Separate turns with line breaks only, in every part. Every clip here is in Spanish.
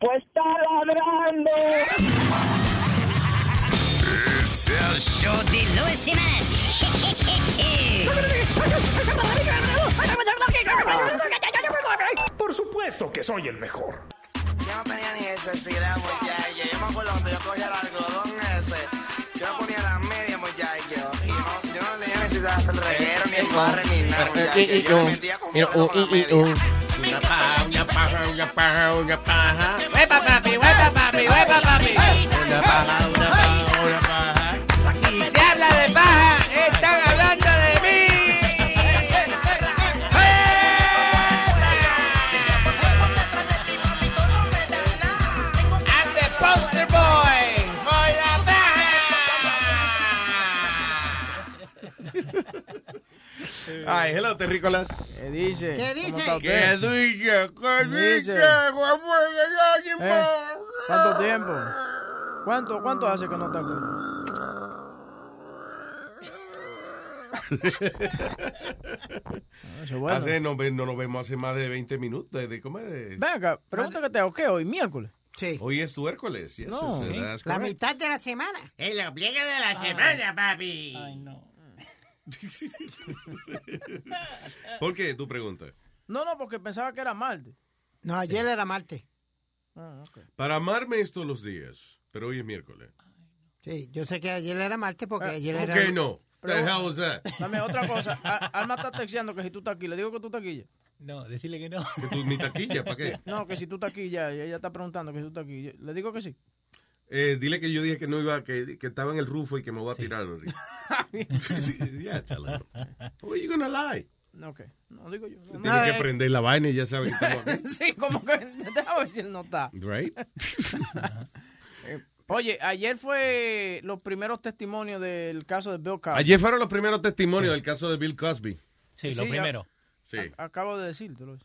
Pues está ladrando.
Es el show de Luis
Por supuesto que soy el mejor.
Yo no tenía ni necesidad, muchacho. Yo me acuerdo cuando yo cogía el algodón ese. Yo me ponía las medias, muchacho. Y no, yo no tenía necesidad de hacer reguero, ni embarre, ni nada,
Eh,
muchacho. Yo me metía con con la media.
Una paja, una paja, una paja, una paja. ¡Huepa, papi! ¡Huepa, papi! ¡Huepa, papi! Una paja, una paja, una paja. Y se habla de paja, están hablando de mí. I'm the poster boy for la paja.
Ay, hello, terrícolas.
¿Qué dice?
¿Qué
¿Cómo
dice?
está usted?
¿Qué dice? ¿Qué
Dice.
dice?
¿Eh? ¿Cuánto tiempo? ¿Cuánto, cuánto hace que no está aquí? Eso es bueno.
Hace, no, ve- no nos vemos hace más de 20 minutos. desde- ¿cómo es?
Venga, pregunta que te hago. ¿Qué hoy? ¿Miércoles?
Sí.
Hoy es tu Hércules. yes,
No.
sir,
Sí.
that's
La
correct.
mitad de la semana.
El ombligo de la semana, papi.
¿Por qué tu pregunta?
No, no, porque pensaba que era martes.
No, ayer era martes.
Ah, ok.
Para amarme es todos los días, pero hoy es miércoles.
Sí, yo sé que ayer era martes
Ah,
porque ayer
¿Por
era.
qué no? The hell was that?
Dame otra cosa. A- Alma está texteando que si tú estás aquí. Le digo que tú estás aquí ya.
No, decirle que no.
¿Que tú, mi taquilla? ¿Para qué?
No, que si tú estás aquí ya. Y Ella está preguntando que si tú estás aquí. Le digo que sí.
Eh, dile que yo dije que no iba, que, que estaba en el rufo y que me voy a tirar ahorita. Sí, sí, yeah, tell him. Why you gonna lie?
No, ok. No, digo yo. No,
Tiene
eh.
que prender la vaina y ya sabe que estamos aquí.
Sí, como que déjame ver si él no está.
Right?
Eh, Oye, ayer fue los primeros testimonios del caso de Bill Cosby.
Ayer fueron los primeros testimonios del caso de Bill Cosby.
Sí, lo
Sí,
primero.
Sí,
Ah.
Acabo de decírtelo. eso.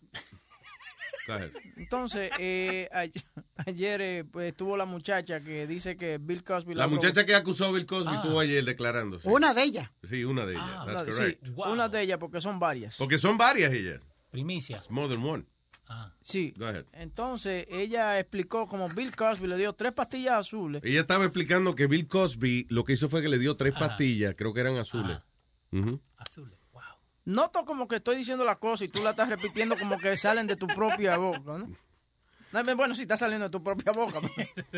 go ahead.
Entonces, eh, ayer, ayer, eh, pues, estuvo la muchacha que dice que Bill Cosby...
La
logró-
muchacha que acusó a Bill Cosby
Ah.
estuvo ayer declarándose.
Una de ellas.
Sí, una de ellas.
Ah,
That's
Sí,
correct.
Wow.
una de ellas, porque son varias.
Porque son varias ellas.
Primicia.
It's more than one.
Ah.
Sí.
Go ahead.
Entonces, ella explicó como Bill Cosby le dio tres pastillas azules.
Ella estaba explicando que Bill Cosby lo que hizo fue que le dio tres pastillas, creo que eran azules. Ujú.
Azul. Wow.
Noto como que estoy diciendo la cosa y tú la estás repitiendo como que salen de tu propia boca, ¿no? No, Bueno, si está saliendo de tu propia boca.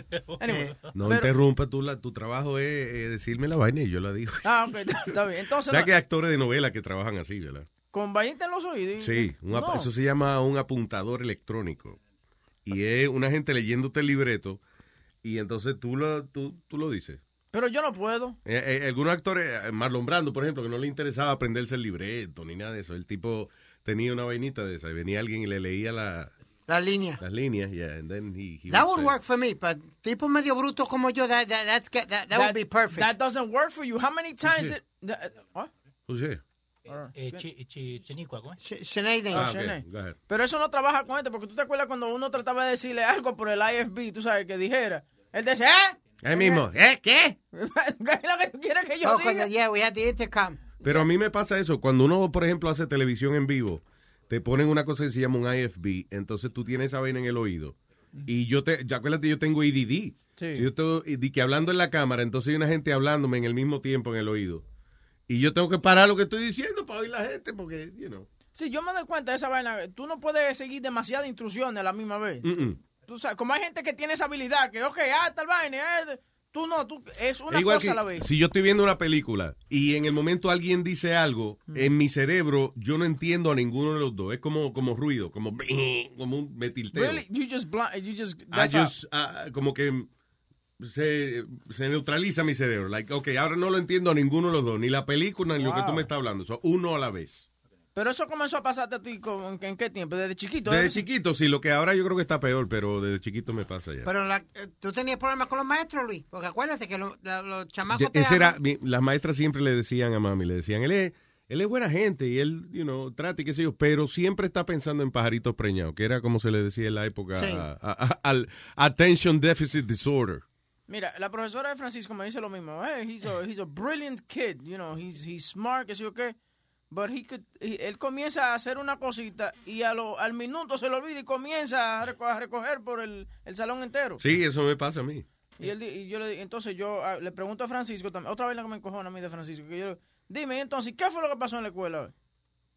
pero- Anyway,
Eh, No
pero-
interrumpa, tú la- tu trabajo es eh, decirme la vaina y yo la digo.
Ah, ok, está bien. Entonces,
¿Sabes que hay actores de novela que trabajan así, verdad?
con vainita en los oídos. y-
Sí, un ap-
No.
eso se llama un apuntador electrónico. Y es una gente leyéndote el libreto y entonces tú lo, tú, tú lo dices.
Pero yo no puedo.
Eh, eh, algunos actores, eh, Marlon Brando, por ejemplo, que no le interesaba aprenderse el libreto ni nada de eso. El tipo tenía una vainita de esa y venía alguien y le leía la-
La línea.
las líneas. Yeah, and then he- he
That would
would say-
work for me, but tipo medio bruto como yo, that, that, that's ca- that, that would be perfect.
That doesn't work for you. How many times
Sí.
it- that- what?
Who's here?
Eh, chi, chi, chinicua, ¿cómo es?
Sh- Sinead.
Ah,
sí,
ok,
no.
go ahead.
Pero eso no trabaja con este, porque tú te acuerdas cuando uno trataba de decirle algo por el IFB, tú sabes, que dijera. Él decía, ¿eh?
Ahí mismo. ¿Eh? ¿Qué? Ah,
¿Qué es lo que tú quieres que yo
Oh,
diga?
cuando, yeah, we had the intercom.
Pero a mí me pasa eso. Cuando uno, por ejemplo, hace televisión en vivo, te ponen una cosa que se llama un IFB. Entonces tú tienes esa vaina en el oído. Y yo te. Ya acuérdate, yo tengo ADD.
Sí.
Si yo estoy di que hablando en la cámara, entonces hay una gente hablándome en el mismo tiempo en el oído. Y yo tengo que parar lo que estoy diciendo pues, para oír la gente, porque, you know.
Sí, yo me doy cuenta de esa vaina. Tú no puedes seguir demasiadas instrucciones a la misma vez.
Mm-mm.
Tú sabes, como hay gente que tiene esa habilidad, que, ok, ah, tal vaina, eh, tú no, tú, es una
Es igual
cosa
que
a la vez.
si yo estoy viendo una película y en el momento alguien dice algo,
Mm.
en mi cerebro yo no entiendo a ninguno de los dos. Es como, como ruido, como, como un metilteo.
Really, you just blind, you just,
Ah,
that's
yo
a-
s- ah, como que se, se neutraliza mi cerebro. Like, ok, ahora no lo entiendo a ninguno de los dos, ni la película ni lo que tú
Wow.
me estás hablando. So, uno a la vez.
Pero eso comenzó a pasarte a ti con- en qué tiempo? Desde chiquito.
Desde
¿eh?
chiquito, sí, lo que ahora yo creo que está peor, pero desde chiquito me pasa ya.
Pero la- eh, tú tenías problemas con los maestros, Luis. Porque acuérdate que lo- la- los chamacos.
Ya,
te
ese era,
hablan.
mi- las maestras siempre le decían a mami, le decían, él es, él es buena gente y él, you know, trata y qué sé yo, pero siempre está pensando en pajaritos preñados, que era como se le decía en la época
Sí.
a- a- a- al Attention Deficit Disorder.
Mira, la profesora de Francisco me dice lo mismo. Hey, he's a, he's a brilliant kid, you know, he's, he's smart, que sé yo qué. But he could, he- él comienza a hacer una cosita y a lo, al minuto se lo olvida y comienza a, reco- a recoger por el, el salón entero.
Sí, eso me pasa a mí.
Y, él, di- y yo le, entonces yo ah, le pregunto a Francisco, también, otra vez la que me encojona a mí de Francisco, que yo, dime entonces, ¿qué fue lo que pasó en la escuela? hoy?"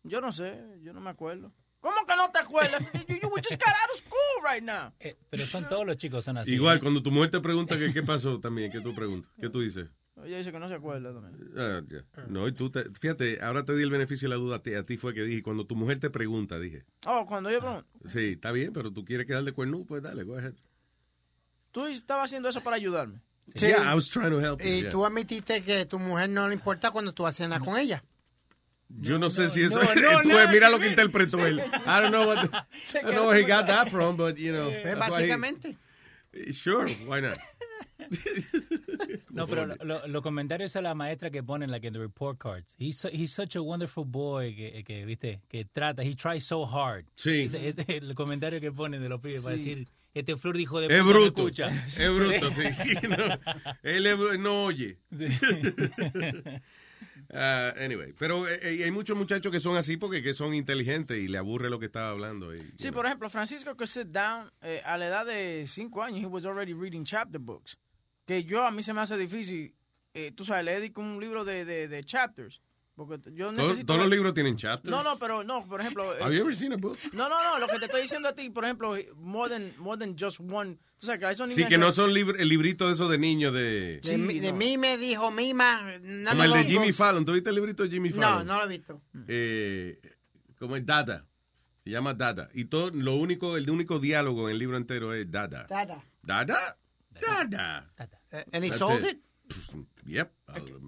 Yo no sé, yo no me acuerdo. ¿Cómo que no te acuerdas? you, you just got out of school right now.
Pero son todos los chicos, son así.
Igual, cuando tu mujer te pregunta que qué pasó también, ¿qué tú preguntas? ¿Qué tú dices?
Ella dice que no se acuerda también.
Ah, ya. No, y tú, te- fíjate, ahora te di el beneficio de la duda, a ti, a ti fue que dije, cuando tu mujer te pregunta, dije,
Oh, cuando yo pregunto,
Ah, sí, está bien, pero tú quieres quedar de cuerno, pues dale, go ahead.
tú estabas haciendo eso para ayudarme.
Sí.
Yeah, I was trying to help you,
Y
yeah.
tú admitiste que a tu mujer no le importa cuando tú haces nada con ella.
Yo no, sé si eso
no, no,
tú
nada
ves, mira
que
lo que
ver.
interpretó él. I don't know what the- I don't know where he got that from, but you know.
Pues
that's why he- Eh,
básicamente.
Sure, why not?
No, pero lo- lo- los comentarios a la maestra que ponen, like in the report cards. He's, su- he's such a wonderful boy que, que, viste, que trata, he tries so hard.
Sí.
Ese- ese- el comentario que ponen de los pibes para
Sí.
decir, este flor dijo de puta,
Es
no
bruto.
escucha.
Es bruto, sí. sí, no. Él es bru- no oye. Ah, anyway, pero eh, eh, hay muchos muchachos que son así porque que son inteligentes y le aburre lo que estaba hablando. y-
Sí, por ejemplo, Francisco que sit down eh, a la edad de cinco años, he was already reading chapter books. Que yo, a mí se me hace difícil, eh, tú sabes, leer un libro de, de, de chapters. Porque t- yo
Todos-
necesito...
todos los libros tienen chapters.
No, no, pero no, por ejemplo... eh,
Have you ever seen a book?
No, no, no, lo que te estoy diciendo a ti, por ejemplo, more than, more than just one... Tú sabes que hay esos
Sí,
niños
que no son libr- el librito de esos de niños de...
De, mi- de mí me dijo Mima. none
Como
of
el de
those
Jimmy
goes.
Fallon. ¿Tú viste el librito de Jimmy
No,
Fallon?
no lo he visto.
eh, como es Dada. Se llama Dada. Y todo, lo único, el único diálogo en el libro entero es Dada.
Dada. Eh,
Dada. Dada.
And he
That's
sold
it. Pues,
it.
Yep.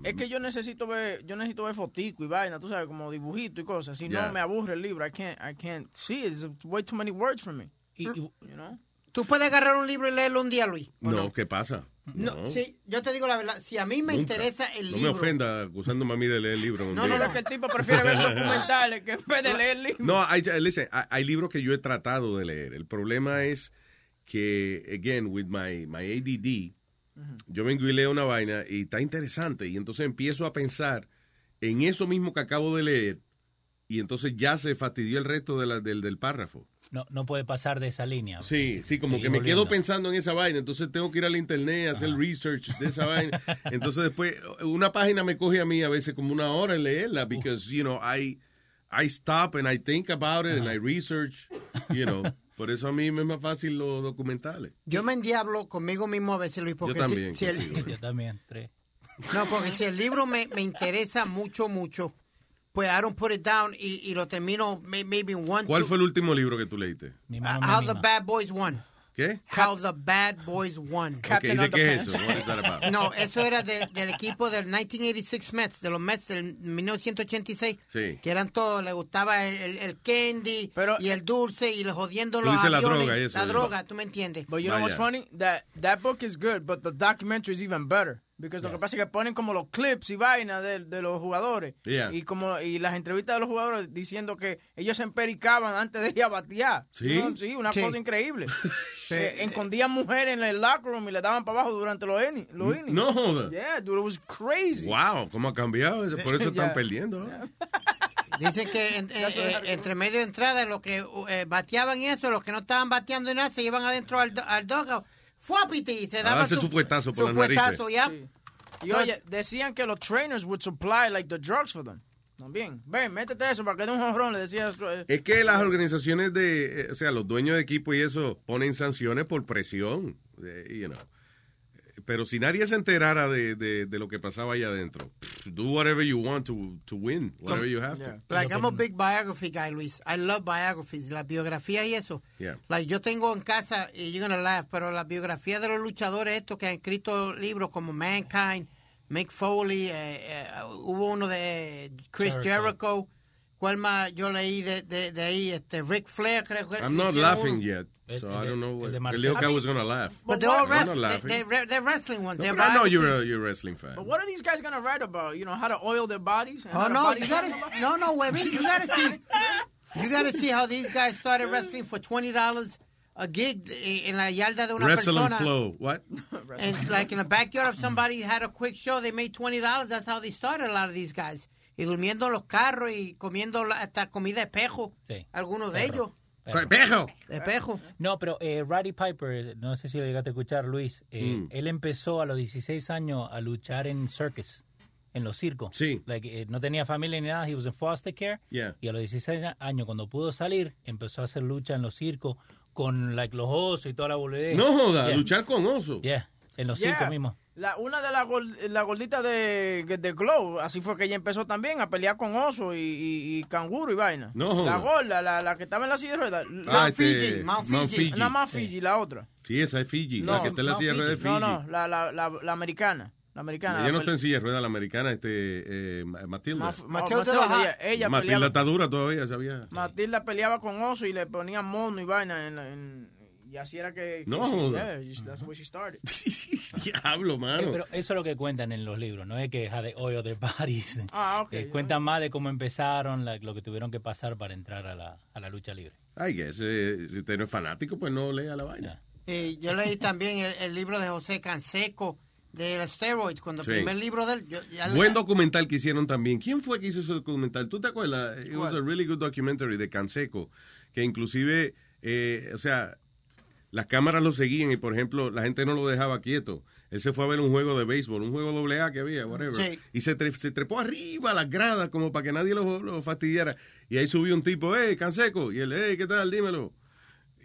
Es que yo necesito ver, yo necesito ver fotico y vaina, tú sabes, como dibujito y cosas. Si
Ya.
no, me aburre el libro. I can't, I can't see it. It's way too many words for me. you know?
Tú puedes agarrar un libro y leerlo un día, Luis.
No, ¿qué pasa?
No, sí, yo te digo la verdad. Si a mí me
Oh. Nunca.
interesa el
No me
libro.
ofenda acusándome a mí de leer el libro.
No, no,
hombre.
no, que el
tipo prefiere ver documentales que en vez de leer libros.
No, hay, eh, listen, hay, hay libros que yo he tratado de leer. El problema es que, again, with my, my ADD, yo vengo y leo una vaina y está interesante. Y entonces empiezo a pensar en eso mismo que acabo de leer. Y entonces ya se fastidió el resto de la- del, del párrafo.
No, no puede pasar de esa línea.
Sí, sí, como
sí,
que me
volviendo.
quedo pensando en esa vaina. Entonces tengo que ir al internet a hacer research de esa vaina. Entonces después, una página me coge a mí a veces como una hora en leerla. Because, you know, I, I stop and I think about it and I research, you know. Por eso a mí me es más fácil los documentales.
Yo me endiablo conmigo mismo a veces, Luis, porque si-
también,
si, el-
contigo. eh.
Yo también, tres.
no, porque si el libro me, me interesa mucho, mucho, pues I don't put it down y, y lo termino may- maybe in one,
¿Cuál
two-
fue el último libro que tú leíste?
Uh, How the Bad Boys Won.
¿Qué?
How the Bad Boys Won.
Ok, ¿y ¿de qué es eso? What is that about?
No, eso era de- del equipo del 1986 Mets, de los Mets del 1986,
Sí.
que eran todos, le gustaba el, el- el candy y el dulce y le jodiendo
Tú
los
dices la
aviones.
droga y eso,
La
¿no?
droga, tú me entiendes.
But you know what's funny? That that book is good, but the documentary is even better. Because lo que pasa es que ponen como los clips y vaina de, de los jugadores.
Yeah.
Y como y las entrevistas de los jugadores diciendo que ellos se empericaban antes de ir a batear.
¿Sí?
No, sí, una
Sí.
cosa increíble. Eh, Escondían mujeres en el locker room y le daban para abajo durante los innings. Los innings.
No joda.
Yeah, dude, it was crazy.
Wow, cómo ha cambiado. eso? Por eso están
Ya.
perdiendo. ahora.
Dicen que en- eh, eh, entre medio de entrada, los que eh, bateaban y eso, los que no estaban bateando y nada, se iban adentro al, do- al dugout. Fuapiti, y se daban
darse su fuetazo por
su
las narices.
fuetazo, ya.
Y oye, decían que los trainers would supply like the drugs for them. También. Ven, métete eso para que dé un jonrón, le decía. eh,
Es que las organizaciones de, eh, o sea, los dueños de equipo y eso ponen sanciones por presión, eh, you know. Pero si nadie se enterara de, de- de lo que pasaba allá adentro, pff, do whatever you want to, to win, whatever you have to.
Like, I'm a big biography guy, Luis. I love biographies, las biografías y eso.
Yeah.
Like, yo tengo en casa, y you're gonna laugh, pero las biografías de los luchadores estos que han escrito libros como Mankind, Mick Foley, eh, eh, hubo uno de Chris
Jericho.
Jericho, ¿Cuál más yo leí de, de, de ahí? Este, Rick Flair, creo que.
I'm not
hicieron
laughing
uno.
yet, so I don't know what.
de
I think I
Marcelo.
was gonna laugh.
But they're all
I'm not
wrestling.
laughing.
They, they, they're wrestling ones.
No,
They're
but I know
biographies.
you're a you're a wrestling fan.
But what are these guys gonna write about? You know how to oil their bodies? and how
Oh
to
no,
body
you
shame
gotta
somebody?
no no wait, you gotta see you gotta see how these guys started wrestling for twenty dollars a gig in la yarda de una
Wrestling
persona.
flow. What?
And like in the backyard of somebody had a quick show, they made twenty dollars. That's how they started a lot of these guys. Y durmiendo en los carros y comiendo la- hasta comida espejo.
Sí.
Algunos de ellos.
Perro.
Espejo. Espejo.
No, pero eh, Roddy Piper, no sé si lo llegaste a escuchar, Luis. eh,
Mm.
Él empezó a los 16 años a luchar en circus, en los circos.
Sí.
Like, eh, no tenía familia ni nada, he was in foster care.
Yeah.
Y a los 16 a- años, cuando pudo salir, empezó a hacer lucha en los circos con like, los osos y toda la boludez.
No joda,
Yeah.
luchar con oso.
Yeah, en los
Yeah.
circos mismo.
La, una de las gol- la gorditas de, de Glow, así fue que ella empezó también a pelear con oso y, y, y canguro y vaina.
No.
La gorda, la, la que estaba en la silla de ruedas. La-
Ah, este, Mount Fiji. Mount Fiji.
No, Mount Fiji, la otra.
Sí, esa es Fiji.
No,
la que está en la
Mount
silla de ruedas es Fiji.
No, no, la, la, la, la americana. La americana.
Ella
la
no
pel-
está en silla de ruedas, la americana, este, eh, Ma- Matilda.
Maf- Matilda Matilda, ella- ella
Matilda
peleaba-
está dura todavía, sabía.
Matilda peleaba con oso y le ponía mono y vaina en, la- en- y así era que
No
que-
joda.
yeah, that's where she started.
Diablo,
Eh,
mano.
pero eso es lo que cuentan en los libros, no es que how they oil their bodies.
Ah, ok.
Eh, cuentan más de cómo empezaron, like, lo que tuvieron que pasar para entrar a la, a la lucha libre.
Ay, que ese- si usted no es fanático, pues no lea la vaina.
Eh, yo leí también el, el libro de José Canseco de los steroids. Cuando
Sí.
el primer libro de él. yo- ya le-
Buen documental que hicieron también. ¿Quién fue que hizo ese documental? ¿Tú te acuerdas? It was a really good documentary de Canseco, que inclusive, eh, o sea, las cámaras lo seguían y, por ejemplo, la gente no lo dejaba quieto. Él se fue a ver un juego de béisbol, un juego doble A que había, whatever.
Sí.
Y se, tre- se trepó arriba a las gradas como para que nadie lo, lo fastidiara. Y ahí subió un tipo, hey, Canseco. Y él, hey, ¿qué tal? Dímelo.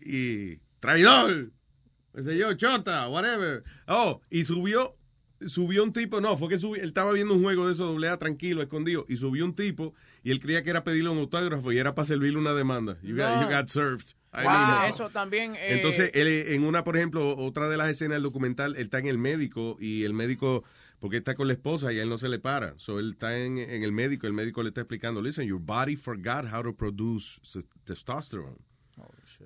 Y, traidor. qué sé yo, chota, whatever. Oh, y subió, subió un tipo, no, fue que subió, él estaba viendo un juego de eso doble A tranquilo, escondido, y subió un tipo y él creía que era pedirle un autógrafo y era para servirle una demanda. You, got,
No.
you got served. Ahí
Wow.
mismo.
Eso también. eh,
Entonces, él, eh, en una, por ejemplo, otra de las escenas del documental, él está en el médico y el médico, porque está con la esposa y a él no se le para. So, él está en, en el médico, el médico le está explicando, listen, your body forgot how to produce s- testosterone.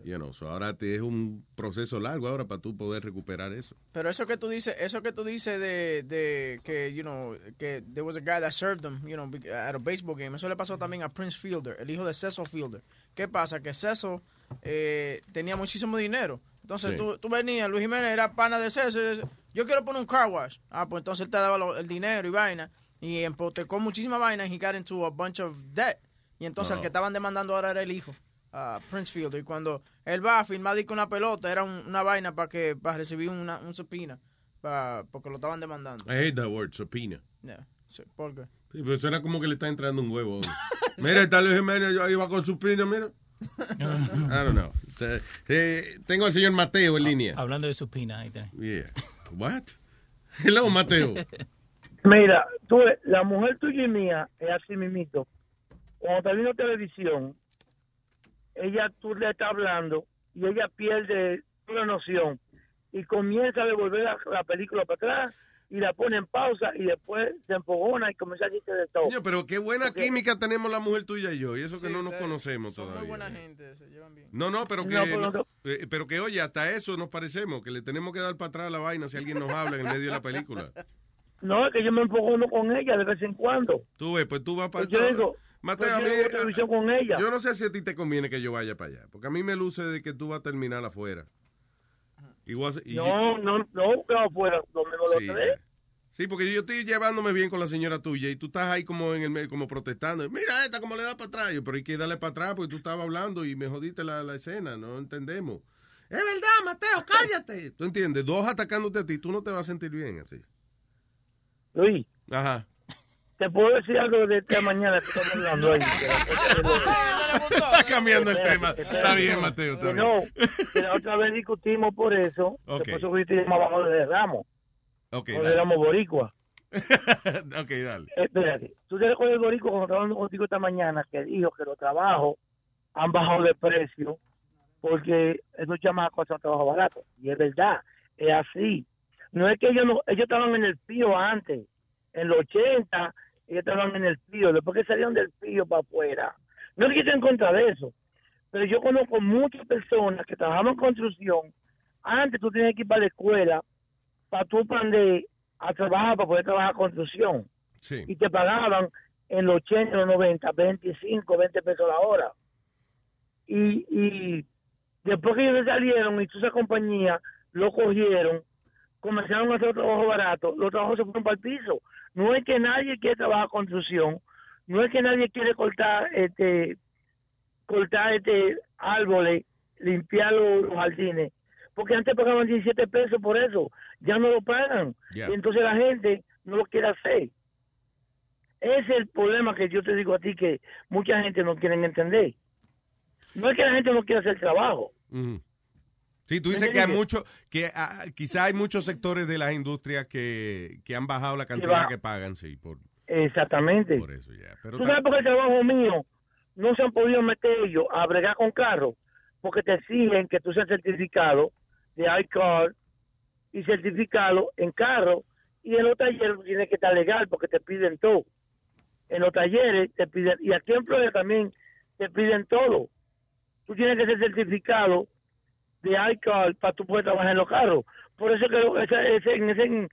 You know, so ahora te, es un proceso largo ahora para tú poder recuperar eso.
Pero eso que tú dices, eso que tú dices de, de que, you know, que there was a guy that served them, you know, be- at a baseball game. Eso le pasó también a Prince Fielder, el hijo de Cecil Fielder. ¿Qué pasa? Que Cecil eh, tenía muchísimo dinero. Entonces
Sí.
tú, tú venías, Luis Jiménez era pana de Cecil. y dice, Yo quiero poner un car wash. Ah, pues entonces él te daba lo- el dinero y vaina. Y empotecó muchísima vaina y he got into a bunch of debt. Y entonces el
Wow.
que estaban demandando ahora era el hijo, a Prince Fielder. Y cuando él va a firmar disco una pelota, era un- una vaina para que para recibir una, un subpoena, pa- porque lo estaban demandando.
I hate that word, supina.
Yeah. Sí, ¿Por qué?
Sí, pero suena como que le está entrando un huevo. mira, tal vez Jiménez, yo iba con supina, mira. I don't know. Eh, eh, tengo al señor Mateo en línea.
Ah, Hablando de supina, ahí tenés.
Yeah. What? Hello, Mateo.
Mira, tú, ves, la mujer tuya y mía es así mismito. Cuando está viendo televisión, ella tú le estás hablando y ella pierde toda noción y comienza a devolver la, la película para atrás y la pone en pausa y después se empogona y comienza a decirte de todo.
Coño, pero qué buena química tenemos la mujer tuya y yo, y eso que no nos conocemos todavía.
gente, se llevan bien.
No, no, pero que,
No, pero no.
eh, pero que oye, hasta eso nos parecemos, que le tenemos que dar para atrás la vaina si alguien nos habla en el medio de la película.
No, es que yo me empogono con ella de vez en cuando.
Tú ves, pues tú vas para
Yo digo,
Mateo,
pues yo
a mí-
veo televisión con ella.
Yo no sé si a ti te conviene que yo vaya para allá, porque a mí me luce de que tú vas a terminar afuera. Igual, y-
No, no, no, que afuera, lo menos
Sí, eh.
lo tres.
Sí, porque yo estoy llevándome bien con la señora tuya y tú estás ahí como en el medio, como protestando. Mira esta, cómo le da para atrás. Yo, pero hay que darle para atrás porque tú estabas hablando y me jodiste la, la escena, no entendemos. Es verdad, Mateo, cállate. ¿Tú entiendes? Dos atacándote a ti, tú no te vas a sentir bien así.
Luis.
Ajá.
Te puedo decir algo de esta mañana que estamos hablando ahí.
Está cambiando el tema. Está bien, Mateo, está
Que
bien.
No, que la otra vez discutimos por eso.
Ok.
Después subiste y llamaba Jorge Ramos.
Ok,
Jorge
dale.
Ramos Boricua.
ok, dale.
Este
Espérate, tú te recuerdas el Boricua cuando estaba hablando contigo esta mañana que dijo que los trabajos han bajado de precio porque esos chamacos hacen trabajo barato. Y es verdad, es así. No es que ellos no, ellos estaban en el pío antes, en los 80, ellos estaban en el pío, después que salieron del pío para afuera,
No es que esté en contra de eso, pero yo conozco muchas personas que trabajaban en construcción. Antes tú tenías que ir para la escuela para tú aprender a trabajar, para poder trabajar construcción.
Sí.
Y te pagaban en los 80, los 90, 25, 20 pesos la hora. Y, y después que ellos salieron y toda esa compañía lo cogieron, comenzaron a hacer trabajo barato, los trabajos se fueron para el piso. No es que nadie quiere trabajar construcción, no es que nadie quiere cortar este cortar este árboles, limpiar los, los jardines, porque antes pagaban 17 pesos por eso, ya no lo pagan.
Ya.
Y entonces la gente no lo quiere hacer. Ese es el problema que yo te digo a ti que mucha gente no quiere entender. No es que la gente no quiera hacer el trabajo.
Ujú. Sí, tú dices que hay mucho, que ah, quizá hay muchos sectores de las industrias que, que han bajado la cantidad
baja.
que pagan, sí, por,
Exactamente.
por eso ya. Pero
¿Tú
ta-
sabes por qué el trabajo mío no se han podido meter ellos a bregar con carro? Porque te exigen que tú seas certificado de iCar y certificado en carro. Y en los talleres tiene que estar legal porque te piden todo. En los talleres te piden, y aquí en Florida también te piden todo. Tú tienes que ser certificado de iCar para tú poder trabajar en los carros. Por eso que lo- esa- ese- en, ese-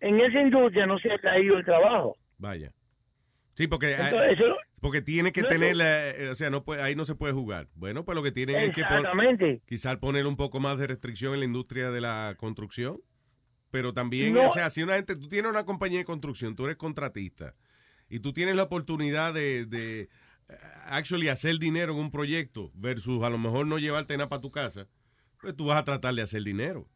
en esa industria no se ha caído el trabajo.
vaya. Sí, porque, ah,
Entonces, eso-
porque tiene que
no,
tener,
eso-
la- eh, o sea, no puede- ahí no se puede jugar. Bueno, pues lo que tienen es que pon-
Exactamente.
quizá poner un poco más de restricción en la industria de la construcción, pero también,
No.
o sea, si una gente, tú tienes una compañía de construcción, tú eres contratista y tú tienes la oportunidad de, de eh, actually hacer dinero en un proyecto versus a lo mejor no llevarte nada para tu casa, pues tú vas a tratar de hacer dinero.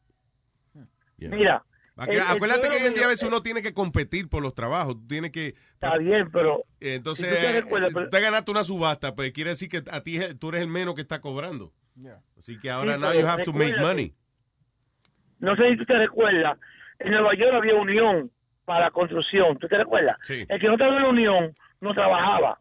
Yeah.
Mira,
Acu-
el- el
Acuérdate que
pueblo
hoy en día a
mío-
veces uno tiene que competir por los trabajos, tú tienes que...
Está bien, pero...
Entonces,
si tú te
eh,
recuerdas, pero-
tú te ganaste una subasta, pues quiere decir que a ti es- tú eres el menos que está cobrando. Así que ahora
Sí,
now
pero
you have to make
recuérdate.
money.
No sé si tú te recuerdas, en Nueva York había unión para la construcción, ¿tú te recuerdas?
Sí.
El que no estaba en la unión no trabajaba.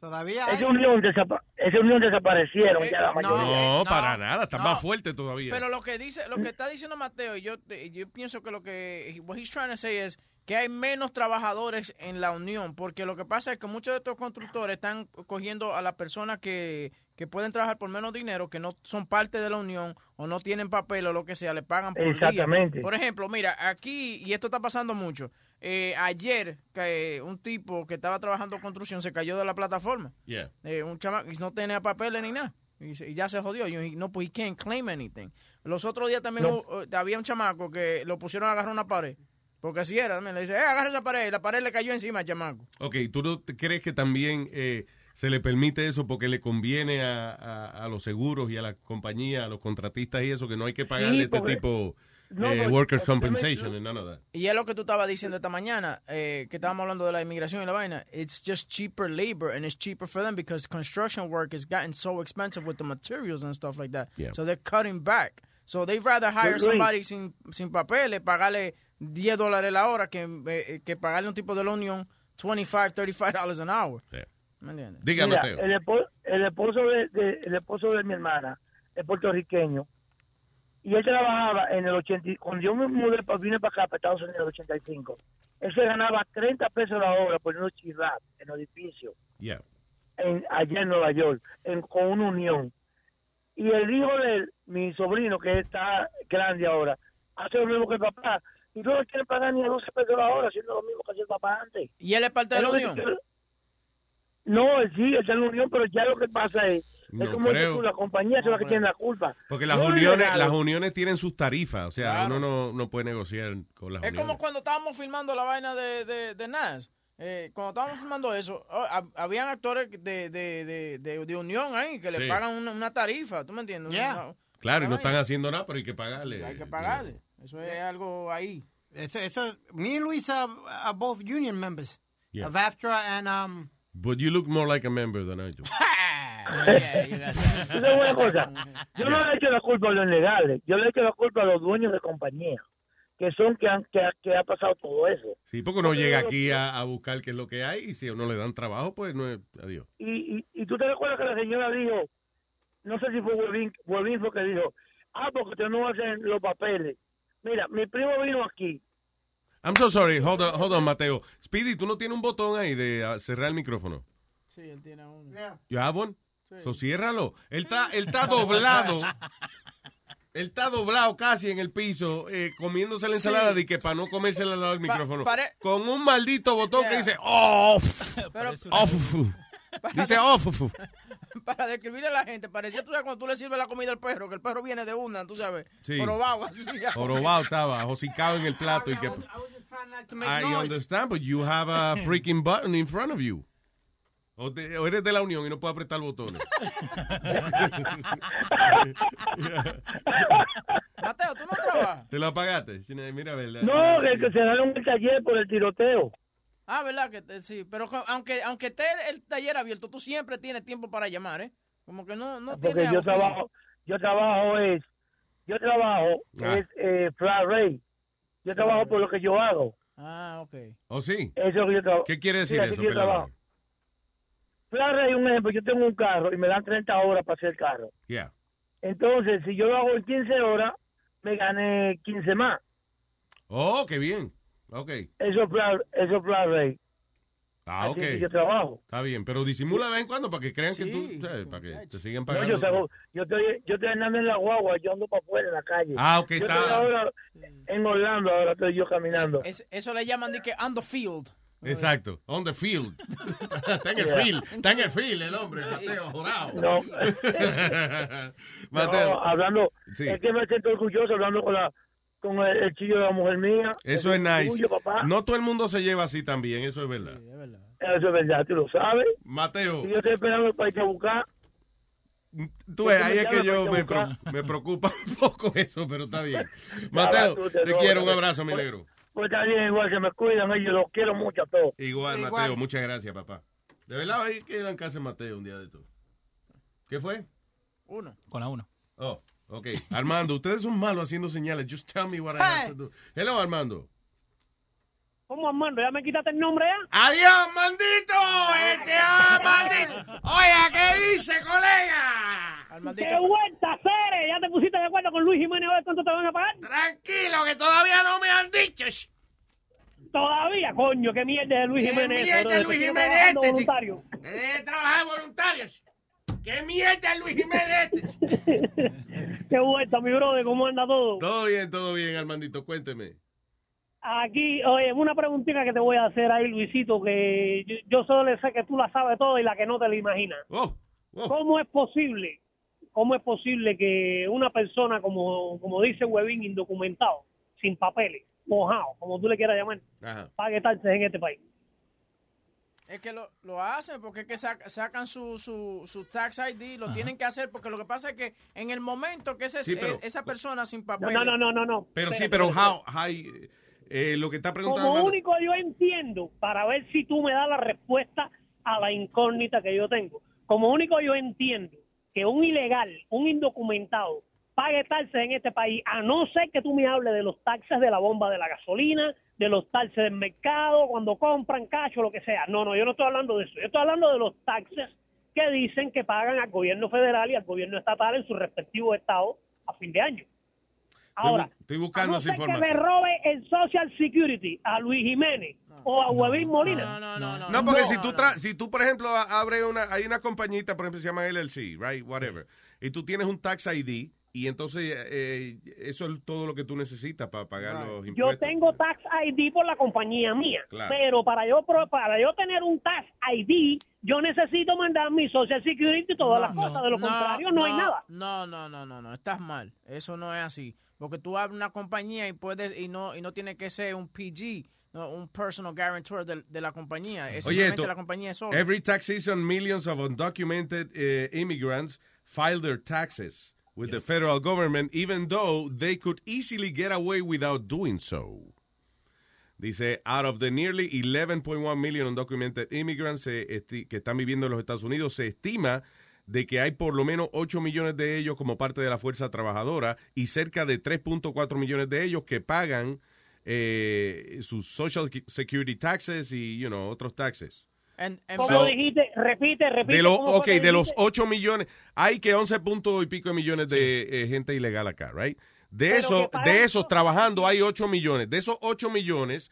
Todavía
Esa unión, desapa- esa unión desaparecieron ya la mayoría.
Eh, No, para nada, está más fuerte todavía.
Pero lo que dice, lo que está diciendo Mateo, y yo, te- yo pienso que lo que what he's trying to say es que hay menos trabajadores en la unión, porque lo que pasa es que muchos de estos constructores están cogiendo a las personas que, que pueden trabajar por menos dinero, que no son parte de la unión o no tienen papel o lo que sea, le pagan por
Exactamente.
día. Por ejemplo, mira, aquí, y esto está pasando mucho, eh, ayer que eh, un tipo que estaba trabajando construcción se cayó de la plataforma.
Yeah.
Eh, un chamaco y no tenía papeles ni nada. Y, se- y ya se jodió. Y, y no, pues he can't claim anything. Los otros días también
No.
hubo- eh, había un chamaco que lo pusieron a agarrar una pared. Porque así era. también. Le dice, eh, agarra esa pared. Y la pared le cayó encima al chamaco.
Ok, ¿tú no te- crees que también eh, se le permite eso porque le conviene a, a- a los seguros y a las compañías, a los contratistas y eso, que no hay que pagarle este
porque-
tipo de
No, porque-
workers'
porque me-
compensation and none of that?
Y es lo que tú estabas diciendo esta mañana, eh, que estábamos hablando de la inmigración y la vaina. It's just cheaper labor and it's cheaper for them because construction work has gotten so expensive with the materials and stuff like that.
Yeah.
So they're cutting back. So they'd rather hire
Luis.
somebody sin, sin papeles, pagarle 10 dólares la hora que, eh, que pagarle un tipo de la unión 25, 35 dollars an hour. ¿Me entiendes?
Diga,
Mira,
Mateo.
el, espo- el esposo de, de- el esposo de mi hermana es puertorriqueño y él trabajaba en el 80. y- Cuando yo me mudé, pa- vine para acá, para Estados Unidos en el 85, él se ganaba 30 pesos la hora por un chirrap en el edificio.
Yeah.
en, allá en Nueva York, en, con una unión. Y el hijo de él, mi sobrino, que está grande ahora, hace lo mismo que el papá. Y no le quieren pagar ni a 12 pesos la hora, haciendo lo mismo que hacía el papá antes.
¿Y él es parte de la unión?
No, él sí, él está en la unión, pero ya lo que pasa es,
No
es como dices
creo.
tú, la compañía es la que tiene la culpa.
Porque las
No es
uniones
legal.
las uniones tienen sus tarifas, o sea, uno no, no puede negociar con las
Es
uniones.
como cuando estábamos filmando la vaina de, de, de Nas. Eh, cuando estábamos filmando eso, oh, hab- habían actores de, de, de, de, de unión ahí que
Sí.
le pagan una, una tarifa, ¿tú me entiendes? Una-
Claro, y no
una
están
vaina.
haciendo nada, pero hay que pagarle.
Hay que pagarle. Eso es algo ahí.
Eso, eso, me and Luis are, are both union members
Yeah.
of AFTRA and um.
But you look more like a member than I do.
Tú sabes una cosa, yo no le echo la culpa a los legales, yo le echo la culpa a los dueños de compañía, que son que han, que, ha- que ha pasado todo eso.
Sí, porque uno llega aquí a, a buscar qué es lo que hay y si a uno le dan trabajo, pues no es. Adiós.
y, y, y tú te recuerdas que la señora dijo, no sé si fue Huevín, Huevín fue que dijo, ah, porque ustedes no hacen los papeles. Mira, mi primo vino aquí.
I'm so sorry. Hold on, hold on, Mateo. Speedy, tú no tienes un botón ahí de ah, cerrar el micrófono.
Sí, él tiene uno.
You have one?
Sí.
So, ciérralo. Él está, él está doblado. Él está doblado casi en el piso, eh, comiéndose la ensalada de que para no comérsela al lado del
Pa-
micrófono.
pare-
Con un maldito botón que
Yeah.
dice "Oh, off.
Pero-
off. Dice "Oh, off.
Para describirle a la gente, parecía tú sabes cuando tú le sirves la comida al perro, que el perro viene de una, tú sabes.
Sí.
Jorobado, así.
Jorobado estaba, josicado en el plato y que. I understand, but you have a freaking button in front of you. O, te- o eres de la Unión y no puedes apretar botones.
Mateo, tú no trabajas.
Te lo apagaste. Shina, Mira, verdad.
No, que, que cerraron el taller por el tiroteo.
Ah, ¿verdad? que te- Sí, pero co- aunque, aunque esté el taller abierto, tú siempre tienes tiempo para llamar, ¿eh? Como que no,
Ah,
no
Porque
tienes
yo
oficio.
trabajo, yo trabajo es, yo trabajo
Ah.
es eh, flat rate. Yo trabajo por lo que yo hago.
Ah, ok.
¿O sí?
Eso es lo que yo trabajo.
¿Qué quiere decir
Mira,
eso,
yo
pelado?
trabajo. Flat rate, un ejemplo, yo tengo un carro y me dan 30 horas para hacer el carro.
Yeah.
Entonces, si yo lo hago en 15 horas, me gané 15 más.
Oh, qué bien. Ok.
Eso es flat, eso es flat rate.
Ah,
Así
ok.
es que yo trabajo.
Está bien, pero disimula de vez en cuando para que crean que tú. ¿sabes? Para que te sigan
No,
pagando.
yo, salgo- yo estoy, yo estoy andando en la guagua, yo ando para afuera en la calle.
Ah, ok,
yo
está.
Estoy ahora en Orlando, ahora estoy yo caminando.
Es- eso le llaman de que on the field.
Exacto. On the field. está en el
Yeah.
field. Está en el field el hombre, Mateo, jorado.
No.
Mateo.
No, hablando,
Sí.
es que me siento orgulloso hablando con la con el, el chillo de la mujer mía.
Eso es nice.
tuyo, papá.
No todo el mundo se lleva así también, eso es verdad.
Eso es verdad, tú lo sabes.
Mateo.
Y yo estoy esperando para irte a buscar.
Tú ves,
Yo te
ahí es
llamo
que yo
para
me,
buscar.
pro- me preocupa un poco eso, pero está bien. Mateo,
tú,
te
no,
quiero, un
no,
abrazo, mi
pues,
negro.
Pues está bien, igual se me cuidan, ellos los quiero mucho a todos.
Igual,
Igual.
Mateo, muchas gracias, papá. De verdad, ahí quedan en casa de Mateo un día de todo. ¿Qué fue?
Uno.
Con la uno.
Oh, ok. Armando, ustedes son malos haciendo señales. Just tell me what I have to do. Hello, Armando.
¿Cómo, Armando? ¿Ya me quitaste el nombre ya?
¡Adiós, maldito! ¡Este ah, maldito! Oiga, ¿qué dice, colega?
¡Qué vuelta, Cere! ¿Ya te pusiste de acuerdo con Luis Jiménez a ver cuánto te van a pagar?
Tranquilo, que todavía no me han dicho. sh-
Todavía, coño, qué mierda de Luis
¿Qué
Jiménez. eso,
mierda
brother, que
es Luis
sigue
Jiménez
trabajando
este,
voluntario.
Me Deje de trabajar voluntarios. ¡Qué mierda es Luis Jiménez este! sh-
Qué vuelta, mi brother, ¿cómo anda todo?
Todo bien, todo bien, Armandito. Cuénteme.
Aquí, oye, una preguntita que te voy a hacer ahí, Luisito, que yo, yo solo sé que tú la sabes toda y la que no te la imaginas. ¿Cómo es posible? ¿Cómo es posible que una persona, como, como dice Webin, indocumentado, sin papeles, mojado, como tú le quieras llamar,
Ajá.
pague taxes en este país?
Es que lo, lo hacen porque es que sac- sacan su, su, su tax ID, lo tienen que hacer porque lo que pasa es que en el momento que ese, eh,
Sí, pero-
esa persona sin
No,
papel...
no, no, no, no. no.
Pero sí,
Espérate,
pero
espérate.
how, hi- eh, lo que está preguntando
Como
Armando-
único yo entiendo, para ver si tú me das la respuesta a la incógnita que yo tengo, como único yo entiendo que un ilegal, un indocumentado, pague taxes en este país, a no ser que tú me hables de los taxes de la bomba de la gasolina, de los taxes del mercado, cuando compran cacho, lo que sea. No, no, yo no estoy hablando de eso. Yo estoy hablando de los taxes que dicen que pagan al gobierno federal y al gobierno estatal en sus respectivos estados a fin de año.
Estoy bu-
Ahora,
estoy buscando
a no
esa
ser que
información.
me robe el Social Security a Luis Jiménez o a Huevín Molina.
No, porque si tú, tra- si tú, por ejemplo, a- abre una, hay una compañita, por ejemplo, se llama LLC, right, whatever, y tú tienes un tax ID, y entonces eh, eso es todo lo que tú necesitas para pagar los
Yo
impuestos.
tengo Tax ID por la compañía mía,
Claro.
pero para yo pro- para yo tener un Tax ID, yo necesito mandar mi Social Security y todas las cosas. De lo contrario, no, hay nada.
No, no, no, no, no, estás mal. Eso no es así. Porque tú abres una compañía y puedes y no y no tiene que ser un PG, no, un personal guarantor del- de, la compañía. Es
Oye,
simplemente
esto,
la compañía es sola.
every tax season, millions of undocumented eh, immigrants file their taxes with the federal government, even though they could easily get away without doing so. Dice, out of the nearly 11.1 million undocumented immigrants eh, esti- que están viviendo en los Estados Unidos, se estima de que hay por lo menos 8 millones de ellos como parte de la fuerza trabajadora y cerca de 3.4 millones de ellos que pagan eh, sus Social Security taxes y, you know, otros taxes.
And- and-
Como
So-
dijiste, repite, repite.
De los,
¿cómo fue
ok,
que
de los
dijiste?
8 millones, hay que 11 punto y pico de millones de eh, gente ilegal acá, right? De,
Pero
eso,
que pagan
de esos trabajando hay 8 millones. eh, De esos 8 millones,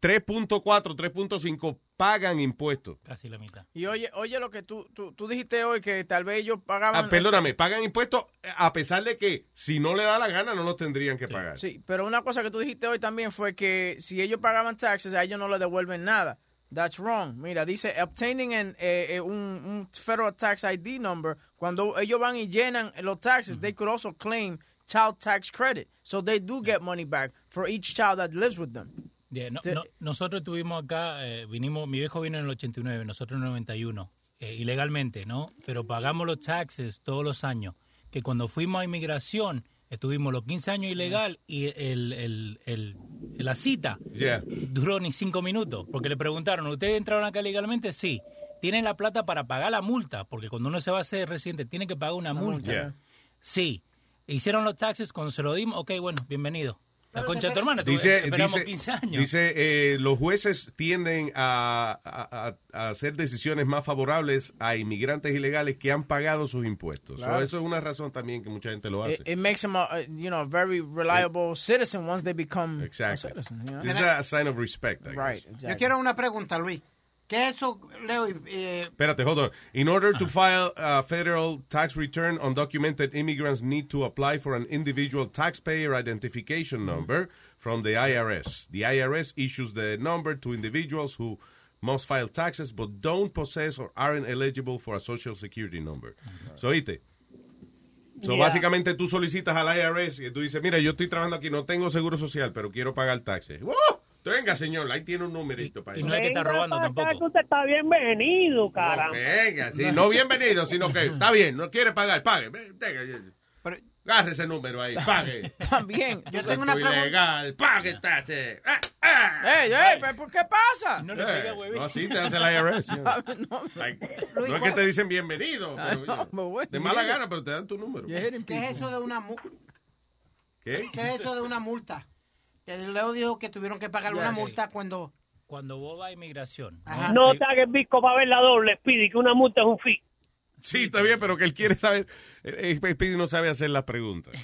3.4, 3.5 pagan impuestos.
Casi la mitad.
Y oye, oye lo que tú, tú, tú dijiste hoy, que tal vez ellos pagaban...
Ah, perdóname, pagan impuestos eh, a pesar de que si no le da la gana no los tendrían que pagar.
Sí, pero una cosa que tú dijiste hoy también fue que si ellos pagaban taxes, a ellos no les devuelven nada. That's wrong. Mira, dice obtaining an, eh, eh, un, un federal tax ID number. Cuando ellos van y llenan los taxes, they could also claim child tax credit. So they do get money back for each child that lives with them.
Yeah, no-
Te-
no- nosotros tuvimos acá, eh, vinimos, mi viejo vino en el 89, nosotros en el 91, eh, ilegalmente, ¿no? Pero pagamos los taxes todos los años. Que cuando fuimos a inmigración, estuvimos los 15 años ilegal y el, el- el- la cita
Yeah.
duró ni cinco minutos. Porque le preguntaron, ¿ustedes entraron acá legalmente? Sí. ¿Tienen la plata para pagar la multa? Porque cuando uno se va a ser residente, tiene que pagar una multa.
multa, Yeah.
Sí. Hicieron los taxes, cuando se lo dimos, ok, bueno, bienvenido. La concha de tu hermana, tú-
Dice,
esperamos
dice-
15 años.
dice, eh, los jueces tienden a, a- a- a hacer decisiones más favorables a inmigrantes ilegales que han pagado sus impuestos. So,
Claro. Eh,
eso es una razón también que mucha gente lo hace.
It, it makes them, a, a, you know, a very reliable citizen once they become
Exactly.
a citizen. you know?
This is a sign of respect. I guess.
Right,
Yo quiero una pregunta, Luis. ¿Qué es eso, Leo? y- eh,
Espérate, hold on. In order to file a federal tax return, undocumented immigrants need to apply for an individual taxpayer identification number from the IRS. The IRS issues the number to individuals who must file taxes but don't possess or aren't eligible for a social security number. So, oíste. So,
Yeah.
básicamente tú solicitas al IRS y tú dices, mira, yo estoy trabajando aquí, no tengo seguro social, pero quiero pagar taxes. ¡Wow! Venga, señor, ahí tiene un numerito para eso.
Venga para acá, que usted está bienvenido, caramba.
Venga, sí, no bienvenido, sino que está bien, no quiere pagar, pague. ven, Venga, yo- agarre ese número ahí, pague.
También.
Yo
tengo una pregunta. Ilegal, pague taxes. Ah,
Ey, ey, pero ¿por qué pasa?
No
le Eh, pegue, huevín. no, así te hace el IRS, sí. No es que te dicen bienvenido, pero, de mala gana, pero te dan tu número.
¿Qué es eso de una mu-
¿Qué?
¿Qué es eso de una multa? Que Leo dijo que tuvieron que pagar una
Yes.
multa cuando...
Cuando vos vas a inmigración,
No te hagas disco para ver la doble, Speedy, que una multa es un fee.
Sí, está bien, pero que él quiere saber. eh, eh, Speedy no sabe hacer las preguntas.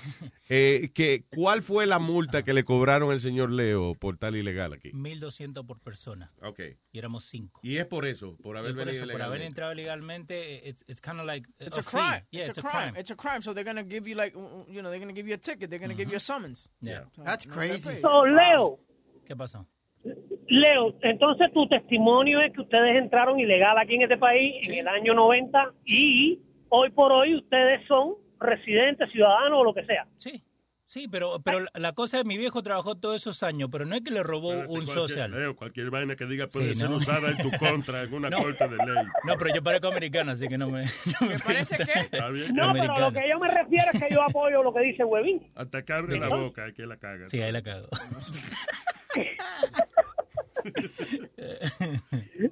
Eh, que, ¿Cuál fue la multa que le cobraron al señor Leo por tal ilegal aquí?
1.200 por persona.
Ok.
Y éramos cinco.
Y es por eso, por haber
Y por,
venido
eso, por haber
ilegalmente.
entrado legalmente, it's, it's kind of like
It's a
Oh, fee.
crime.
Yeah,
it's, a, crime. It's a crime. So they're gonna give you like, uh, you know, they're gonna give you a ticket. They're gonna give you a summons.
Yeah.
That's
crazy.
So, Leo,
Ah. ¿Qué pasó?
Leo, entonces tu testimonio es que ustedes entraron ilegal aquí en este país en el año 90 y hoy por hoy ustedes son residentes, ciudadanos o lo que sea.
Sí. Sí, pero, pero la, la cosa es mi viejo trabajó todos esos años, pero no es que le robó un
cualquier-
social.
Leo, cualquier vaina que diga eh, puede
Sí,
ser
¿no?
usada en tu contra en una
No.
corte de ley.
No, pero yo parezco americano, así que no me... No me
parece
que?
No, pero lo que yo me refiero es que yo apoyo lo que dice Huevín.
Hasta que abre
¿De
la
qué?
boca, hay que la caga.
Sí, ahí la cago.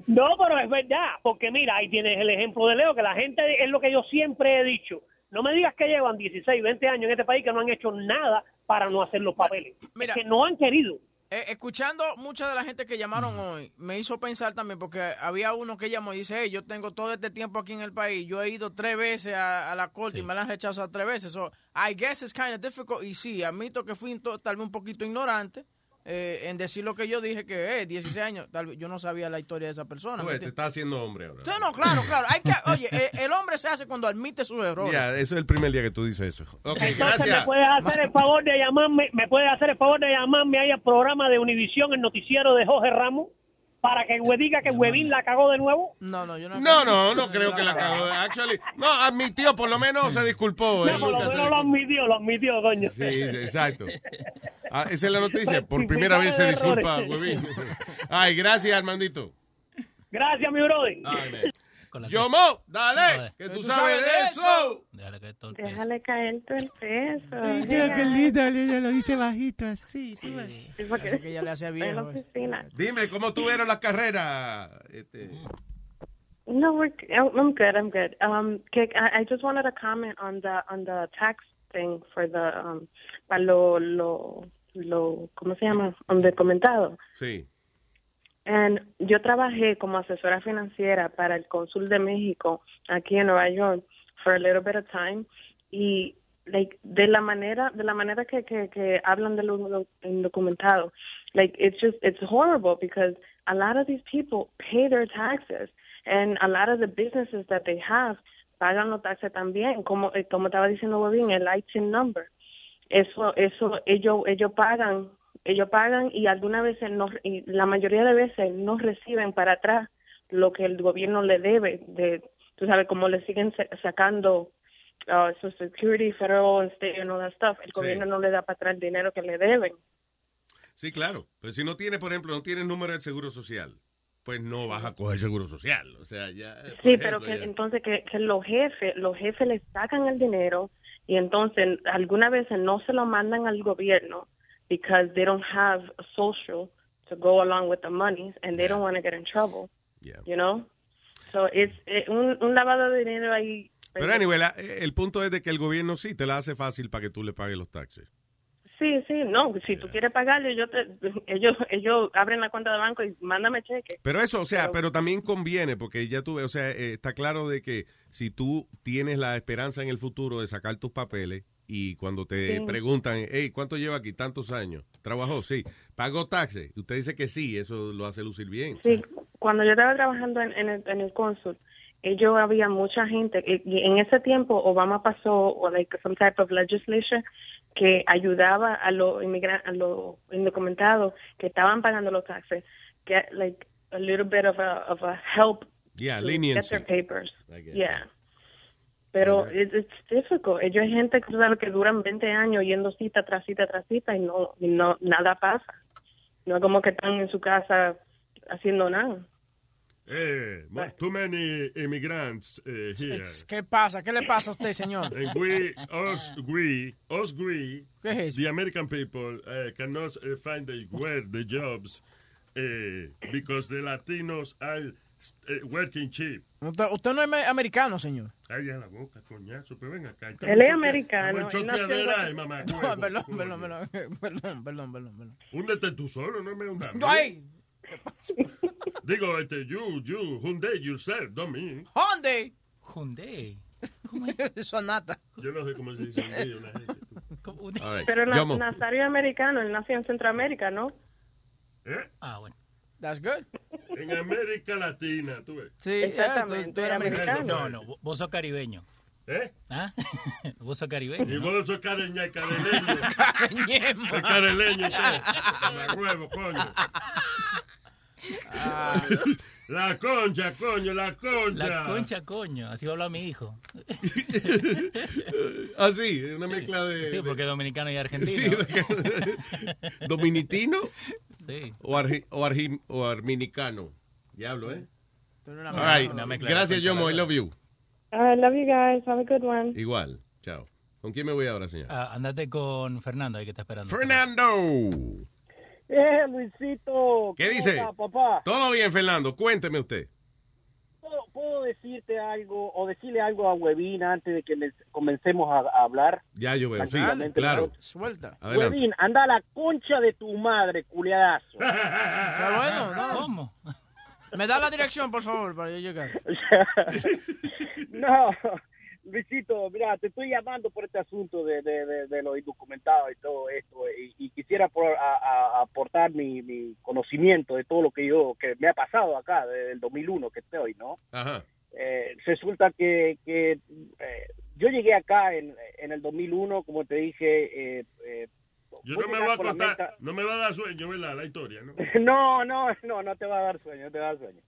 No, pero es verdad, porque mira, ahí tienes el ejemplo de Leo, que la gente es lo que yo siempre he dicho. No me digas que llevan 16, 20 años en este país que no han hecho nada para no hacer los papeles.
Mira.
Es que no han querido.
Eh, escuchando mucha de la gente que llamaron hoy, me hizo pensar también, porque había uno que llamó y dice, hey, yo tengo todo este tiempo aquí en el país, yo he ido tres veces a, a la corte y me la han rechazado tres veces. So, I guess it's kind of difficult. Y sí, admito que fui to- tal vez un poquito ignorante eh, en decir lo que yo dije, que eh, 16 años, tal vez yo no sabía la historia de esa persona.
Tú
¿me
ves, Pues, te
entiendes?
está haciendo hombre ahora.
Sí, no, claro, claro. Hay que, oye, eh, el hombre se hace cuando admite sus errores.
Ya, eso es el primer día que tú dices eso. Ok,
Entonces
gracias.
me puedes hacer el favor de llamarme, me puedes hacer el favor de llamarme ahí al programa de Univisión, el noticiero de Jorge Ramos, para que hue- diga que Huevín la cagó de nuevo.
No, no, yo
No, no, no creo que la acabó. Actually, no, admitió, por lo menos se disculpó.
No,
él
por lo
nunca se
menos lo admitió, lo admitió, coño.
Sí, exacto. Ah, esa es la noticia. Por primera vez se
Rectificar
disculpa,
errores.
huevín. Ay, gracias, Armandito.
Gracias, mi brother.
Ay, man. Yomo, dale, que tú sabes de eso.
Déjale caer todo el peso.
Qué lindo, lindo, lo hice bajito así. tú ves.
Eso que ya le hacía
En la
viejo. eh.
oficina.
Dime, ¿cómo tuvieron las carreras? Este,
No, we're, oh, I'm good. I'm good. Um, que- I, I just wanted to comment on the on the tax thing for the um, pa lo lo lo ¿cómo se llama? Donde comentado.
sí.
And yo trabajé como asesora financiera para el cónsul de México aquí en Nueva York for a little bit of time y like de la manera de la manera que que, que hablan de los indocumentados
Like it's just it's horrible because a lot of these people pay their taxes and a lot of the businesses that they have pagan los taxes también, como eh, como estaba diciendo Bobín, el item number. Eso eso ellos ellos pagan, ellos pagan y algunas veces no y la mayoría de veces no reciben para atrás lo que el gobierno le debe de tú sabes como le siguen sa- sacando uh, Social Security, Federal and State and all that stuff. El gobierno no le da para atrás el dinero que le deben.
Sí, claro. Pero si no tienes, por ejemplo, no tienes número del seguro social, pues no vas a coger seguro social. O sea, ya. eh, por
Sí,
ejemplo,
pero que
ya.
entonces que, que los jefes, los jefes le sacan el dinero y entonces algunas veces no se lo mandan al gobierno because they don't have a social to go along with the money and they don't want to get in trouble. You know? So it's eh, un, un lavado de dinero ahí.
Pero anyway, la- el punto es de que el gobierno sí te la hace fácil para que tú le pagues los taxes.
Sí, sí, no, si tú quieres pagarle, yo te, ellos ellos abren la cuenta de banco y mándame cheque.
Pero eso, o sea, pero, también conviene, porque ya tú, o sea, eh, está claro de que si tú tienes la esperanza en el futuro de sacar tus papeles y cuando te
Sí.
preguntan, hey, ¿cuánto lleva aquí? Tantos años. ¿Trabajó? Sí. ¿Pagó taxes? Y usted dice que sí, eso lo hace lucir bien.
Sí, cuando yo estaba trabajando en, en el, en el cónsul, ellos había mucha gente, y, y en ese tiempo Obama pasó o like some type of legislation que ayudaba a los inmigrantes, a los indocumentados que estaban pagando los taxes, get like a little bit of a, of a help
Yeah,
to get
leniency.
their papers.
I get
Yeah. Pero it's, it's difficult. Ellos hay gente que, tú sabes, que duran 20 años yendo cita tras cita tras cita y no, y no nada pasa. No es como que están en su casa haciendo nada.
Eh, mo- too many immigrants eh, here.
It's- ¿Qué pasa? ¿Qué le pasa a usted, señor?
And we, us, we, us, we,
¿Qué es eso?
the American people eh, cannot eh, find the, where the jobs eh, because the Latinos are eh, working cheap.
Usted, usted no es me- americano, señor.
Calla la boca, coñazo, pero ven acá.
Él es americano,
Como en
él nació en
choteadera,
Guate-
eh, mamá.
No,
huevo.
perdón, perdón, perdón, perdón, perdón, perdón, perdón.
Húndete tú solo, no me hundas. a mí.
¡Ay!
Digo, este, you, you, hunde yourself, no me.
Hyundai.
Hyundai.
Sonata.
Yo no sé cómo se dice hunde una gente.
All right.
Pero na-
Yomo.
Nazario es americano, él nació en Centroamérica, ¿no?
Ah, bueno.
That's good.
¿Eh? En América Latina, tú ves.
Sí, ah,
Exactamente,
tú- tú eres americano.
No, no, vo- vos sos caribeño.
¿Eh?
¿Ah? Vos sos
Y
caribeño.
vos sos careña, careleño.
Careñema.
El careleño, usted. Mamagüevo, coño.
Ah.
La concha, coño, la concha.
La concha, coño. Así habla mi hijo.
Ah, sí, una mezcla de...
Sí,
de-
porque es dominicano y argentino.
Sí, porque- ¿Dominicano?
Sí.
O, argi- o, argi- o arminicano. Diablo, ¿eh?
Tú eres una
All right.
mezcla.
Gracias, Yomo. I love you.
Ah, I love you guys. Have a good one.
Igual. Chao. ¿Con quién me voy ahora, señor?
Ah, andate con Fernando, ahí que está esperando.
Fernando.
Eh, Luisito.
¿Qué
¿cómo
dice?
está, papá?
Todo bien, Fernando. Cuénteme usted.
¿Puedo, puedo decirte algo o decirle algo a Huevín antes de que les comencemos a, a hablar?
Ya yo veo, sí,
Tranquilamente,
claro.
Suelta.
Adelante.
Huevín, anda a la concha de tu madre, culiadazo.
Está bueno, ¿no? ¿Cómo? Me da la dirección, por favor, para yo llegar.
No, Luisito, mira, te estoy llamando por este asunto de, de, de- de los indocumentados y todo esto, y, y quisiera por- a- a- aportar mi, mi conocimiento de todo lo que yo, que me ha pasado acá desde el 2001 que estoy, ¿no?
Ajá.
Eh, resulta que, que, eh, yo llegué acá en, en el 2001, como te dije, eh, eh,
Yo
voy
no me
llegar
voy a
por la
contar, no me va a dar sueño, ¿verdad? La historia, ¿no?
no, no, no, no te va a dar sueño, no te va a dar sueño.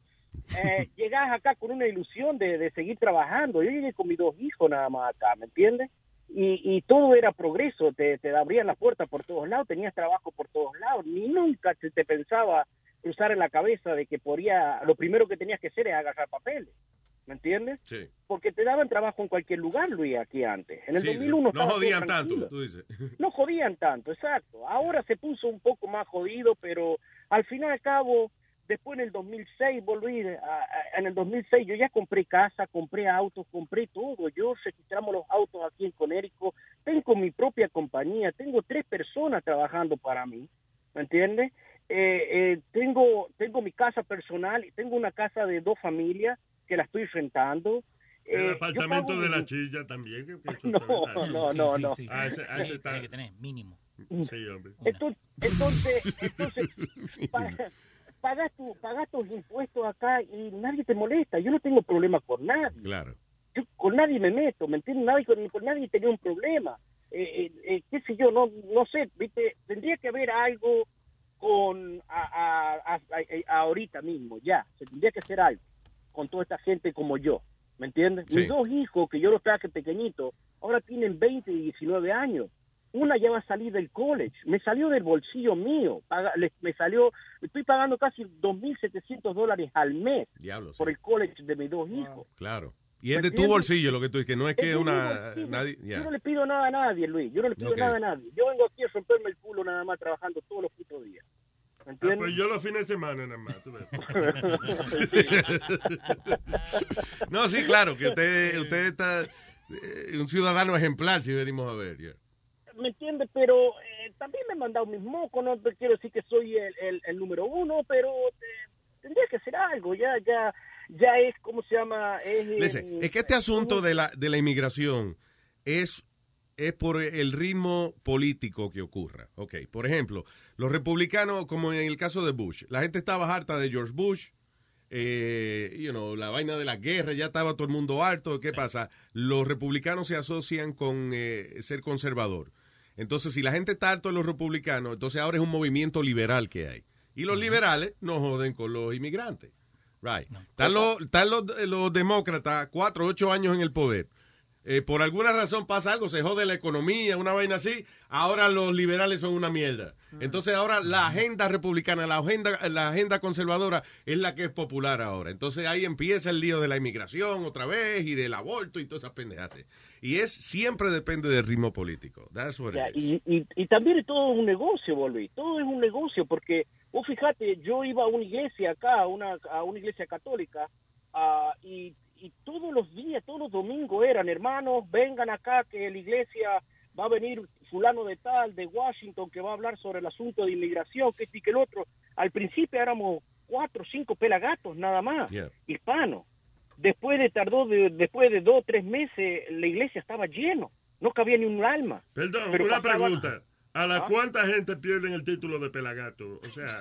Eh, llegas acá con una ilusión de, de seguir trabajando. Yo llegué con mis dos hijos nada más acá, ¿me entiendes? Y, y todo era progreso, te, te abrían las puertas por todos lados, tenías trabajo por todos lados, ni nunca se te pensaba cruzar en la cabeza de que podía, lo primero que tenías que hacer es agarrar papeles, ¿me entiendes?
Sí.
Porque te daban trabajo en cualquier lugar, Luis, aquí antes. En el
Sí,
2001
no
estaba todo
jodían
tranquilo
tanto, tú dices.
no jodían tanto, exacto. Ahora se puso un poco más jodido, pero al final y al cabo, después en el 2006 volví, a- a- en el 2006 yo ya compré casa, compré autos, compré todo. Yo registramos los autos aquí en Conérico, tengo mi propia compañía, tengo tres personas trabajando para mí, ¿me entiendes? Eh, eh, tengo, tengo mi casa personal, y tengo una casa de dos familias que la estoy rentando
El
eh, yo
apartamento
pago
de la
mi-
chilla también. que- que eso
No,
está bien.
no, no, no.
Ah, ese- ah, ese
Sí,
está-
tiene que
tener mínimo.
Sí, hombre.
Entonces, entonces, entonces, pa- pagas, tu- pagas tus impuestos acá y nadie te molesta. Yo no tengo problema con nadie.
Claro.
Yo con nadie me meto, ¿me entiendes? Nadie, con, con nadie tenía un problema. Eh, eh, eh, qué sé yo, no, no sé, ¿viste? Tendría que haber algo con a, a- a- a- a ahorita mismo, ya. Se tendría que hacer algo con toda esta gente como yo, ¿me entiendes?
Sí.
Mis dos hijos, que yo los traje pequeñitos, ahora tienen 20 y 19 años. Una ya va a salir del college. Me salió del bolsillo mío. Paga- le- me salió, estoy pagando casi 2.700 dólares al mes
Diablo, sí.
por el college de mis dos hijos.
Claro. Y es de tu bolsillo lo que tú dices, que no es que
Es de mi
una...
bolsillo.
Nadie, ya.
Yo no le pido nada a nadie, Luis. Yo no le pido
Ok.
nada a nadie. Yo vengo aquí a romperme el culo nada más trabajando todos los putos días. ¿Me
Ah,
entiendes?
pues yo los fines de semana nada más. tú ves.
No, sí, claro, que usted, usted está eh, un ciudadano ejemplar, si venimos a ver. ya.
¿Me entiendes? Pero eh, también me han mandado mis mocos. No te quiero decir que soy el, el- el número uno, pero eh, tendría que hacer algo. Ya, ya, ya es, ¿cómo se llama? Es, eh,
Listen, es que este asunto de la, de la inmigración es, es por el ritmo político que ocurra. Ok, por ejemplo, los republicanos, como en el caso de Bush, la gente estaba harta de George Bush, eh, you know, la vaina de la guerra, ya estaba todo el mundo harto. ¿Qué pasa? Los republicanos se asocian con eh, ser conservador. Entonces, si la gente está harto de los republicanos, entonces ahora es un movimiento liberal que hay. Y los liberales no joden con los inmigrantes. Right. Están, los, están los, eh, los demócratas cuatro, ocho años en el poder. Eh, por alguna razón pasa algo, se jode la economía, una vaina así. Ahora los liberales son una mierda. Entonces ahora la agenda republicana, la agenda, la agenda conservadora es la que es popular ahora. Entonces ahí empieza el lío de la inmigración otra vez y del aborto y todas esas pendejas. Y es siempre depende del ritmo político. That's what it
Ya,
is.
y, y, y también es todo un negocio, vos, Luis, todo es un negocio, porque vos fíjate, yo iba a una iglesia acá, a una, a una iglesia católica, ah, y, y todos los días, todos los domingos eran, hermanos, vengan acá que la iglesia va a venir fulano de tal, de Washington, que va a hablar sobre el asunto de inmigración, que este y que el otro. Al principio éramos cuatro o cinco pelagatos nada más,
Yeah.
hispanos. Después de tardó de- después de dos o tres meses la iglesia estaba lleno, no cabía ni un alma.
Perdón,
Pero
una
pasaba-
pregunta. ¿A la
Ah.
cuánta gente pierden el título de pelagato? O sea,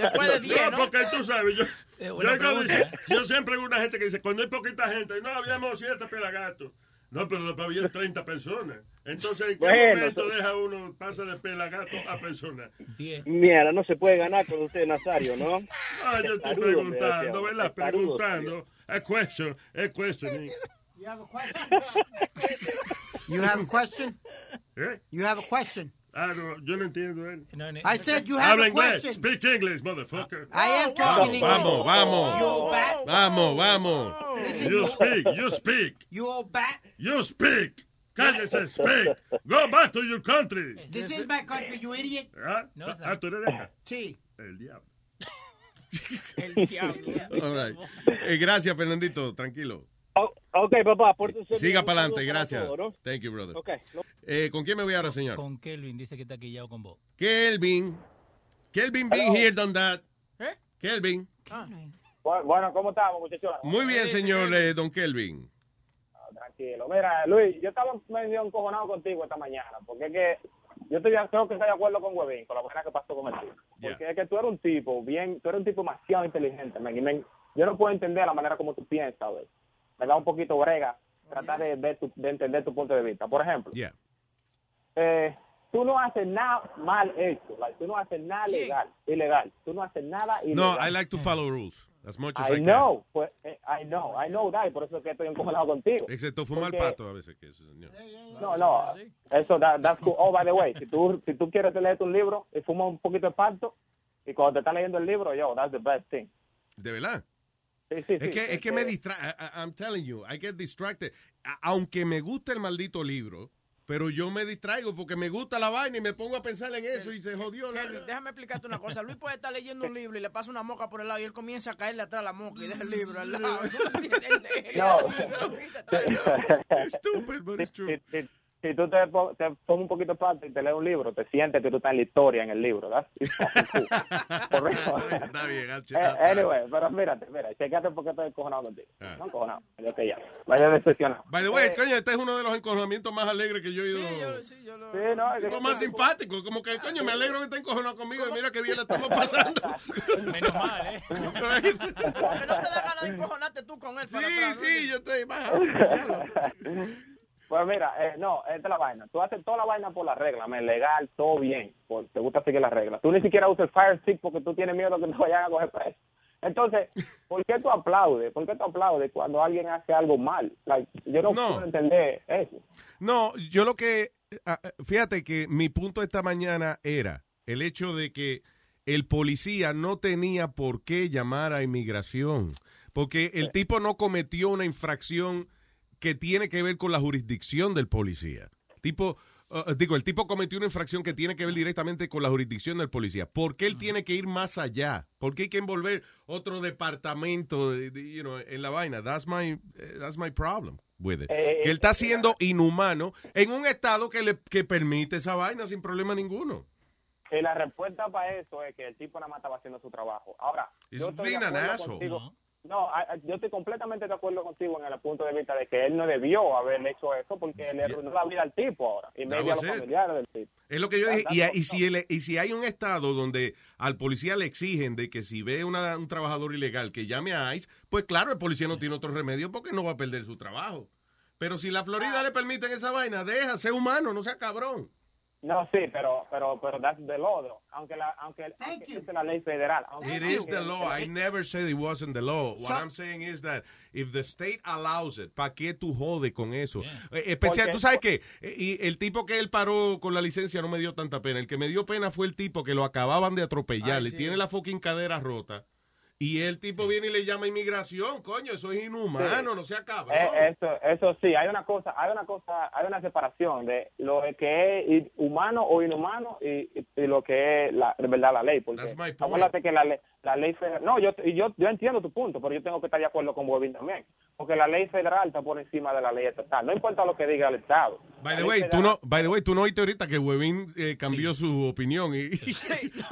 Después de diez,
no,
¿no?
porque tú sabes, yo, yo,
buena
hago-
pregunta.
yo siempre veo una gente que dice, cuando hay poquita gente, no, habíamos siete pelagatos. este No, pero después había 30 personas. Entonces, ¿en qué
Bueno,
momento
entonces-
deja uno, pasa de pelagato a persona?
Mira, no se puede ganar con usted, Nazario, ¿no?
Ah, yo estoy
Tarudo,
preguntando,
desgraciado.
¿verdad?
Es tarudo,
Preguntando. Es question, es questioning.
You
pues,
have a question? you have a question?
¿Eh?
You have a question?
Ah, no, yo no entiendo él.
I said you have
Habla
a
inglés.
question.
Speak English, motherfucker.
I am talking
Vamos,
English.
vamos.
You old bat.
Vamos, vamos.
You speak, you speak,
You old bat.
you speak. Cállese, speak. Go back to your country.
This is my country, you idiot.
¿Ah?
No, it's not.
ah, tú eres de acá.
Sí.
El diablo.
All right. Eh, gracias, Fernandito, tranquilo.
Oh,
ok, papá, por tu
Siga para adelante, gracias. Thank you, brother.
Ok, no-
Eh, ¿Con quién me voy ahora, señor?
Con Kelvin, dice que está quillado con vos.
Kelvin. Kelvin, been here, done that.
¿Eh?
Kelvin.
Bu- Bueno, ¿cómo estamos, muchachos? Ah,
Muy bien, señor eh, Don Kelvin.
Tranquilo. Mira, Luis, yo estaba medio encojonado contigo esta mañana, porque es que yo estoy, de- creo que estoy de acuerdo con Huevín, con la buena que pasó con el tipo. Porque es que tú eres un tipo bien, tú eres un tipo demasiado inteligente, man, y men, yo no puedo entender la manera como tú piensas, güey. Me da un poquito brega tratar de, ver tu- de entender tu punto de vista. Por ejemplo,
Yeah.
eh, tú no haces nada mal hecho, like, tú no haces nada legal, ilegal, tú no haces nada
No,
ilegal.
I like to follow rules as much as I,
I know, pues, eh, I know, I know that, y por eso es que estoy encojonado contigo.
can. Excepto fumar
Porque-
pato a veces. Que eso, señor.
No, no, eso, that, that's cool. Oh, by the way, si tú, si tú quieres leerte un libro y fumas eh, un poquito de pasto, y cuando te estás leyendo el libro, yo, that's the best thing.
De verdad.
Sí, sí, sí.
Es que, es que me distrae. I- I- I'm telling you, I get distracted. A- Aunque me gusta el maldito libro, pero yo me distraigo porque me gusta la vaina y me pongo a pensar en eso y se jodió. la-
Kelvin, déjame explicarte una cosa. Luis puede estar leyendo un libro y le pasa una moca por el lado y él comienza a caerle atrás la moca y deja el libro al lado.
No.
Estúpido,
Si, si- si tú te, po- te tomas un poquito de parte y te lees un libro, te sientes que tú estás en la historia en el libro, ¿verdad?
Está bien, I'll check out.
Eh, anyway, pero mírate, mira, checate porque estoy encojonado contigo. No encojonado, yo te llamo. Vaya decepcionado.
By the way, coño, este es uno de los encojonamientos más alegres que yo he ido.
Sí, no,
Tipo más simpático, como que, coño, me alegro que esté encojonado conmigo y mira qué bien la estamos pasando. Menos mal, ¿eh?
Para de encojonarte tú con él.
Sí,
para atrás, ¿no?
sí, yo estoy más.
Pues mira, eh, no, esta es la vaina. Tú haces toda la vaina por las reglas, men, legal, todo bien. por- te gusta seguir las reglas. Tú ni siquiera usas el fire stick porque tú tienes miedo que te vayan a coger preso. Entonces, ¿por qué tú aplaudes? ¿Por qué tú aplaudes cuando alguien hace algo mal? Like, yo no,
No.
puedo entender eso.
No, yo lo que. ah, ah, Fíjate que mi punto esta mañana era el hecho de que el policía no tenía por qué llamar a inmigración. Porque el tipo no cometió una infracción que tiene que ver con la jurisdicción del policía. Tipo. ah, digo, el tipo cometió una infracción que tiene que ver directamente con la jurisdicción del policía. ¿Por qué él tiene que ir más allá? ¿Por qué hay que envolver otro departamento de- de- you know, en la vaina? That's my, eh, that's my problem with it.
Eh,
que él está siendo inhumano en un estado que le que permite esa vaina sin problema ninguno.
Y la respuesta para eso es que el tipo nada más estaba haciendo su trabajo. Ahora,
He's
yo estoy de
being an
acuerdo
asshole.
contigo. No, a- a- yo estoy completamente de acuerdo contigo en el punto de vista de que él no debió haber hecho eso porque le arruinó la vida al tipo ahora. Y
That
medio
was
a los
it.
familiares del tipo.
Es lo que yo dije. Y, a- y si, el- y si hay un estado donde al policía le exigen de que si ve una- un trabajador ilegal que llame a ICE, pues claro, el policía no tiene otro remedio porque no va a perder su trabajo. Pero si la
Ah.
Florida le permiten esa vaina, deja, sé humano, no sea cabrón.
No, sí, pero pero pero that's the law, though. Aunque la aunque, el- aunque esa es la ley federal. Aunque
It is the law. I
Aunque-
never said it wasn't the law. What I'm saying is that if the state allows it, ¿para qué tú jode con eso? Eh, Especial,
Porque-
tú sabes qué, Eh, y el tipo que él paró con la licencia no me dio tanta pena. El que me dio pena fue el tipo que lo acababan de atropellar.
Ay,
le
sí.
tiene la fucking cadera rota. Y el tipo viene y le llama inmigración. Coño, eso es inhumano,
Sí.
no sea cabrón.
Eh, eso, eso sí, hay una cosa, hay una cosa, hay una separación de lo que es humano o inhumano y, y- y lo que es la, de verdad la ley. Porque
That's my point.
acuérdate que la, le- la ley federal, no, yo, yo, yo entiendo tu punto, pero yo tengo que estar de acuerdo con Bobín también, porque la ley federal está por encima de la ley estatal, no importa lo que diga el Estado.
By the
La ley
way, tú
federal-
no, by the way, tú no oíste ahorita que Webin eh, cambió su opinión y,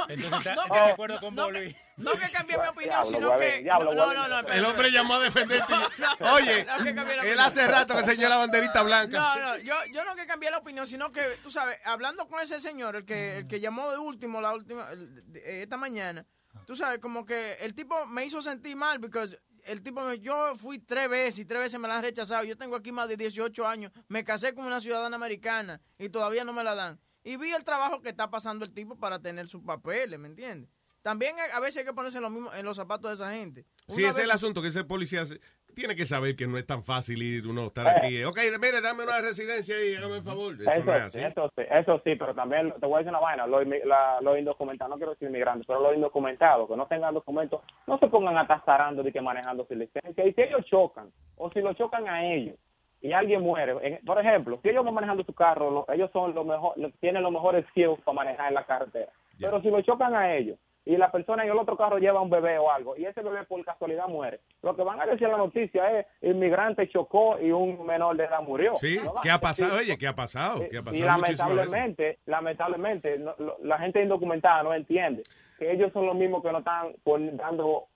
Entonces, está,
no,
está de acuerdo con Bobby.
No que cambié mi opinión,
Diablo,
sino
huevín,
que.
diablo,
No, no,
huevín.
no, no,
el
espera.
hombre llamó a defenderte.
no,
Oye,
no, que cambié la
él
opinión.
hace rato que enseñó la banderita blanca.
No, no, yo, yo no que cambié la opinión, sino que, tú sabes, hablando con ese señor, el que, el que llamó de último la última, el- de- esta mañana, tú sabes, como que el tipo me hizo sentir mal, porque el tipo, me- yo fui tres veces y tres veces me la han rechazado. Yo tengo aquí más de 18 años, me casé con una ciudadana americana y todavía no me la dan. Y vi el trabajo que está pasando el tipo para tener sus papeles, ¿me entiendes? También a a veces hay que ponerse en los, mismos- en los zapatos de esa gente.
Sí,
Una
ese es el
vez-
asunto, que ese policía se- tiene que saber que no es tan fácil ir uno estar aquí. Ok, mire, dame una residencia y hágame el favor. Eso
Eso,
no es así.
sí, eso sí, eso sí, pero también te voy a decir una vaina, los, inmi- la- los indocumentados, no quiero decir inmigrantes, pero los indocumentados que no tengan documentos, no se pongan atazarando de que manejando sin licencia. Y si ellos chocan, o si lo chocan a ellos, y alguien muere, en- por ejemplo, si ellos van manejando su carro, lo- ellos son los mejor, los- tienen los mejores skills para manejar en la carretera. Pero si lo chocan a ellos, y la persona en el otro carro lleva un bebé o algo, y ese bebé por casualidad muere, lo que van a decir en la noticia es, inmigrante chocó y un menor de edad murió.
Sí,
No van
¿qué
a
ha pasado?
decir-
Oye, ¿qué ha pasado? ¿Qué ha
y
pasado? muchísimas veces.
lamentablemente, lamentablemente, no- lo- la gente indocumentada no entiende que ellos son los mismos que no están pon- dando,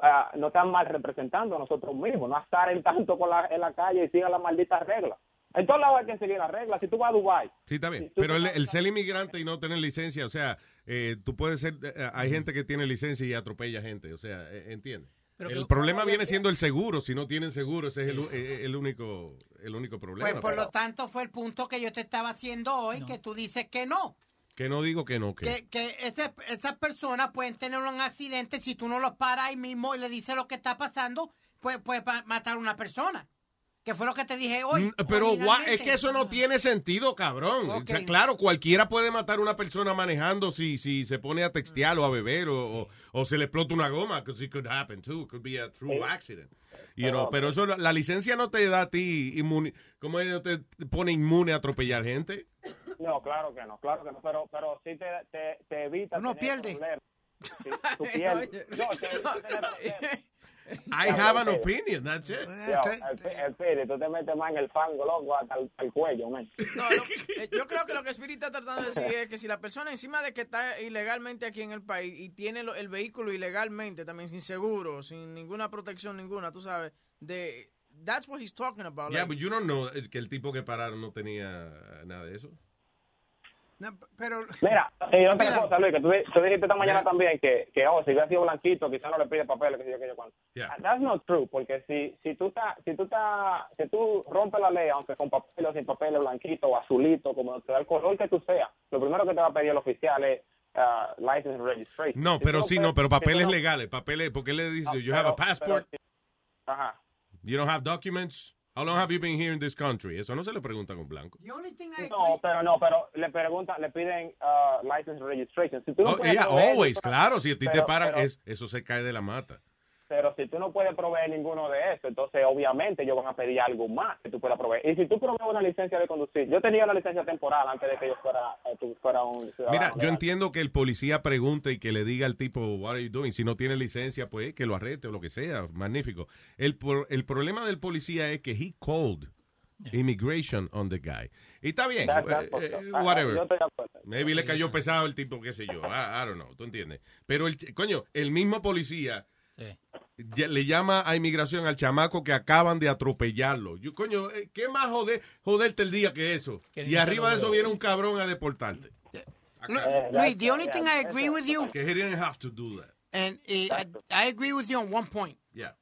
ah, no están mal representando a nosotros mismos, no estar tanto con la, en la calle y sigan las malditas reglas. En todos lados hay que seguir las reglas. Si tú vas a Dubái,
Sí, está bien. Pero el, el ser inmigrante y no tener licencia, o sea, eh, tú puedes ser. eh, hay gente que tiene licencia y atropella gente, o sea, eh, entiende.
Pero
el
que-
problema viene siendo el seguro. Si no tienen seguro, ese es el, u- eh, el único, el único problema.
Pues por
Pero
lo tanto fue el punto que yo te estaba haciendo hoy, que tú dices que no.
Que no digo que no, que.
Que, que este- estas personas pueden tener un accidente si tú no los paras ahí mismo y le dices lo que está pasando, pues puede matar a una persona. Que fue lo que te dije hoy.
Mm, Pero gua-
originalmente.
es que eso no tiene sentido, cabrón. O sea,
Ok.
claro, cualquiera puede matar a una persona manejando si, si se pone a textear o a beber o, o- o se le explota una goma, because it could happen too, could be a true accident.
Ah,
You know, pero eso la licencia no te da a ti inmune, como no te pone inmune a atropellar gente.
no, claro que no, claro que no, pero, pero sí te, te, te evita. Uno pierde. tú pierdes. No, te evita tener problemas.
I have an opinion, that's it.
Yeah,
el Piri, tú te metes más en el fango, loco, hasta el, el cuello, man.
No, lo- eh, yo creo que lo que Spirit está tratando de decir es que si la persona encima de que está ilegalmente aquí en el país y tiene lo- el vehículo ilegalmente también sin seguro, sin ninguna protección ninguna, tú sabes, de that's what he's talking about.
Yeah,
like-
but you don't know eh, que el tipo que pararon no tenía nada de eso.
Pero,
Mira, y otra cosa, Luis, que tú, di- tú dijiste esta mañana también que, que oh, si hubiera sido blanquito, quizás no le pide papeles, que sé yo, que yo cuando.
Yeah.
That's not true, porque si, si tú estás, si tú estás, si tú rompes la ley, aunque con papel o sin papel, blanquito o azulito, como te da el color que tú seas, lo primero que te va a pedir el oficial es ah, license and registration.
No, pero
tú
sí, no, pero
si tú
papeles
no-
legales, papeles, porque él le dice,
No,
you have a
pero-
passport,
pero sí. Ajá.
you don't have documents, how long have you been here in this country? Eso no se le pregunta con blanco.
No, pero no, pero le preguntan, le piden ah, license and registration. Si tú no
Oh,
puedes
yeah,
proveer-
always, claro, si a ti te
Pero-
paran,
pero-
es- eso se cae de la mata.
Pero si tú no puedes proveer ninguno de eso, entonces obviamente ellos van a pedir algo más que tú puedas proveer. Y si tú provees una licencia de conducir, yo tenía una licencia temporal antes de que yo fuera, eh, tú fuera un ciudadano.
Mira, yo
legal.
entiendo que el policía pregunte y que le diga al tipo, what are you doing? Si no tiene licencia, pues que lo arrete o lo que sea. Magnífico. El, por- el problema del policía es que he called immigration on the guy. Y está bien,
That's- that's
eh,
for
eh,
sure. Ah,
whatever.
yo estoy de acuerdo.
Maybe le cayó pesado el tipo, qué sé yo. Ah, I, I don't know, ¿tú entiendes? Pero, el, ch- coño, el mismo policía ya- le llama a inmigración al chamaco que acaban de atropellarlo. Yo, coño, eh, ¿qué más joder, joderte el día que eso?
Que
Y
no
arriba
te
de eso
lo-
viene un cabrón a deportarte.
Luis, the only thing I agree with you,
Que he didn't have to do that.
and eh, I, I agree with you on one point.
Yeah.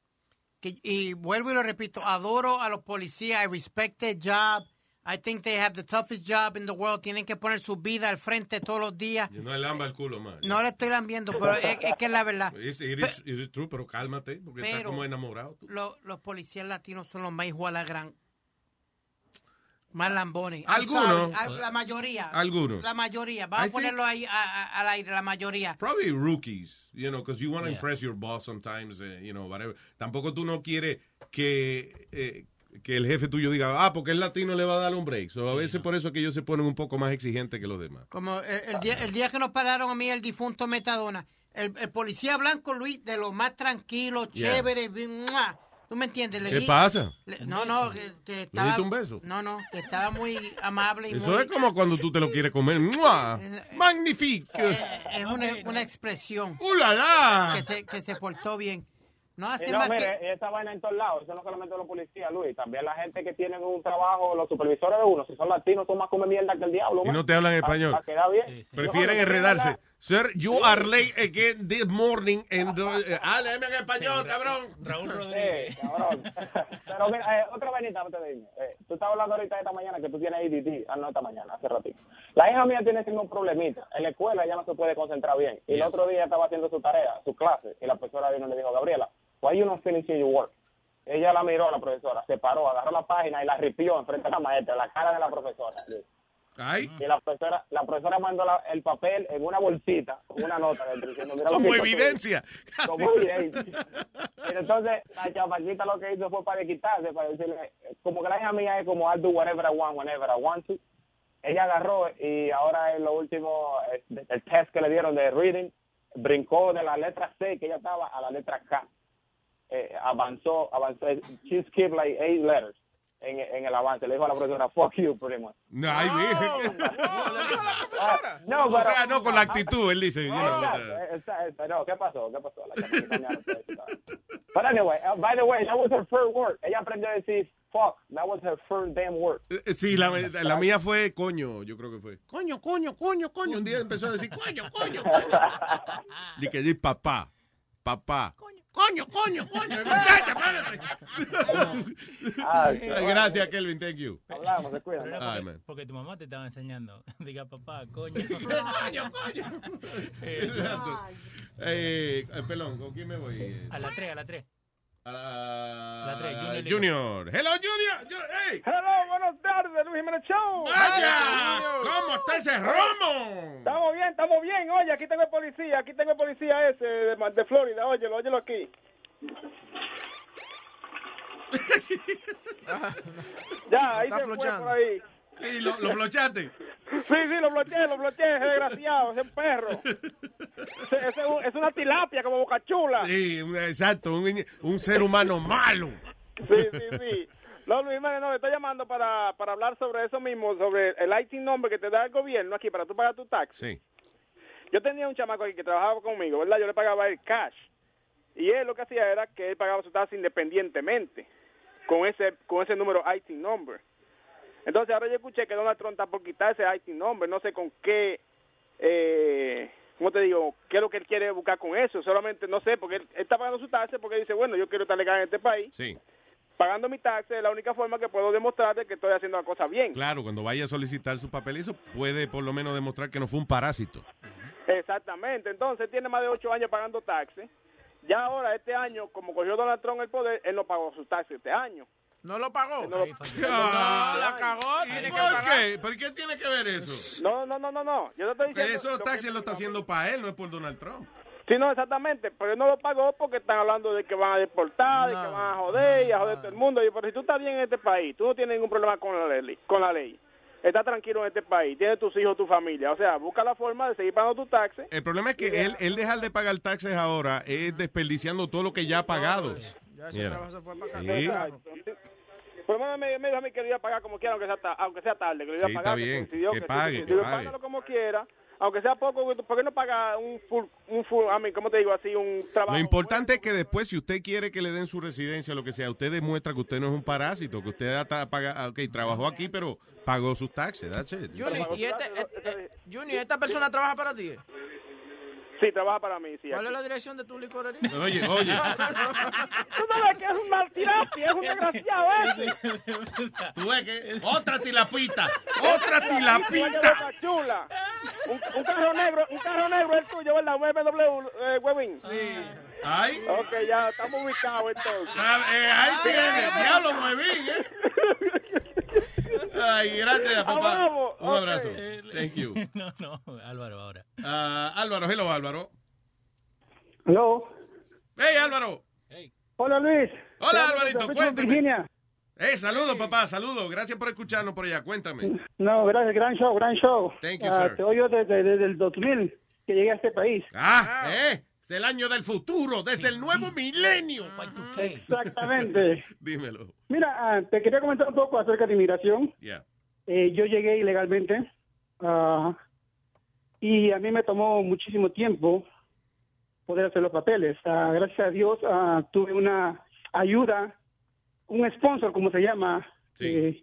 que- y vuelvo y lo repito, adoro a los policías, I respect their job, I think they have the toughest job in the world, tienen que poner su vida al frente todos los días.
Y No le lamba el culo más.
No le estoy lambiendo, pero es, es que es la verdad.
It is- it is- it is true, pero cálmate, porque está
Pero-
como enamorado.
Lo- los policías latinos son los más hijos a la gran. Más lambones. I'm
Algunos.
sorry, al- La mayoría.
Algunos.
La mayoría. Vamos
I
a ponerlo ahí a- a- al aire, la mayoría.
Probably rookies, you know, because you want to
Yeah.
impress your boss sometimes, eh, you know, whatever. Tampoco tú no quieres que, eh, que el jefe tuyo diga, ah, porque es latino le va a dar un break. So, a veces por eso es que ellos se ponen un poco más exigentes que los demás.
Como el, el día, el día que nos pararon a mí el difunto Metadona, el, el policía blanco Luis, de lo más tranquilo,
Yeah.
chévere, bien, ¡mua! ¿tú me entiendes? Le
¿Qué
di-
pasa?
le- no, no, que, que estaba...
diste un beso?
No, no, que estaba muy amable y
Eso
muy...
es como cuando tú te lo quieres comer. ¡Mua!
Eh,
Magnífico.
Es una, una expresión.
la!
Que se, que se portó bien. No hace
Y no,
más que...
eh,
mire, esa vaina en todos lados, eso no solamente los policías, Luis, también la gente que tiene un trabajo, los supervisores de uno, si son latinos, son más come mierda que el diablo.
Y
man.
no te hablan
Pa-
español.
pa' quedar bien.
Prefieren
No, no,
enredarse. Sir, you are late again this morning. And, uh, háblame en español, cabrón.
Raúl
Sí, cabrón. Pero mira, eh, otra vainita antes de irme. Eh, tú estabas hablando ahorita esta mañana que tú tienes ADD. Ah, no, esta mañana, hace ratito. La hija mía tiene siempre un problemita. En la escuela ella no se puede concentrar bien. Y el
Yes.
otro día estaba haciendo su tarea, su clase, y la profesora vino y le dijo, Gabriela, why you not finishing your work? Ella la miró a la profesora, se paró, agarró la página y la ripió enfrente a la maestra, la cara de la profesora. Y la profesora, la profesora mandó la- el papel en una bolsita, con una nota dentro, diciendo, "Mira lo
Como
que hizo tu
evidencia.
como evidencia. Pero entonces la chapaquita lo que hizo fue para quitarse, para decirle, como que la hija mía es como I'll do whatever I want, whenever I want to. Ella agarró y ahora en lo último, eh, el test que le dieron de reading, brincó de la letra C que ella estaba a la letra K. Eh, avanzó, avanzó, she skipped like eight letters en, en el avance. Le dijo a la profesora, fuck you, pretty much.
No, ay, virgen.
Ah, no,
o
pero-
sea, no con la actitud, él dice. you know,
Exacto,
eh,
exacto. No, ¿qué pasó? ¿Qué pasó? La chapaquita me arrojó. But anyway, uh, by the way, that was her first word. Ella aprendió a decir fuck. That was her first damn word.
eh, Sí, la, la mía fue coño, yo creo que fue.
Coño, coño, coño, coño. Un día empezó a decir, coño, coño, coño.
Di que di papá, papá.
Coño, coño, coño. Muchacha, espérate.
Ah,
Ay, Gracias, Kelvin, thank you.
Hablamos, se
Pero era
Ay,
porque,
man.
porque tu mamá te estaba enseñando. Diga, papá, coño.
Coño, coño.
Exacto. Eh, eh, pelón, ¿con quién me voy? Eh,
A las 3, a las 3.
A la,
la tres, Junior.
Junior. Hello, Junior. Yo- hey.
Hello, buenas tardes, Luis Jiménez Show.
¡Vaya! ¿Cómo está ese romo?
Estamos bien, estamos bien. Oye, aquí tengo el policía, aquí tengo el policía ese de, Ma- de Florida. Óyelo, óyelo aquí. ya, ahí
Está
se
flochando.
fue por ahí.
Sí, lo, lo blochaste.
Sí, sí, lo bloqueé, lo bloqueé, ese desgraciado, ese perro.
Es, es un- es una tilapia como boca chula.
Sí, un- exacto, un, un ser humano malo.
Sí, sí, sí. No, Luis Jiménez, no, me está llamando para, para hablar sobre eso mismo, sobre el IT number que te da el gobierno aquí para tú pagar tu tax.
Sí.
Yo tenía un chamaco aquí que trabajaba conmigo, ¿verdad? Yo le pagaba el cash. Y él lo que hacía era que él pagaba su taxa independientemente con ese con ese número IT number. Entonces ahora yo escuché que Donald Trump está por quitar ese IT number, no sé con qué, eh, ¿cómo te digo? ¿Qué es lo que él quiere buscar con eso? Solamente no sé, porque él, él está pagando su taxa porque dice, bueno, yo quiero estar legal en este país
Sí.
pagando mi taxa es la única forma que puedo demostrar de que estoy haciendo la cosa bien.
Claro, cuando vaya a solicitar su papel, eso puede por lo menos demostrar que no fue un parásito.
Exactamente. Entonces tiene más de ocho años pagando taxes. Ya ahora, este año, como cogió Donald Trump el poder, él no pagó su taxes este año.
¿No lo pagó?
No, la
cagó.
tiene
¿Por qué? ¿Por qué tiene que ver eso?
No, no, no, no, no. Yo te estoy
Porque
diciendo
esos
lo
taxis lo está haciendo para él, no es por Donald Trump.
Sí, no, exactamente. Pero él no lo pagó porque están hablando de que van a deportar, de que van a joder y a joder todo el mundo. Y, pero si tú estás bien en este país, tú no tienes ningún problema con la ley. Con la ley. Estás tranquilo en este país, tienes tus hijos, tu familia. O sea, busca la forma de seguir pagando tus taxes.
El problema es que él, él dejar de pagar taxes ahora es desperdiciando todo lo que ya ha pagado.
Ya
Yeah. Sí.
Exacto. Pero bueno, Pues me, me dijo a mí que lo iba a pagar como quiera, aunque sea, ta- aunque sea tarde. Que lo iba
Sí,
a
está
pagar,
bien.
coincidió
Que
sí,
pague,
coincidió.
que pague.
Págalo como quiera, aunque sea poco, ¿por qué no paga un full, un full, a mí, cómo te digo, así, un trabajo?
Lo importante es que después, si usted quiere que le den su residencia, lo que sea, usted demuestra que usted no es un parásito, que usted hasta paga, ah, ok, trabajó aquí, pero pagó sus taxes, that's it.
Junior, ¿y este- este- eh, Junior, ¿esta persona trabaja para ti?
Sí, trabaja para mí, sí. aquí.
¿Cuál es la dirección de tu licorería?
Oye, oye.
Tú
sabes que es un martirapi, es un desgraciado, ¿eh?
Tú ves que otra tilapita, Oh, otra tilapita.
chula. Un, un carro negro, un carro negro es tuyo, ¿verdad? BMW, eh, Webin. Sí.
Ay.
Ok, ya, estamos ubicados entonces.
ahí tiene, diablo, Webin, ¿eh? Ay, gracias, papá. Un abrazo. Thank you.
Eh, no, no, Álvaro, ahora.
Ah, Álvaro, hello, Álvaro.
Hello.
Hey, Álvaro.
Hola, Luis.
Hola,
Saludos
Alvarito,
desde Richmond,
cuéntame.
Virginia.
Hey, saludos, papá, saludos. Gracias por escucharnos por allá, cuéntame.
No, gracias, gran show, gran show.
Thank you,
Ah,
sir.
Te oigo desde, desde el 2000 que llegué a este país.
Ah, eh, es el año del futuro, desde el nuevo milenio.
Exactamente.
Dímelo.
Mira, ah, te quería comentar un poco acerca de inmigración.
Yeah.
Eh, yo llegué ilegalmente ah, y a mí me tomó muchísimo tiempo poder hacer los papeles. Ah, gracias a Dios ah, tuve una ayuda, un sponsor, como se llama, eh,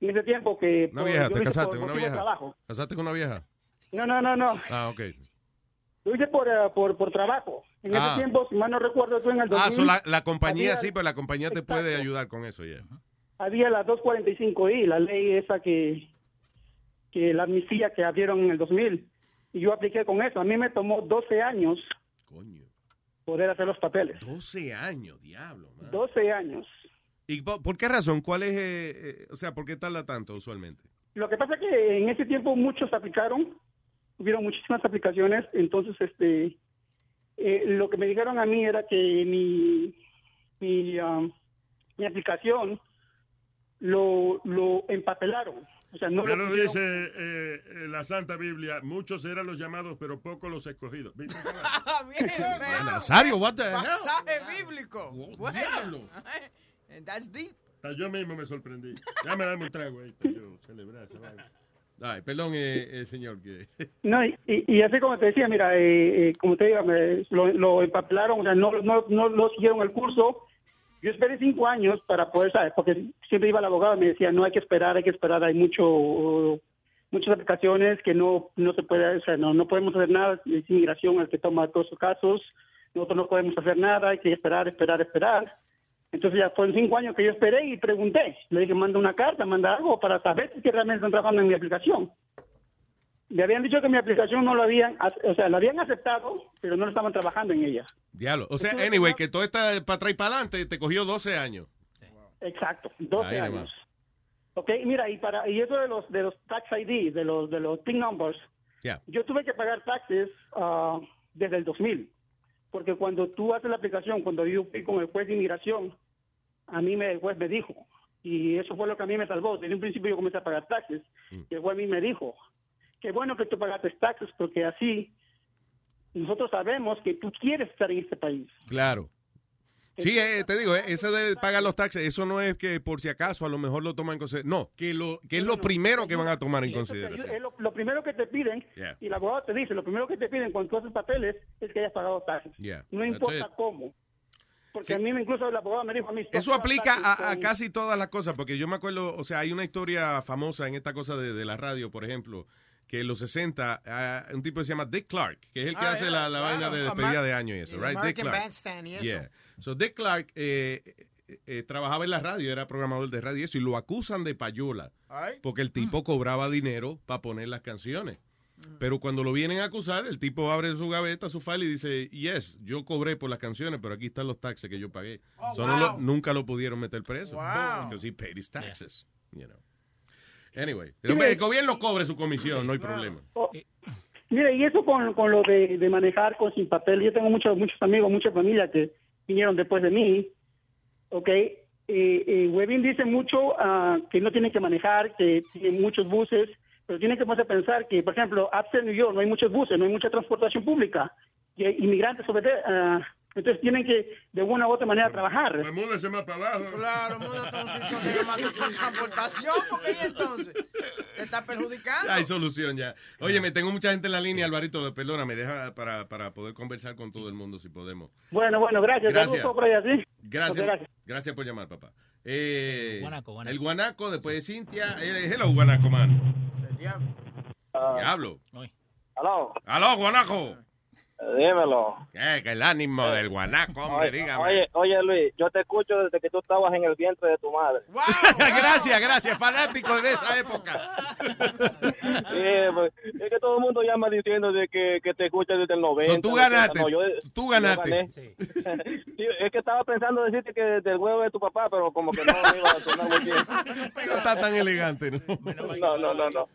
en ese tiempo que...
Una
por-
vieja,
yo
te
lo hice
casaste,
por
una
motivo de
vieja.
trabajo.
¿Casaste con una vieja?
No, no, no, no.
Ah, ok.
Lo hice por, eh, por, por trabajo. En
Ah.
ese tiempo, si mal no recuerdo, tú en el 2000...
Ah, so la, la compañía,
había-
sí, pero la compañía te puede ayudar con eso, ya.
había la 245i, la ley esa que, que la amnistía que abrieron en el 2000. Y yo apliqué con eso. A mí me tomó 12 años
Coño.
poder hacer los papeles.
12 años, diablo. man.
12 años.
¿Y po- por qué razón? ¿Cuál es, eh, eh, o sea, por qué tarda tanto usualmente?
Lo que pasa es que en ese tiempo muchos aplicaron, hubieron muchísimas aplicaciones, entonces este eh, lo que me dijeron a mí era que mi mi, um, mi aplicación lo, lo empapelaron, o sea, no
Ya
lo
lo
pusieron-
dice eh, eh, la Santa Biblia, muchos eran los llamados, pero pocos los escogidos. ¿Viste?
Nazario, what the hell?
Ah, Pasaje bíblico. Bueno.
diablo.
Eh, That's deep.
Hasta Ah, yo mismo me sorprendí. Dame, dame un trago ahí para yo celebrar. esa vaina.
Ay, perdón, eh, eh, señor. Que...
No, y, y- y así como te decía, mira, eh, eh, como te digo, me- lo, lo empapelaron, o sea, no, no, no, no siguieron el curso. Yo esperé cinco años para poder, ¿sabes? Porque siempre iba al abogado y me decía, no hay que esperar, hay que esperar, hay mucho muchas aplicaciones que no no se puede, o sea, no, no podemos hacer nada, es inmigración el que toma todos sus casos, nosotros no podemos hacer nada, hay que esperar, esperar, esperar. Entonces ya fueron cinco años que yo esperé y pregunté, le dije, manda una carta, manda algo para saber si realmente están trabajando en mi aplicación. Le habían dicho que mi aplicación no lo habían, ac- o sea, la habían aceptado, pero no lo estaban trabajando en ella.
Diablo. O sea, anyway, que todo está para atrás y para adelante, te cogió 12 años.
Exacto, 12
Ahí
años.
nomás.
Ok, mira, y para y eso de los de los tax ID, de los de los PIN numbers,
Yeah.
yo tuve que pagar taxes ah, desde el 2000, porque cuando tú haces la aplicación, cuando yo fui con el juez de inmigración, a mí me, el juez me dijo, y eso fue lo que a mí me salvó. Desde un principio yo comencé a pagar taxes,
Mm.
y el juez a mí me dijo, qué bueno que tú pagaste taxes, porque así
nosotros sabemos que tú quieres estar en este país.
Claro. Sí, eh, te digo, eh, eso de pagar los taxes, eso no es que por si acaso a lo mejor lo toman en consideración. No, que, lo, que es lo primero que van a tomar en consideración.
Es lo, lo primero que te piden,
Yeah.
y el abogado te dice, lo primero que te piden cuando tú haces papeles es que hayas pagado taxes.
Yeah,
No
that's
importa
it.
cómo. Porque a mí me- incluso el abogado me dijo a mí... "Tú
Eso
pagas
aplica
taxes
a, a
con-
casi todas las cosas, porque yo me acuerdo, o sea, hay una historia famosa en esta cosa de, de la radio, por ejemplo, que en los 60, ah, un tipo que se llama Dick Clark, que es el que
Ah,
hace
yeah,
la, la
claro.
vaina de
Amar-
despedida de año y eso, right? Dick
American
Clark.
Bandstand y eso.
Yeah. So Dick Clark eh, eh, eh, trabajaba en la radio, era programador de radio y eso, y lo acusan de payola,
Ay.
porque el
Mm.
tipo cobraba dinero para poner las canciones. Pero cuando lo vienen a acusar, el tipo abre su gaveta, su file y dice, yes, yo cobré por las canciones, pero aquí están los taxes que yo pagué.
Oh,
So, no lo-
wow.
nunca lo pudieron meter preso.
Wow.
Because he paid his taxes, you know. Anyway, el, hombre- el gobierno cobre su comisión, no hay problema.
Mire, y eso con, con lo de, de manejar con sin papel, yo tengo muchos muchos amigos, mucha familia que vinieron después de mí, ¿ok? Eh, eh, Webin dice mucho ah, que no tiene que manejar, que tiene muchos buses, pero tiene que ponerse a pensar que, por ejemplo, upstate New York no hay muchos buses, no hay mucha transportación pública, y hay inmigrantes sobre todo, ah, entonces tienen que de una u otra manera trabajar.
Pues múdese más para abajo.
Claro, múdate a un sitio que llama transportación, porque ahí entonces te está perjudicando.
Ya Hay solución ya. Oye, me tengo mucha gente en la línea, Alvarito, perdóname, deja para, para poder conversar con todo el mundo si podemos.
Bueno, bueno, gracias.
Gracias.
Saludos por allá, ¿sí?
Gracias,
Ok,
gracias.
gracias.
por llamar, papá. Eh,
Guanaco, guanaco.
El guanaco, después de Cintia. eh, hello, guanaco, man. Diablo.
Aló.
Aló, guanaco.
Dímelo.
Eh, que el ánimo del guanaco, hombre,
oye,
dígame.
Oye, oye, Luis, yo te escucho desde que tú estabas en el vientre de tu madre.
gracias, gracias, fanático de esa época.
Sí, pues, es que todo el mundo llama diciendo de que, que te escucha desde el 90.
So, tú
80.
ganaste,
yo-
tú
yo
ganaste.
gané. Sí, es que estaba pensando decirte que desde el huevo de tu papá, pero como que no me iba a sonar muy bien.
No está tan elegante, ¿no?
No, no, no, no.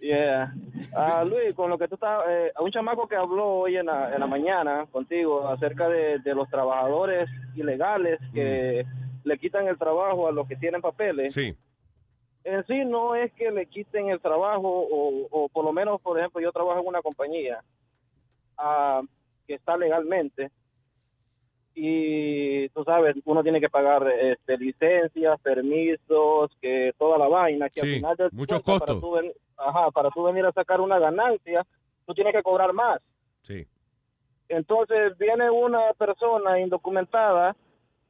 Yeah. Ah, Luis, con lo que tú estás, eh, un chamaco que habló hoy en la, en la mañana contigo acerca de, de los trabajadores ilegales que
Mm.
le quitan el trabajo a los que tienen papeles.
Sí.
En sí no es que le quiten el trabajo o, o por lo menos, por ejemplo, yo trabajo en una compañía ah, que está legalmente y tú sabes, uno tiene que pagar este, licencias, permisos, que toda la vaina, que
Sí,
al final del
muchos
cuentas,
costos.
Para tú, ven- ajá, para tú venir a sacar una ganancia, tú tienes que cobrar más.
Sí.
Entonces viene una persona indocumentada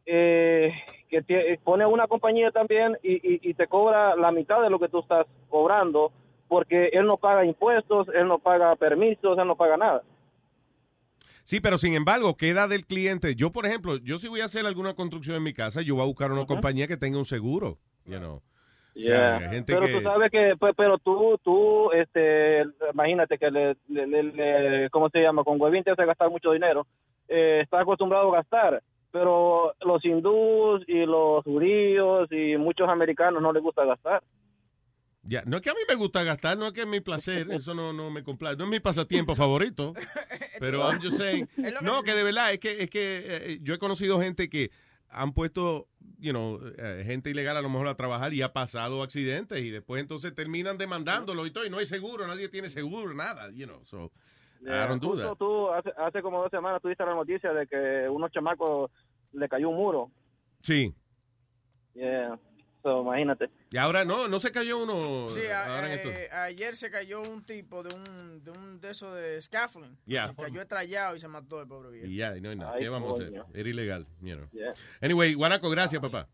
eh, que tie- pone una compañía también y, y- y te cobra la mitad de lo que tú estás cobrando porque él no paga impuestos, él no paga permisos, él no paga nada.
Sí, pero sin embargo, queda del cliente. Yo, por ejemplo, yo si voy a hacer alguna construcción en mi casa, yo voy a buscar una compañía que tenga un seguro, you know. O sea,
Yeah.
hay gente
pero
que-
tú sabes que, pues, pero tú, tú, este, imagínate que le, le- le- le- ¿cómo se llama? Con Huevín te hace gastar mucho dinero. Eh, está acostumbrado a gastar, pero los hindús y los judíos y muchos americanos no les gusta gastar.
Ya, no es que a mí me gusta gastar, no es que es mi placer, eso no, no me complace, no es mi pasatiempo favorito, pero I'm just saying, no, que de verdad, es que, es que eh, yo he conocido gente que han puesto, you know, eh, gente ilegal a lo mejor a trabajar y ha pasado accidentes y después entonces terminan demandándolo y todo, y no hay seguro, nadie tiene seguro, nada, you know, so, I don't do
Justo
that.
tú, hace, hace como dos semanas tuviste la noticia de que unos chamacos le cayó un muro.
Sí,
Yeah. So, imagínate.
y ahora no, no se cayó uno
Sí, a-
ahora en esto.
eh, ayer se cayó un tipo de un de, un de esos de scaffolding.
Yeah.
Se cayó estrellado y se mató el pobre viejo.
Y ya, y no hay nada,
Ay,
¿qué vamos a
coño.
hacer? Era ilegal, you know.
Yeah.
Anyway, Guanaco, gracias, papá.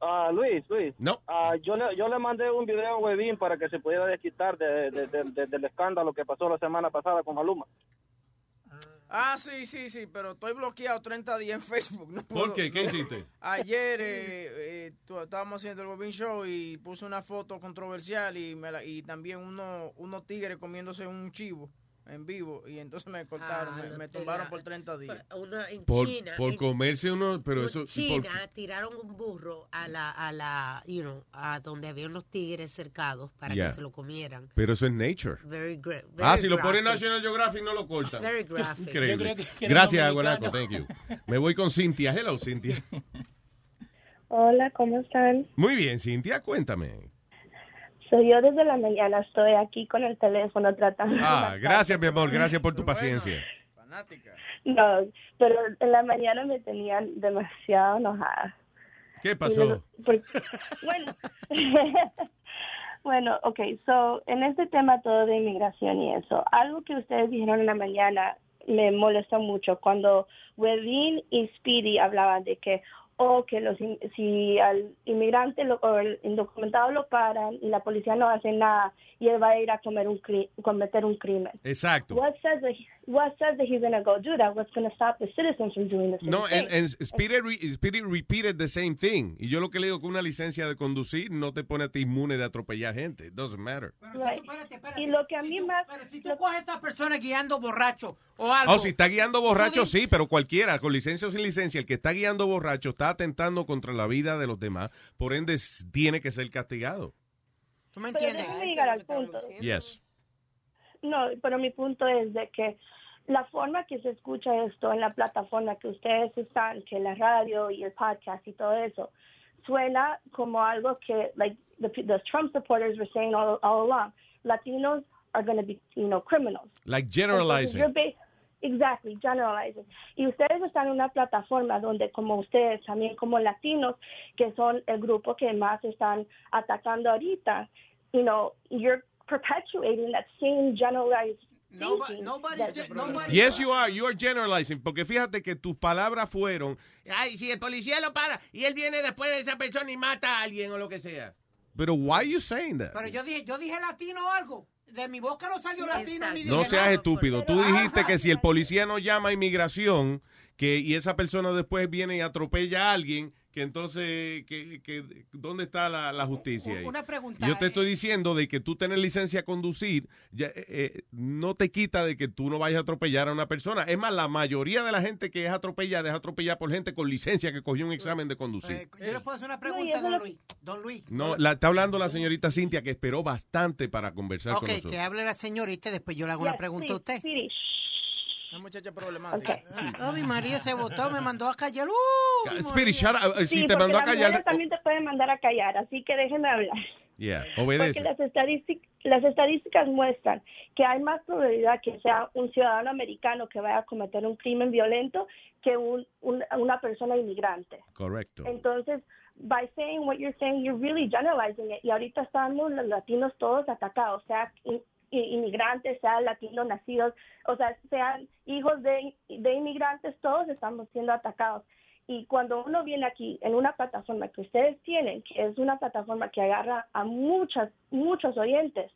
Ah, Luis, Luis.
No.
Ah, yo, le, yo le mandé un video a Webin para que se pudiera desquitar de, de- de- de- del escándalo que pasó la semana pasada con Maluma.
Ah, sí, sí, sí, pero estoy bloqueado 30 días en Facebook. No
¿Por
puedo-
qué? ¿Qué
no-
hiciste?
Ayer eh, eh, tu- estábamos haciendo el Bobin Show y puse una foto controversial y, me la- y también uno, unos tigres comiéndose un chivo en vivo y entonces me cortaron, me- me, tumbaron por 30 días.
Uno en
Por,
China.
por
en
comerse uno, pero eso... ¿por
China tiraron un burro a la, a la, you know, a donde había unos tigres cercados para
Yeah.
que se lo comieran.
Pero eso es nature.
Very gra- very
ah, si lo pone en
graphic.
National Geographic no lo cortan.
It's very graphic.
Increíble.
Yo creo que- que era
Gracias,
dominicano.
Guanaco, thank you. Me voy con Cintia. Hello, Cintia.
Hola, ¿cómo están?
Muy bien, Cintia, cuéntame.
Soy yo desde la mañana, estoy aquí con el teléfono tratando.
Ah, gracias, mi amor, gracias por tu paciencia.
Fanática.
No, pero en la mañana me tenían demasiado enojada.
¿Qué
Y
pasó?
luego- porque- bueno, bueno, ok, so, en este tema todo de inmigración y eso, algo que ustedes dijeron en la mañana me molestó mucho cuando Webin y Speedy hablaban de que, o que los, in- si al inmigrante lo- o el indocumentado lo paran y la policía no hace nada y él va a ir a comer un cri- cometer un crimen.
Exacto.
What says that he- what says that he's going to go do that? What's going to stop the citizens from doing the same
No,
thing?
and, and Spirit, re- Spirit repeated the same thing. Y yo lo que le digo que una licencia de conducir no te pone a ti inmune de atropellar gente. It doesn't matter.
Right. Y lo que a mí más...
Si tú coges a esta persona guiando borracho o algo.
Oh, si está guiando borracho, sí, pero cualquiera, con licencia o sin licencia, el que está guiando borracho está atentando contra la vida de los demás. Por ende, s- tiene que ser castigado.
¿Tú me
entiendes? Pero déjame llegar al punto.
Yes.
No, pero mi punto es de que la forma que se escucha esto en la plataforma que ustedes están, que la radio y el podcast y todo eso, suena como algo que, like, the, the Trump supporters were saying all, all along, Latinos are going to be, you know, criminals.
Like
Entonces,
generalizing.
you're ba- Exactly, generalizing. Y ustedes están en una plataforma donde, como ustedes, también como latinos, que son el grupo que más están atacando ahorita, you know, you're perpetuating that same generalized thinking. that-
Yes, you are. You are generalizing. Porque fíjate que tus palabras fueron, Ay, si el policía lo para y él viene después de esa persona y mata a alguien o lo que sea. pero why are you saying that?
Pero yo dije, yo dije latino o algo. De mi boca no salió latino ni
No
dije
seas
nada.
estúpido. Tú dijiste que si el policía no llama a inmigración que, y esa persona después viene y atropella a alguien, que entonces, que, que- ¿dónde está la, la justicia ahí?
Una pregunta.
¿eh?
Yo te estoy diciendo de que tú tener licencia a conducir ya, eh, eh, no te quita de que tú no vayas a atropellar a una persona. Es más, la mayoría de la gente que es atropellada es atropellada por gente con licencia que cogió un examen de
Eh,
conducir.
Yo le puedo hacer una pregunta, don Luis. Don Luis.
No, la, está hablando la señorita Cintia que esperó bastante para conversar
Ok,
con nosotros.
que hable la señorita y después yo le hago
Yes,
una pregunta a usted.
Una muchacha problemática.
Oh, mi marido se votó, me mandó a callar.
Ca-
Uh,
Spirit, shut up. Eh,
Sí,
si te
porque
mandó a
las
callar.
mujeres también te pueden mandar a callar, así que déjenme hablar.
Yeah,
Porque
obedece.
las, estadístic- las estadísticas muestran que hay más probabilidad que sea un ciudadano americano que vaya a cometer un crimen violento que un- un- una persona inmigrante.
Correcto.
Entonces, by saying what you're saying, you're really generalizing it. Y ahorita estamos los latinos todos atacados, sea in- i- inmigrantes, sea latinos nacidos, o sea, sean hijos de, de inmigrantes, todos estamos siendo atacados. Y cuando uno viene aquí en una plataforma que ustedes tienen, que es una plataforma que agarra a muchas, muchos oyentes,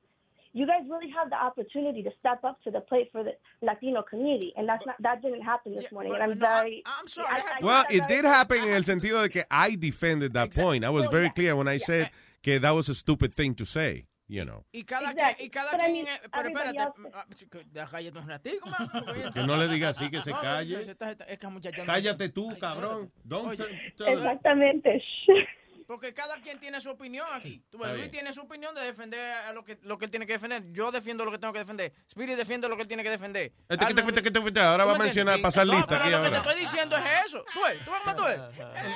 you guys really have the opportunity to step up to the plate for the Latino community, and that's not, that didn't happen this morning. And I'm very, I'm sorry.
Well, it did happen en el sentido de que I defended that point. I was very clear when I said que that was a stupid thing to say, you know.
Y cada quien, y cada
Pero a mí-
quien, eh, pero
everybody
espérate, ah, chico, ya cállate un ratico, man, porque Ah, ya-
Que no le diga así, que se
No,
calle.
no, se está- está- es que muchacha no-
Cállate tú, cabrón. Don't
Oye,
t- tell us.
Exactamente.
Porque cada quien tiene su opinión aquí. Tú ves,
Está
Luis
bien.
tiene su opinión de defender a lo que, lo que él tiene que defender. Yo defiendo lo que tengo que defender. Spirit defiende lo que él tiene que defender.
Este, que
Alma-
te- que te- que te- que te- Ahora va a mencionar, pasar
No,
lista
pero
aquí
lo que
ahora.
te
Ah,
estoy diciendo es eso. Tú ves, tú ves cómo tú ves.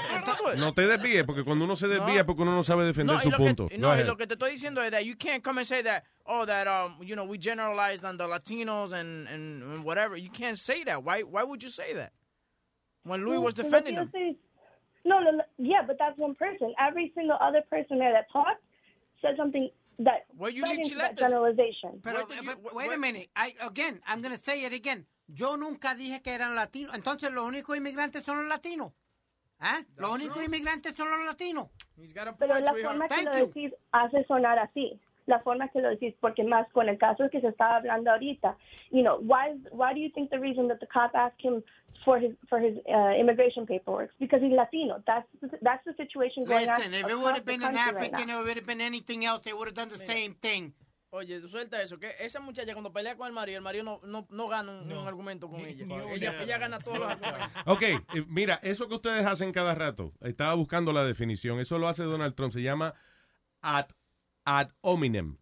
No te desvíes, porque cuando uno se desvía es porque uno no sabe defender
No, y
su
lo
punto.
Que,
Go
no, y
ahead.
lo que te estoy diciendo es that you can't come and say that, oh, that, um, you know, we generalized on the Latinos and, and, and whatever. You can't say that. Why, why would you say that? When Louis was
Pues lo
defending
que
him.
yo estoy- No, no, no, yeah, but that's one person. Every single other person there that talked said something that
you
fed
leave
into that
chiletes.
generalization.
Pero, but wait a minute. I, again, I'm going to say it again. Yo nunca dije que eran latinos. Entonces, los únicos inmigrantes son los latinos. ¿Ah? Los únicos inmigrantes son los latinos.
Pero la forma que lo decís hace sonar así. La forma que lo decís, porque más con el caso que se estaba hablando ahorita, you know, why, is- why do you think the reason that the cop asked him for his for his uh, immigration paperwork? It's Because he's Latino. That's the- that's the situation going on.
Listen, if it
across
would have
the
been an
country right
African,
now.
it would have been anything else, they would have done the same thing.
Oye, suelta eso, que esa muchacha cuando pelea con el marido, el marido no, no, no gana un, un argumento con ella. Ella, ella gana todos los argumentos.
Ok, eh, mira, eso que ustedes hacen cada rato, estaba buscando la definición, eso lo hace Donald Trump, se llama ad, ad hominem.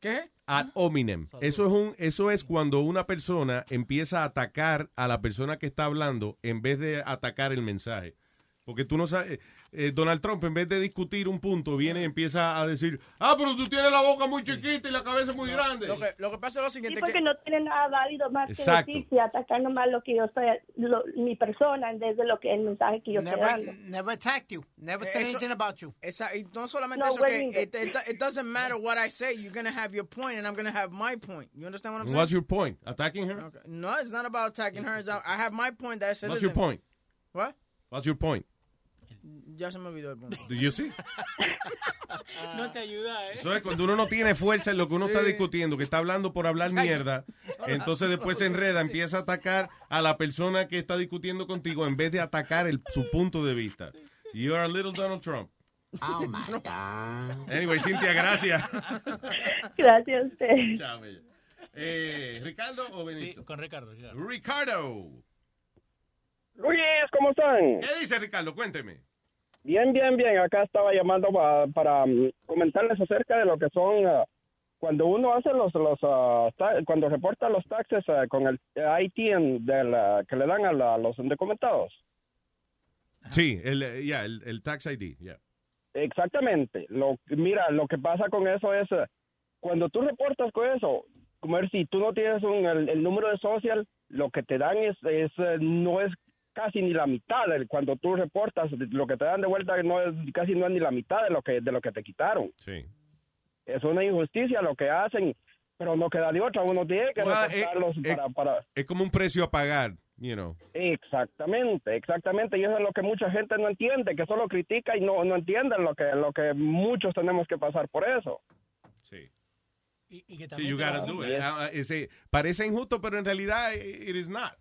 ¿Qué? Ah.
Ad hominem. Eso es, un, eso es cuando una persona empieza a atacar a la persona que está hablando en vez de atacar el mensaje. Porque tú no sabes, eh, Donald Trump en vez de discutir un punto, viene y empieza a decir, ah, pero tú tienes la boca muy chiquita y la cabeza muy grande.
Lo que, lo que pasa es lo
Sí,
siguiente.
porque
que-
no tiene nada válido más
Exacto.
que decir y atacar nomás lo que yo soy, lo- mi persona, en vez de lo que el mensaje que yo estoy dando.
Never attacked you. Never
Eh,
said
eso-
anything about you.
Esa, y no solamente
No,
eso,
we're
que
neither.
it, it, it doesn't matter what I say, you're going to have your point and I'm going to have my point. You understand what I'm saying?
What's your point? Attacking her?
No, it's not about attacking her. It's out- I have my point that I said.
What's your
listen,
point?
What?
What's your point?
Ya se me olvidó el punto.
Do you see?
No te ayuda, ¿eh?
Eso es cuando uno no tiene fuerza en lo que uno está
Sí.
discutiendo, que está hablando por hablar mierda, entonces después se enreda, empieza a atacar a la persona que está discutiendo contigo en vez de atacar el- su punto de vista. You are a little Donald Trump.
Oh my God.
Anyway, Cintia, gracias.
Gracias a usted.
Chao, bella. Eh, ¿Ricardo o Benito?
con Ricardo. Ricardo.
Ricardo.
Luis, ¿cómo están?
¿Qué dice Ricardo? Cuénteme.
Bien, bien, bien. Acá estaba llamando pa- para mm, comentarles acerca de lo que son ah, cuando uno hace los, los ah, ta- cuando reporta los taxes ah, con el ITN de la- que le dan a la- los indocumentados.
Sí, el, eh, ya, el, el tax ID. ya.
Exactamente. Lo mira, lo que pasa con eso es eh, cuando tú reportas con eso, como ver si tú no tienes un- el, el número de social, lo que te dan es, es, eh, no es casi ni la mitad del- cuando tú reportas lo que te dan de vuelta no es casi no es ni la mitad de lo que de lo que te quitaron.
Sí.
Es una injusticia lo que hacen, pero no queda de otra, uno tiene que
Well, eh,
reportarlos
eh,
para, para
Es como un precio a pagar, you know.
Exactamente, exactamente, y eso es lo que mucha gente no entiende, que solo critica y no, no entienden lo que, lo que muchos tenemos que pasar por eso.
Sí.
Y, y que
Sí, you
también
gotta do it. Ah, ah, ese- parece injusto, pero en realidad eh, it is not.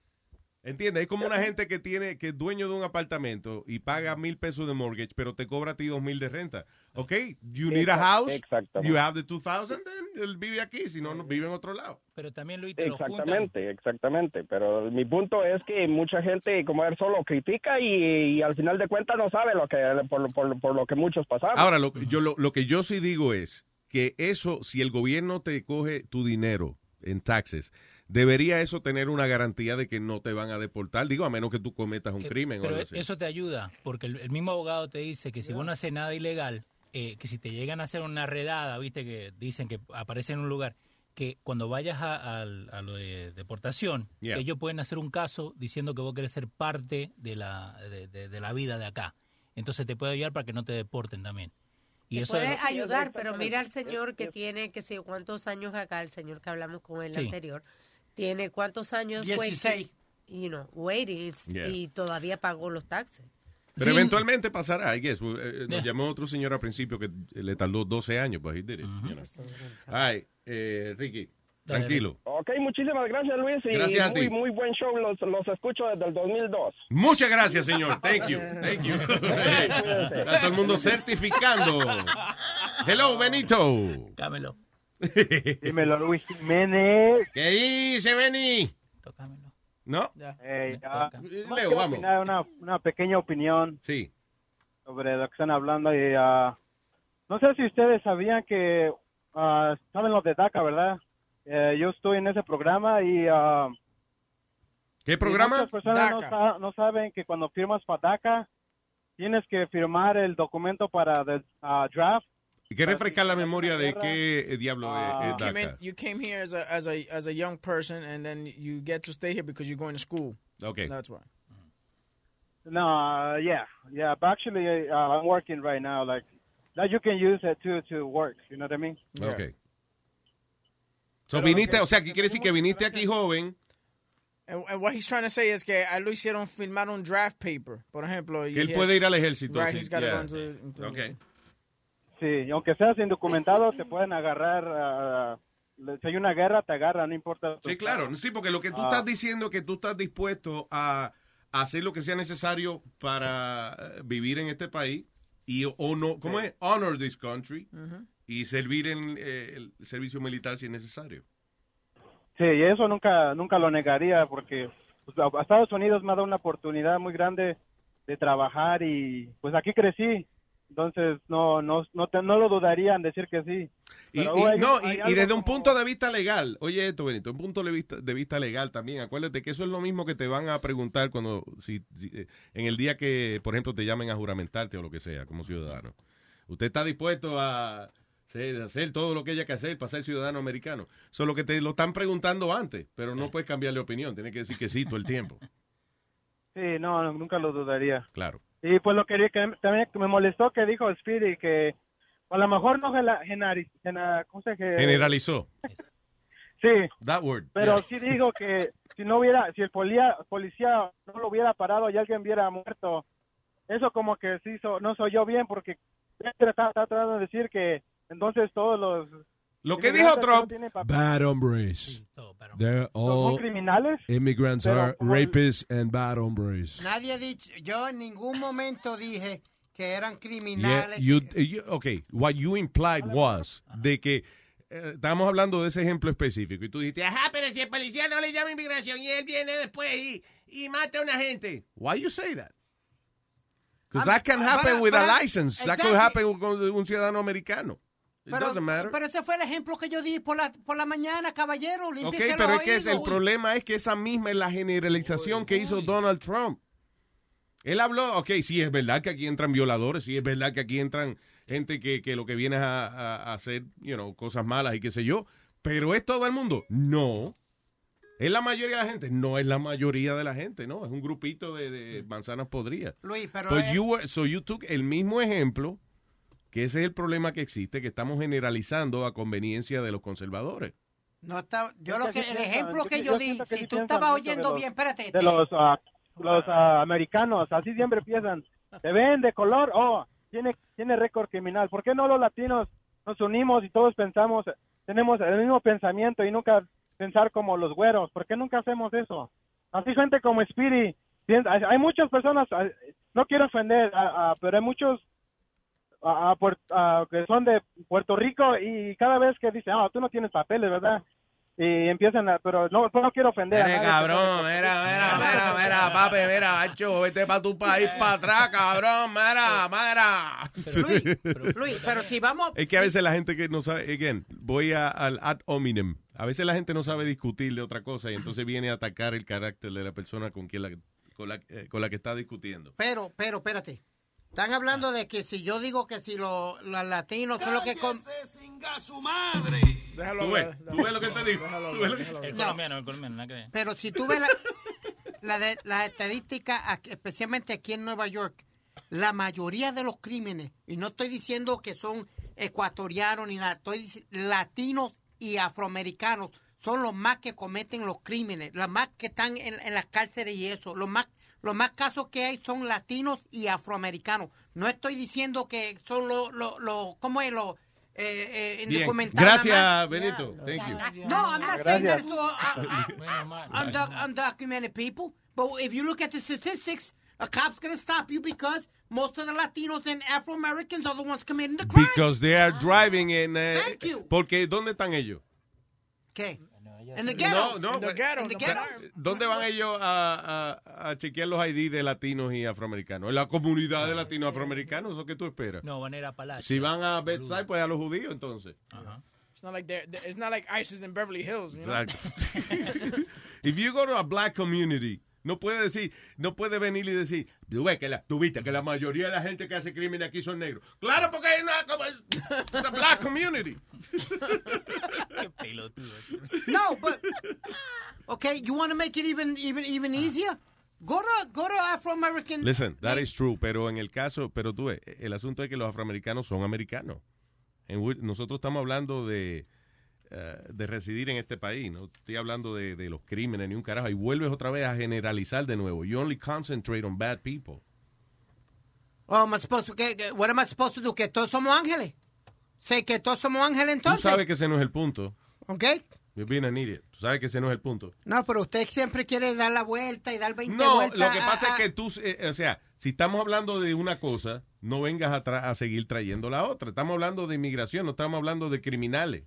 ¿Entiendes? Es como una gente que tiene que es dueño de un apartamento y paga mil pesos de mortgage, pero te cobra a ti dos mil de renta. ¿Ok? You need a
Exact-
house.
exactamente.
You have the 2000, then él vive aquí, si no, no vive en otro lado.
Pero también, Luis, te lo juntan.
Exactamente, exactamente, pero mi punto es que mucha gente como él solo critica y, y al final de cuentas no sabe lo que, por, lo- por, lo- por lo que muchos pasamos.
Ahora, lo, yo, lo, lo que yo sí digo es que eso, si el gobierno te coge tu dinero en taxes, debería eso tener una garantía de que no te van a deportar, digo, a menos que tú cometas un
Eh,
crimen o
Pero
algo así.
eso te ayuda, porque el, el mismo abogado te dice que si vos no haces nada ilegal, eh, que si te llegan a hacer una redada, viste que dicen que aparece en un lugar, que cuando vayas a, al- a lo de deportación,
Yeah.
que ellos pueden hacer un caso diciendo que vos querés ser parte de la, de, de- de la vida de acá. Entonces te puede ayudar para que no te deporten también. Y eso es
Puede
lo-
ayudar, pero mira al señor que tiene, que sé yo, cuántos años acá, el señor que hablamos con él
Sí.
anterior, tiene cuántos años waiting,
16.
you know, waiting
Yeah.
y todavía pagó los taxes.
Pero eventualmente pasará, I guess. Eh, eh, Nos
Yeah.
llamó otro señor al principio que eh, le tardó 12 años, pues he did it, you know. All right, eh, Ricky, tranquilo.
Ok, muchísimas gracias Luis y
Gracias a
muy,
ti.
muy buen show, los, los escucho desde el 2002.
Muchas gracias, señor. Thank you. Thank you. Está todo el mundo certificando. Hello, Benito.
Dámelo.
Dímelo, Luis Jiménez.
¿Qué dice, Benny? ¿No?
Eh, ya.
Leo,
Más quiero
vamos.
opinar Una, una pequeña opinión.
Sí.
Sobre lo que están hablando. Y, ah, no sé si ustedes sabían que. ah, saben los de DACA, ¿verdad? Eh, yo estoy en ese programa y. ah,
¿Qué
y
programa?
muchas personas no, sa- no saben que cuando firmas para DACA tienes que firmar el documento para el draft.
Hay Ah, que refrescar la memoria de qué eh, diablo es-
Ah.
es
Came in-
DACA.
You came here as a, as a as a young person, and then you get to stay here because you're going to school.
Okay.
That's why.
No, uh, yeah, yeah. But actually, uh, I'm working right now. Like that, you can use it too to work. You know what I mean?
Ok. So viniste, o sea, que quiere decir que viniste aquí joven,
And, and what he's trying to say is que a él lo hicieron firmar un draft paper, por ejemplo.
que él
he-
puede ir al ejército.
Right,
sí,
he's gotta
yeah.
go into- into-
Ok.
Sí, y aunque seas indocumentado, te pueden agarrar. ah, le- si hay una guerra, te agarran, no importa. tu
Sí, claro. Sí, porque lo que tú
Ah.
estás diciendo es que tú estás dispuesto a hacer lo que sea necesario para eh, vivir en este país y o no, ¿cómo es? Honor this country y servir en eh, el servicio militar si es necesario.
Sí, y eso nunca, nunca lo negaría porque pues, a- a Estados Unidos me ha dado una oportunidad muy grande de trabajar y pues aquí crecí. Entonces, no no no, te- no lo dudarían decir que sí.
Y,
Pero,
y-
güey,
no,
hay
y- y
algo
desde un punto de vista legal, oye esto, Benito, un punto de vista, de vista legal también, acuérdate que eso es lo mismo que te van a preguntar cuando, si, si, eh, en el día que, por ejemplo, te llamen a juramentarte o lo que sea, como ciudadano. ¿Usted está dispuesto a hacer hacer todo lo que haya que hacer para ser ciudadano americano? Eso es lo que te lo están preguntando antes, pero no puedes cambiarle opinión, tienes que decir que sí todo el tiempo.
Sí, no, no, nunca lo dudaría.
Claro.
Y pues lo quería que también me molestó que dijo Speedy que a lo mejor no gela- genari- gena- ¿cómo se ge-
Generalizó.
Sí.
That word.
Pero
yeah.
sí dijo que si no hubiera, si el policía, policía no lo hubiera parado y alguien hubiera muerto, eso como que se hizo, no soy yo bien porque está, está tratando de decir que entonces todos los...
Lo
que
dijo
Trump. No tienen papeles
Bad hombres. They're all
criminales.
immigrants
Pero
are
como el-
rapists and bad hombres.
Nadie ha dicho, yo en ningún momento dije que eran
Yeah,
criminales.
you, eh, you- okay, what you implied was de que eh, estábamos hablando de ese ejemplo específico y tú dijiste, ajá,
Ajá, pero si el policía no le llama inmigración y él viene después y, y mata a una gente.
why you say that? Because that can happen with a license. That could happen con un ciudadano americano. It doesn't matter.
Pero ese fue el ejemplo que yo di por la, por la mañana, caballero.
Ok,
límpiese
pero
los
es que es- el
oídos.
problema es que esa misma es la generalización que hizo Donald Trump. Él habló, ok, sí es verdad que aquí entran violadores, sí es verdad que aquí entran gente que, que lo que viene es a, a- a hacer, you know, cosas malas y qué sé yo, pero es todo el mundo. No. ¿Es la mayoría de la gente? No es la mayoría de la gente, no. Es un grupito de, de manzanas podridas.
Luis, pero
But
es-
you were- so you took el mismo ejemplo, que ese es el problema que existe, que estamos generalizando a conveniencia de los conservadores.
No está, yo lo que,
sí
el
piensan,
ejemplo
yo
que
sí-
yo
yo
di,
siento
si
que sí
tú
piensan
estabas
mucho de
oyendo
los-
bien, espérate.
de
te-
los ah, los ah, americanos, así siempre piensan, se ven de color, oh, tiene tiene récord criminal. ¿Por qué no los latinos nos unimos y todos pensamos, tenemos el mismo pensamiento y nunca pensar como los güeros? ¿Por qué nunca hacemos eso? Así gente como Speedy, piensa- hay hay muchas personas, ah, no quiero ofender, ah, ah, pero hay muchos a- a Puer- a- que son de Puerto Rico y cada vez que dicen, ah, tú no tienes papeles, ¿verdad? Y empiezan a, pero no, no quiero ofender a
Eres
nadie.
cabrón, mira, mira, mira, mira, papi, mira, macho, vete para tu país
Eh.
para atrás, cabrón, mira, mira.
Luis, pero si vamos...
Es que a veces la gente que no sabe, again, voy a- al ad hominem. A veces la gente no sabe discutir de otra cosa y entonces viene a atacar el carácter de la persona con quien la, con la, eh, con la que está discutiendo.
Pero, pero, espérate. Están hablando de que si yo digo que si lo- los latinos son los que... com-
su madre.
Tú ves, tú ves lo que te digo. Tú ves lo que-
El
No.
colombiano, el colombiano, nada que ver.
Pero si tú ves la- la de- las estadísticas, aquí- especialmente aquí en Nueva York, la mayoría de los crímenes, y no estoy diciendo que son ecuatorianos ni nada, estoy dic- latinos y afroamericanos son los más que cometen los crímenes, los más que están en, en las cárceles y eso, los más los más casos que hay son latinos y afroamericanos. No estoy diciendo que son los, los, los- ¿cómo es? Los eh, eh,
Bien.
indocumentados. nada
Gracias,
más.
Benito. Thank you.
No, I'm not saying that
Gracias.
it's all uh, uh, undoc- undocumented people. But if you look at the statistics, a cop's going to stop you because most of the Latinos and Afro Americans are the ones committing the crime.
Because they are driving in, eh,
Thank you.
Porque, ¿dónde están ellos?
Okay. In the ghetto.
No, no, In the
ghetto.
¿Dónde van ellos a, a- a chequear los ID de latinos y afroamericanos? En la comunidad de latinos afroamericanos, ¿eso que tú esperas?
No, van a ir a Palacio.
Si van a Bedside, pues a los judíos entonces.
It's not like they're- they're- it's not like ISIS in Beverly Hills. you know?
Exacto. If you go to a black community, no puede decir, no puede venir y decir, tú ves que la, tú viste que la mayoría de la gente que hace crimen aquí son negros. Claro, porque hay una como it's a black community.
No, but okay, you want to make it even even even easier? Go to go to Afro American.
Listen, that is true, pero en el caso, pero tú ves, el asunto es que los afroamericanos son americanos. En Wil- nosotros estamos hablando de, eh, de residir en este país, no estoy hablando de, de los crímenes ni un carajo. Y vuelves otra vez a generalizar de nuevo. You only concentrate on bad people.
Oh, am I supposed to que- que- what am I supposed to do? Que todos somos ángeles. Say que todos somos ángeles
Tú sabes
entonces.
que ese no es el punto.
Okay?
You're being an idiot. Tú sabes que ese no es el punto.
No, pero usted siempre quiere dar la vuelta y dar 20
No,
vueltas. ah,
lo que
a-
pasa
a-
es que tú, eh, o sea, si estamos hablando de una cosa, no vengas a, tra- a seguir trayendo la otra. Estamos hablando de inmigración, no estamos hablando de criminales.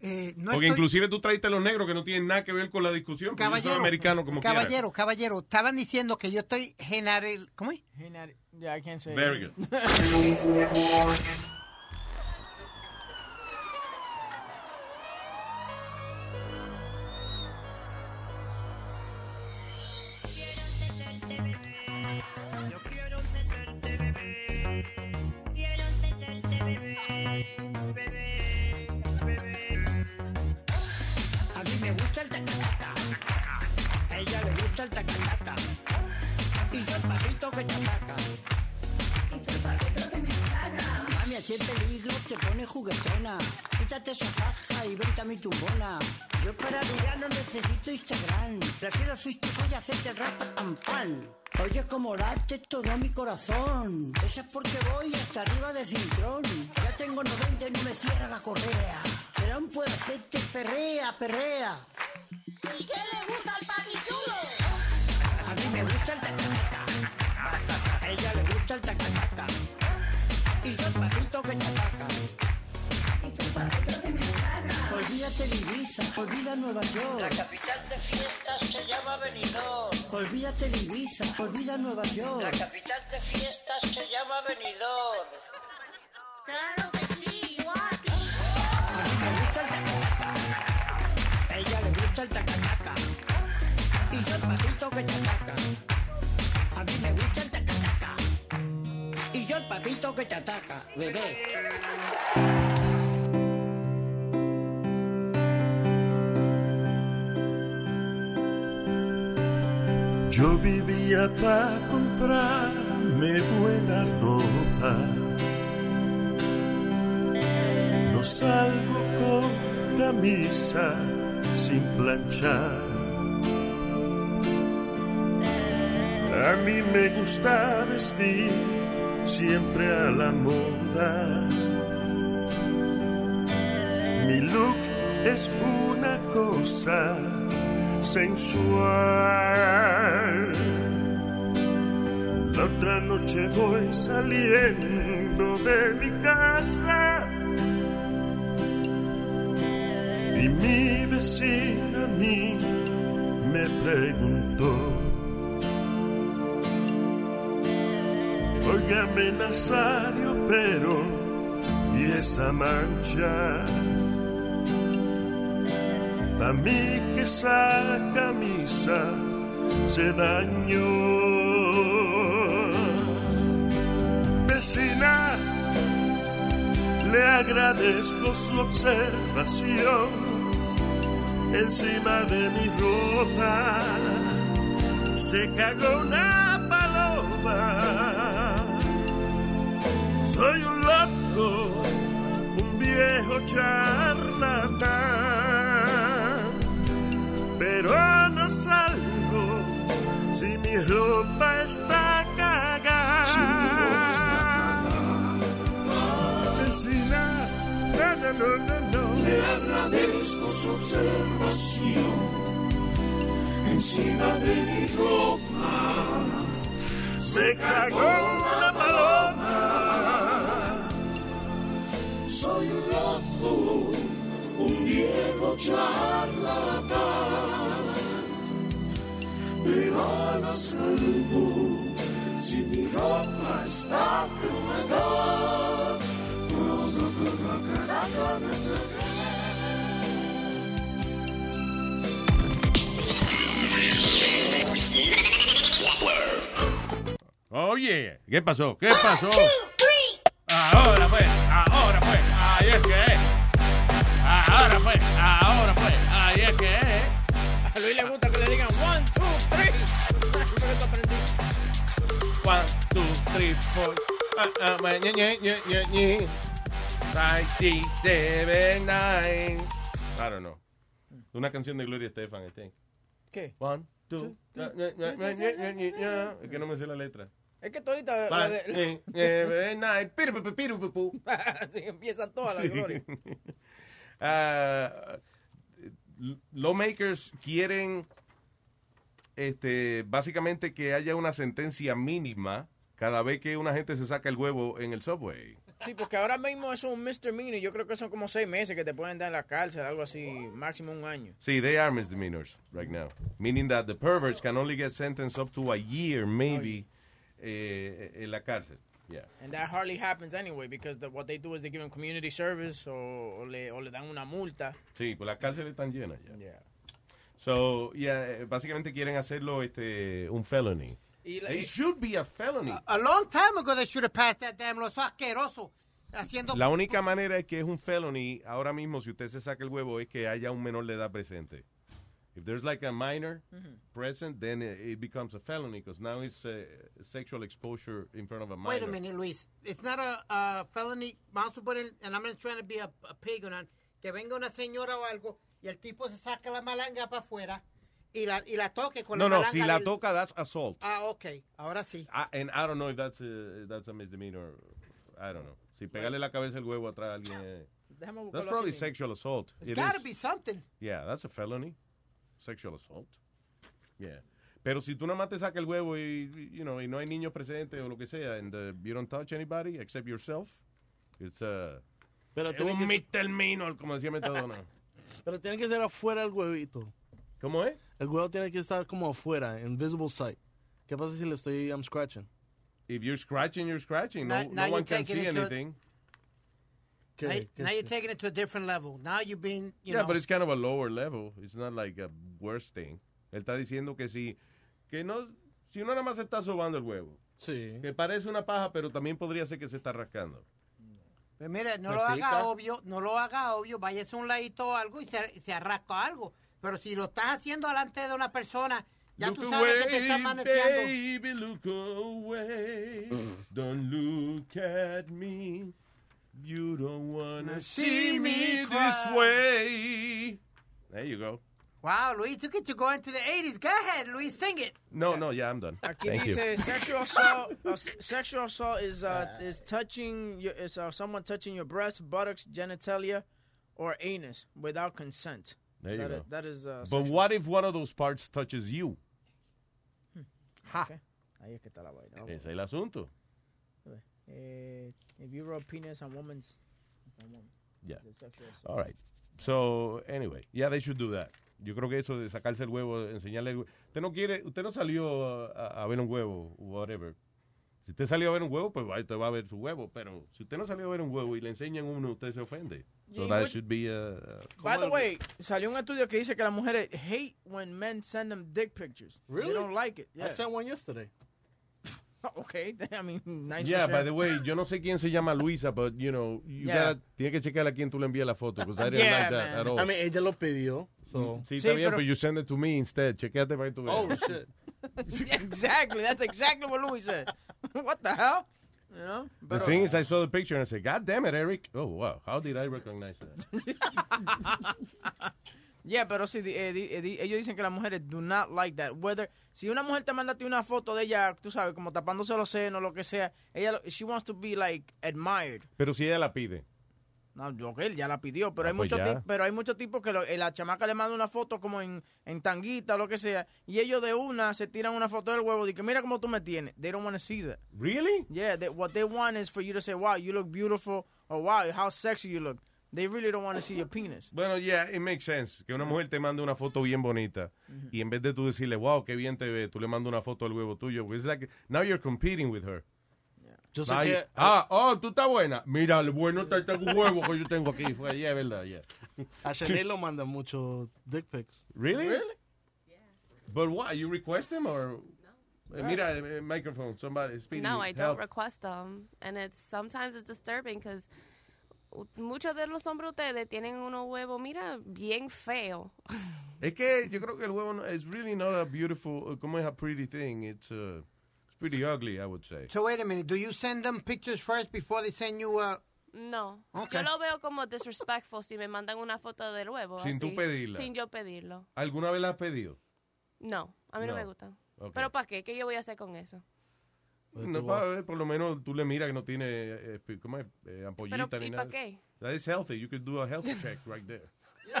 eh, no
Porque
estoy-
inclusive tú traiste a los negros que no tienen nada que ver con la discusión. porque ellos son
Caballero,
americanos como quiera.
caballero, caballero, estaban diciendo que yo estoy general, ¿cómo es?
Yeah, I can't say
Very
it.
good.
A mí me gusta el tacataca. A ella le gusta el tacataca. Y yo el patito que te ataca. Y yo el patito que me ataca. Mami, aquí en peligro te pone juguetona. Quítate esa faja y vente a mi tumbona. Yo para mirar no necesito Instagram. Prefiero sus y hacerte el rap pan pan. Oye, como late todo mi corazón. Eso es porque voy hasta arriba de cintrón. Ya tengo 90 y no me cierra la correa. Pero aún puedo hacerte perrea, perrea. ¿Y qué le gusta al papichulo? A mí me gusta el tacataca. A ella le gusta el tacataca. Y yo el patito que te ataca. Y tu patito que me ataca. Olvídate de Ibiza, olvida Nueva York. La capital de fiestas se llama Benidorm. Olvídate de Ibiza, olvida Nueva York. La capital de fiestas se llama Benidorm. Claro que sí, guapi. A mí me gusta el tacataca. A ella le gusta el tacataca. Y yo el patito que te ataca. A mí me gusta el tacataca. Y yo el papito que te ataca, bebé.
Yo vivía para comprarme buena ropa. No salgo con camisa sin planchar. A mí me gusta vestir siempre a la moda. Mi look es una cosa sensual. La otra noche voy saliendo de mi casa y mi vecina a mí me preguntó. Óigame Nazario, pero y esa mancha a mí que esa camisa se dañó. Vecina, le agradezco su observación encima de mi ropa. Se cagó una paloma. Soy un loco, un viejo charlatán, pero no salgo si mi ropa está cagada. Vecina, no, no, no, no, no.
Le agradezco su observación encima de mi ropa. Se cagó una paloma. Soy un loco, un viejo charlatán. Pero no salgo si mi ropa está cagada.
Oye, Oh, ¿qué pasó? ¿Qué pasó? Ahora pues, ahora pues, ahí es que es. Ah, Ahora pues, ahora pues, ahí es que eh, es.
A Luis le gusta que le digan one, two, three. Yo creo que aprendí.
One, two, three, four. Ah, ah, ma, ñe, ñe, ñe, ñe, ñe. Five, six, seven, nine. I don't know. Una canción de Gloria Estefan, I think.
¿Qué?
One, two, ñe, ñe, ñe, ñe, ñe, ñe. Es que no me sé la letra. Eh,
Es que todita la
Five,
de...
six, seven, nine. Piru, pu, pu, piru, pu, pu.
Sí, empiezan todas las glorias.
Ah, lawmakers quieren este, básicamente que haya una sentencia mínima cada vez que una gente se saca el huevo en el subway.
Sí, porque ahora mismo es un misdemeanor. Yo creo que son como seis meses que te pueden dar en la cárcel, algo así, máximo un año.
See, they are misdemeanors right now, meaning that the perverts can only get sentenced up to a year, maybe, eh, en la cárcel. Yeah.
And that hardly happens anyway, because the, what they do is they give them community service o, o le, o le dan una multa.
Sí, pues las cárceles están llenas ya.
Yeah.
So, yeah, eh, básicamente quieren hacerlo este un felony.
Y la-
It should be a felony.
A long time ago they should have passed that damn law. Eso es asqueroso. Haciendo
La única manera es que es un felony ahora mismo, si usted se saca el huevo, es que haya un menor de edad presente. If there's like a minor
Ujú.
present, then it it becomes a felony because now it's uh, sexual exposure in front of a minor.
Wait a minute, Luis. It's not a, a felony. Vamos a suponer, and I'm not trying to be a, a pig on it, que venga una señora o algo y el tipo se saca la malanga para afuera y la, y la toque con
No,
la
no,
malanga.
si la
del-
toca, that's assault.
Ah, ok. Ahora sí.
I- and I don't know if that's a, that's a misdemeanor. I don't know. Si pegarle la cabeza el huevo atrás a alguien. eh,
Déjame buscarlo
That's
así
probably
mismo.
sexual assault. It
It's gotta
is.
be something.
Yeah, that's a felony. Sexual assault. Yeah. Pero si tú nada más te sacas el huevo y, you know, y no hay niños presentes o lo que sea, and uh, you don't touch anybody except yourself, it's a...
Pero
es
tiene
un
que ser-
misdemeanor, como decía Metadona.
Pero tiene que ser afuera el huevito.
¿Cómo es?
El huevo tiene que estar como afuera, invisible sight. ¿Qué pasa si le estoy I'm scratching?
If you're scratching, you're scratching. No,
Now- now
no one
you
can
take it
see
into-
anything.
Now, now you're taking it to a different level. Now you've been, you
yeah,
know.
but it's kind of a lower level. It's not like a worse thing. Él está diciendo que si, que no, si uno nada más se está sobando el huevo.
Sí.
Que parece una paja, pero también podría ser que se está rascando.
Pues mira, no
Me
lo
pica.
haga obvio, no lo haga obvio, váyase a un ladito o algo y se, se arrasca algo. Pero si lo estás haciendo delante de una persona, ya
Look
tú sabes que te
away,
está maneteando.
Baby, look away. don't look at me. You don't wanna see me this way. There you go.
Wow, Luis, you get to go into the 80s. Go ahead, Luis, sing it.
No, no, yeah, I'm done.
Aquí
Thank
dice
you.
sexual assault. uh, s- sexual assault is uh, is touching your, is uh, someone touching your breast, buttocks, genitalia, or anus without consent.
There you
That
go.
is- that is. Uh,
But
sexual-
what if one of those parts touches you?
Okay. Ahí es que está la vaina.
Ese es el asunto.
Eh, if you rub penis on woman's, on woman,
Yeah.
it's a sexual assault.
All right. So, anyway, yeah, they should do that. Yo creo que eso de sacarse el huevo, enseñarle el huevo. Usted no quiere, usted no salió a, a ver un huevo, whatever. Si usted salió a ver un huevo, pues ahí usted va a ver su huevo. Pero si usted no salió a ver un huevo y le enseñan uno, usted se ofende. So
Y
that
would-
should be a...
By the way, salió un estudio que dice que las mujeres hate when men send them dick pictures.
Really?
They don't like it.
I
Yeah. Oh,
sent one yesterday.
okay. I mean, nice.
Yeah, by
for sharing.
the way, yo no sé quién se llama Luisa, but, you know, you
Yeah.
gotta, tiene que chequear a quién tú le envías la foto, because I didn't
Yeah,
like that
man.
at all. Mm.
I mean, ella lo pidió. So.
sí, está bien, pero you send it to me instead. Chequeate para que tú veas.
Oh, shit.
exactly. That's exactly what Louis said. what the hell? You know?
The thing is, I saw the picture and I said, God damn it, Eric. Oh, wow. How did I recognize that?
Yeah, pero si eh, di- eh, di- ellos dicen que las mujeres do not like that. Whether si una mujer te manda a ti una foto de ella, tú sabes, como tapándose los senos, lo que sea, ella lo- she wants to be like admired.
Pero si ella la pide.
No, yo que él ya la pidió, pero
Ah,
hay
pues
muchos
ya.
tip- pero hay muchos tipos que lo- eh, la chamaca le manda una foto como en, en tanguita o lo que sea, y ellos de una se tiran una foto del huevo y que mira cómo tú me tienes. They don't want to see that.
Really?
Yeah, they- what they want is for you to say, "Wow, you look beautiful," or "Wow, how sexy you look." They really don't want to see your penis.
Bueno, yeah, it makes sense. Que una mujer te mande una foto bien bonita y en vez de tú decirle, wow, qué bien te ve, tú le mandas una foto al huevo tuyo. porque it's like, now you're competing with her.
Yo sé
Now
que-
you- ah, oh, tú estás buena. Mira, el bueno está este huevo que yo tengo aquí. Fue, yeah, es verdad, yeah.
A Shanae lo manda mucho dick pics.
Really? But why? You request him or... Eh, mira, eh, microphone, somebody, speedy,
No, I don't
help.
request them. And it's sometimes it's disturbing because muchos de los hombres ustedes tienen unos huevos, mira, bien feo.
Es que yo creo que el huevo no, it's really not a beautiful, como es a pretty thing, it's, uh, it's pretty ugly, I would say.
So wait a minute, do you send them pictures first before they send you uh,
No.
Ok.
Yo lo veo como disrespectful si me mandan una foto del huevo.
Sin tú
así,
pedirla.
Sin yo pedirlo.
¿Alguna vez la has pedido?
No, a mí no,
No.
me gusta.
Ok.
Pero ¿para qué? ¿Qué yo voy a hacer con eso?
Pues
No, pa- eh, por lo menos tú le miras que no tiene eh, pi- ¿cómo es? Eh, ampollita
Pero,
ni
¿y
nada.
pa' qué?
That is healthy. You could do a health check right there.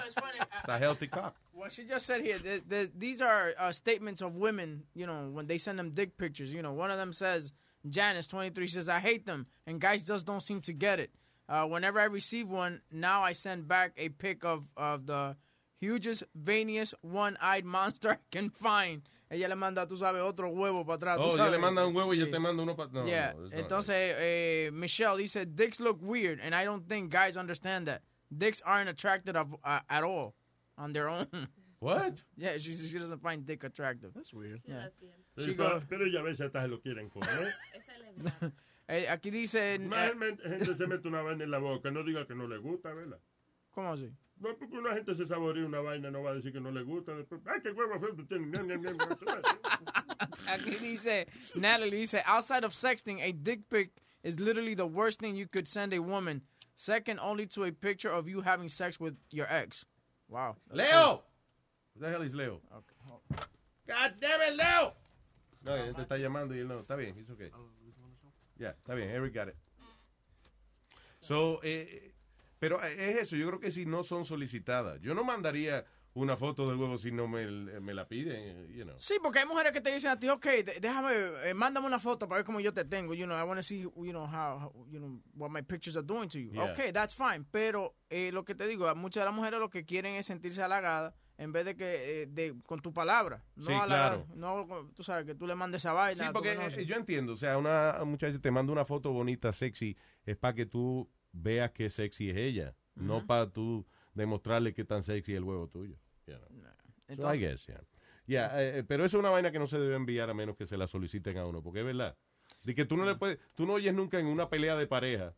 It's a healthy cock.
What she just said here, the, the, these are uh, statements of women, you know, when they send them dick pictures. You know, one of them says, Janice 23 says, I hate them, and guys just don't seem to get it. Uh, whenever I receive one, now I send back a pic of, of the hugest, veiniest, one-eyed monster I can find. Ella le manda, tú sabes, otro huevo para atrás. Ah, tú
Oh, yo le
sabes.
mando un huevo y yo
Sí.
te mando uno para... No,
yeah.
no, it's not
Entonces, eh, Michelle dice, dicks look weird, and I don't think guys understand that. Dicks aren't attractive of, uh, at all on their own.
What?
Yeah, she, she doesn't find dick attractive. That's weird. Yeah. She
Pero-
go-
Pero ya ves, hasta se lo quieren comer.
eh, aquí dice...
Más gente se mete una vaina en la boca, no diga que no le gusta, ¿verdad?
¿Cómo así?
No, porque una gente se saborea una vaina, no va a decir que no le gusta. Después, ¡ay, qué huevo feo! tú tienes! ñam, ñam, ñam, ñam.
Aquí dice, Natalie dice, outside of sexting, a dick pic is literally the worst thing you could send a woman, second only to a picture of you having sex with your ex. Wow.
Leo! Who the hell is Leo?
God damn it, Leo.
No, él te está llamando y él no. Está bien, it's okay. Ya, está bien, Eric got it. So, eh, pero es eso, yo creo que si no son solicitadas. Yo no mandaría una foto del huevo si no me, me la piden, you know.
Sí, porque hay mujeres que te dicen a ti, ok, de- déjame, eh, mándame una foto para ver cómo yo te tengo. You know, I want to see, you know, how, how- you know, what my pictures are doing to you.
Yeah.
Okay, that's fine. Pero eh, lo que te digo, a muchas de las mujeres lo que quieren es sentirse halagadas en vez de que, eh, de, con tu palabra. No
Sí,
halagada,
claro.
No, con- tú sabes, que tú le mandes esa vaina.
Sí,
tú
porque
que no
eh,
sé.
yo entiendo, o sea, una muchacha te manda una foto bonita, sexy, es para que tú veas qué sexy es ella, no
Ujú.
para tú demostrarle qué tan sexy es el huevo tuyo. you know. So I
Entonces-
guess, yeah. Yeah, eh, eh, pero eso es una vaina que no se debe enviar a menos que se la soliciten a uno, porque es verdad. De que tú no
Mm.
le puedes, tú no oyes nunca en una pelea de pareja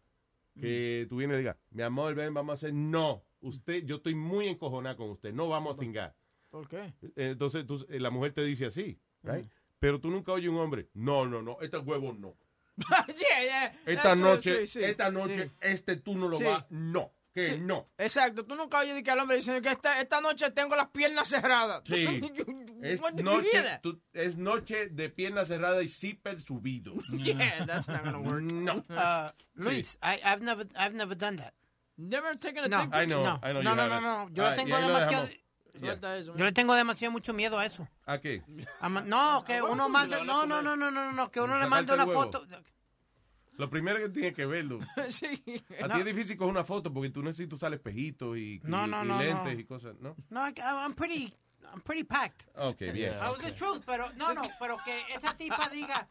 que
Mm.
tú vienes y digas, mi amor, ven, vamos a hacer, no, usted, yo estoy muy encojonada con usted, no vamos a cingar.
¿Por qué?
Entonces tú- eh, la mujer te dice así, right?
Ujú.
Pero tú nunca oyes un hombre, no, no, no, este huevo no.
Yeah, yeah,
Esta
eh, that's true,
noche,
sí, sí,
esta noche,
sí.
este tú no lo
Sí.
vas, no, que
Sí.
no.
Exacto, tú nunca oyes de que al hombre diciendo que esta, esta noche tengo las piernas cerradas.
Sí. Es
What do you hear
noche,
that?
tú- es noche de pierna cerrada y zipper subido.
Yeah, that's not gonna work.
No.
Uh, Luis, I, I've never, I've never done that.
Never taken
no,
dick pic? I know,
no,
I
no,
know you
no, no,
haven't.
no, Yo le
Ah, y
tengo
ahí lo
demasiado.
dejamos. Suelta
eso,
yo le tengo demasiado mucho miedo a eso.
¿A qué?
A ma-
Ah,
no, que uno manda, no, no, no, no, no, no, que uno le
Sacarte
manda
el
una
huevo.
foto.
Lo primero que tienes que verlo.
sí.
A ti es difícil coger una foto porque tú necesitas usar espejitos y,
No,
y-
no,
y
no,
lentes
no.
y cosas, ¿no?
No, I, I'm pretty, I'm pretty packed.
Ok, bien.
I was the truth, pero no, no, pero que esa tipa diga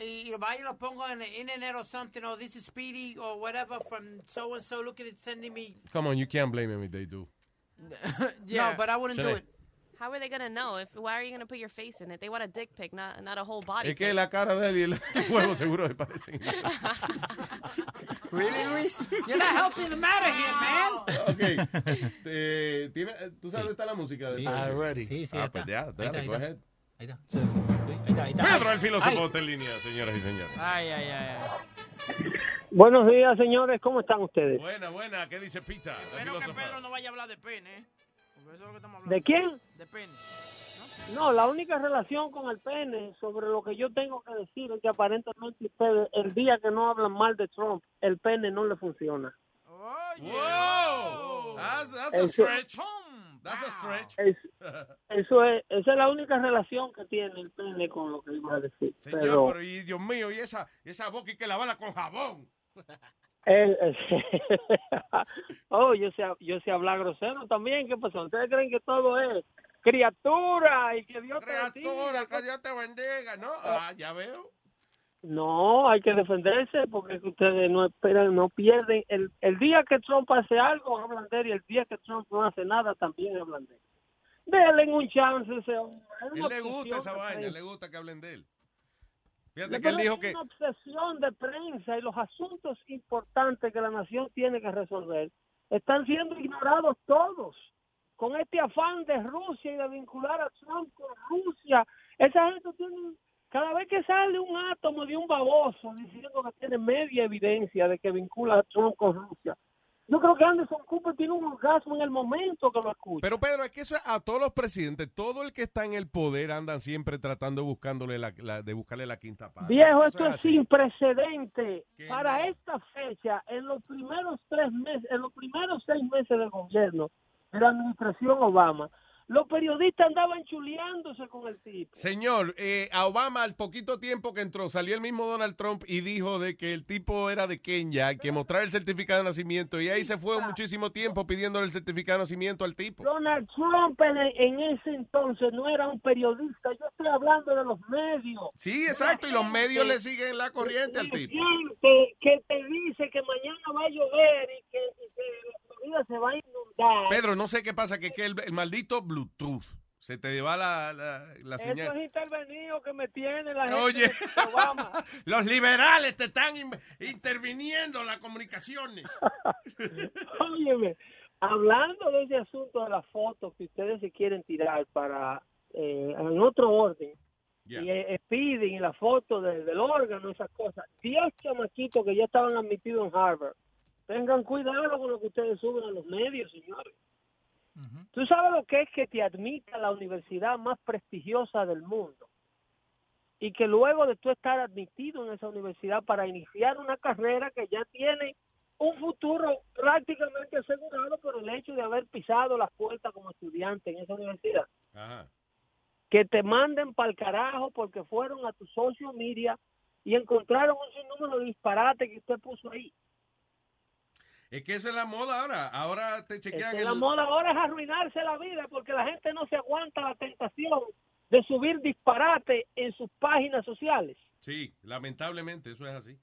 y y vaya y lo pongo en el internet or something, or this is Speedy or whatever from so and so. Look at it, sending me.
Come on, you can't blame them if they do.
No, but I wouldn't do
Sí.
it.
How are they gonna know? If why are you gonna put your face in it? They want a dick pic, not not a whole body.
Es que la cara de él y el huevo seguro se parecen.
Really, Luis? You're not helping the matter here, man.
Ok. Eh, tiene- eh, ¿Tú sabes dónde está la música?
Sí,
del-
sí. Already. Sí, sí, ahí
Ah,
está.
pues ya,
Ahí está,
dale,
ahí
go
está.
ahead.
Ahí está. Sí, sí, sí. Ahí está, ahí está.
Pedro, el filósofo,
Ay.
está en línea, señoras y señores.
Ay, ay, ay.
Buenos días, señores. ¿Cómo están ustedes?
Buena, buena. ¿Qué dice Pita? la
Espero que
filósofa?
Pedro no vaya a hablar de pene, ¿eh? Porque eso es lo que estamos hablando.
¿De quién?
De pene.
No, la única relación con el pene sobre lo que yo tengo que decir es que aparentemente ustedes, el día que no hablan mal de Trump, el pene no le funciona.
Whoa! That's, that's a
Eso-
stretch. That's a stretch.
Es- eso es, esa es la única relación que tiene el pene con lo que iba a decir.
Señor,
pero
pero, y Dios mío, y esa, y esa boca y que lavarla con jabón.
Eh, eh, oh, yo sé, yo sé hablar grosero también. ¿Qué pasó? ¿Ustedes creen que todo es criatura y que Dios te bendiga?
Criatura, que Dios te bendiga, ¿no? Ah, ya veo.
No, hay que defenderse porque es que ustedes no esperan, no pierden. El, el día que Trump hace algo, hablan de él, y el día que Trump no hace nada, también hablan de él. Denle un chance a ese hombre. Es
Él
una
le gusta
obsesión
esa
de
vaina,
prensa.
le gusta que hablen de él.
Le
Fíjate que él dijo que...
Es una obsesión de prensa y los asuntos importantes que la nación tiene que resolver están siendo ignorados todos. Con este afán de Rusia y de vincular a Trump con Rusia, esa gente tiene. Cada vez que sale un átomo de un baboso diciendo que tiene media evidencia de que vincula a Trump con Rusia, yo creo que Anderson Cooper tiene un orgasmo en el momento que lo escucha.
Pero Pedro, es que eso es a todos los presidentes, todo el que está en el poder andan siempre tratando de buscándole la, la- de buscarle la quinta pata.
Viejo,
Eso
esto es
así.
sin precedente. Para esta fecha, en los primeros tres meses, en los primeros seis meses del gobierno de la administración Obama, Los periodistas andaban chuleándose con el tipo.
Señor, eh, a Obama al poquito tiempo que entró salió el mismo Donald Trump y dijo de que el tipo era de Kenia, que mostrar el certificado de nacimiento y ahí se fue muchísimo tiempo pidiéndole el certificado de nacimiento al tipo.
Donald Trump en, en ese entonces no era un periodista. Yo estoy hablando de los medios.
Sí, exacto, y los medios le siguen la corriente al tipo.
Gente que te dice que mañana va a llover y que, y que la Florida se va a inundar.
Pedro, no sé qué pasa, que, que el, el maldito Bluetooth se te va la, la- la
Eso es
señal.
intervenido que me tiene la gente.
Oye.
de Obama.
Los liberales te están in- interviniendo las comunicaciones.
Óyeme, hablando de ese asunto de las fotos que ustedes se quieren tirar para eh, en otro orden, y eh, eh, piden y la foto de- del órgano, esas cosas. Diez chamaquitos que ya estaban admitidos en Harvard. Tengan cuidado con lo que ustedes suben a los medios, señores. Tú sabes lo que es que te admita la universidad más prestigiosa del mundo y que luego de tú estar admitido en esa universidad para iniciar una carrera que ya tiene un futuro prácticamente asegurado por el hecho de haber pisado las puertas como estudiante en esa universidad. Que te manden para el carajo porque fueron a tu social media y encontraron un sinnúmero de disparates que usted puso ahí.
Es que esa es la moda ahora. Ahora te chequean.
Este, la
el-
moda ahora es arruinarse la vida porque la gente no se aguanta la tentación de subir disparate en sus páginas sociales.
Sí, lamentablemente, eso es así.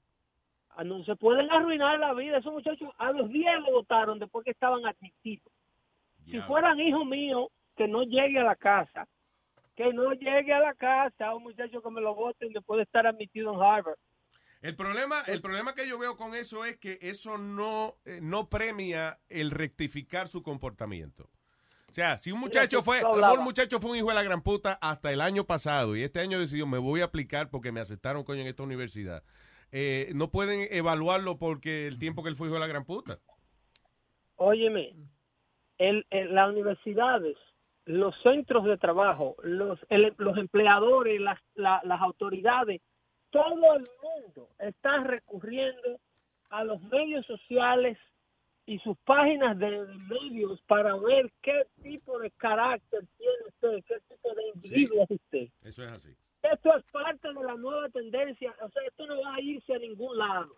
Ah, No se pueden arruinar la vida. Esos muchachos a los 10 lo votaron después que estaban admitidos. Si fueran hijos míos, que no llegue a la casa. Que no llegue a la casa un muchacho que me lo voten después de estar admitido en Harvard.
El problema, el problema que yo veo con eso es que eso no, eh, no premia el rectificar su comportamiento. O sea, si un muchacho
eso
fue,
yo hablaba.
un muchacho fue un hijo de la gran puta hasta el año pasado y este año decidió me voy a aplicar porque me aceptaron coño en esta universidad. eh, no pueden evaluarlo porque el tiempo que él fue hijo de la gran puta.
Óyeme, el, el- las universidades, los centros de trabajo, los, el- los empleadores, las, la- las autoridades, todo el mundo está recurriendo a los medios sociales y sus páginas de medios para ver qué tipo de carácter tiene usted, qué tipo de individuo es usted.
Eso es así.
Esto es parte de la nueva tendencia, o sea, esto no va a irse a ningún lado.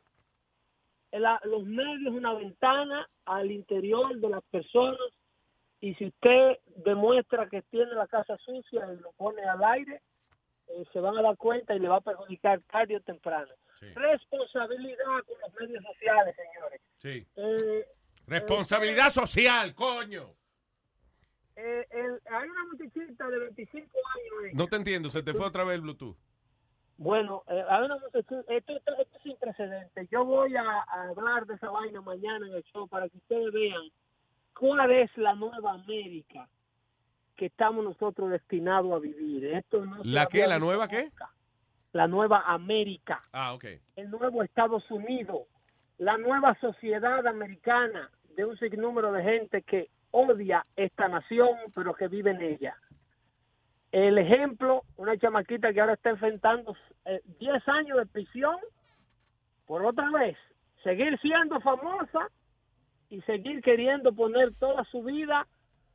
La- los medios es una ventana al interior de las personas y si usted demuestra que tiene la casa sucia y lo pone al aire, eh, se van a dar cuenta y le va a perjudicar tarde o temprano. Responsabilidad con los medios sociales, señores.
Sí.
Eh,
Responsabilidad social, coño.
eh, el- hay una muchachita de 25 años. ella.
No te entiendo, se te fue otra vez el Bluetooth.
Bueno, eh, hay una muchacha- esto, esto- esto es sin precedentes. Yo voy a, a hablar de esa vaina mañana en el show para que ustedes vean cuál es la nueva América que estamos nosotros destinados a vivir. Esto no se
¿La qué?
había
¿La
visto
nueva qué?
nunca. La nueva América,
Ah, ok.
el nuevo Estados Unidos, la nueva sociedad americana de un sinnúmero de gente que odia esta nación pero que vive en ella. El ejemplo, una chamaquita que ahora está enfrentando eh, 10 años de prisión por otra vez, seguir siendo famosa y seguir queriendo poner toda su vida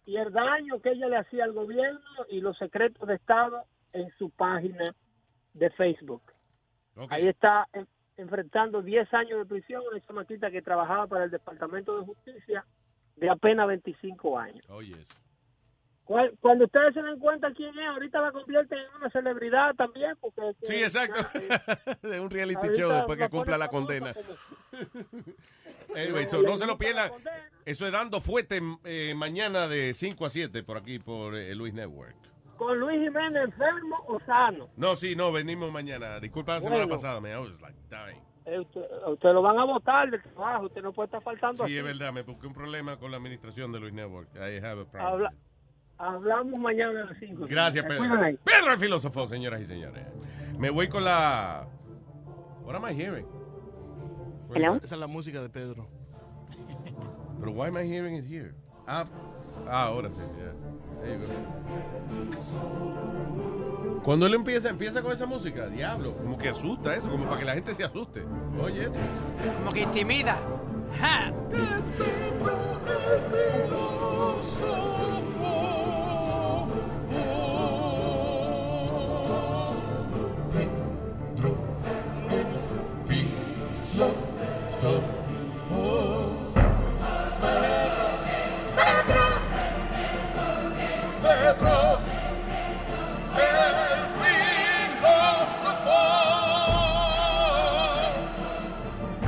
y el daño que ella le hacía al gobierno y los secretos de Estado en su página de Facebook. Ahí está en- enfrentando 10 años de prisión una chamaquita que trabajaba para el Departamento de Justicia de apenas 25 años.
Oye, eso.
Cual- Cuando ustedes se den cuenta quién es, ahorita la convierten en una celebridad también. Porque,
Sí, exacto. De un reality show
eh, Ahorita
después que
la ponen
cumpla la
famosa
condena.
como-
Anyway, so,
Le
no se lo
invitan a la
pierdan. Eso es dando fuerte eh, mañana de 5 a 7 por aquí por eh, Luis Network.
condena. Con Luis Jiménez enfermo o sano.
No, sí, no, venimos mañana. Disculpa la semana
Bueno.
pasada, me I was like dying.
Eh, usted, usted lo van a votar del trabajo, usted no puede estar
Sí,
faltando así.
es verdad, me busqué un problema con la administración de Luis Network. I have a problem.
Habla- hablamos mañana a las 5.
Gracias, Pedro. Pedro el filósofo, señoras y señores. Me voy con la. What am I hearing? Pues Where is
Esa
that?
es la música de Pedro.
But why am I hearing it here? Ah, ah, ahora sí, ya. There you go. Cuando él empieza, empieza con esa música, diablo, como que asusta eso, como para que la gente se asuste. Oye, eso.
Como que intimida. Ja.
Pedro,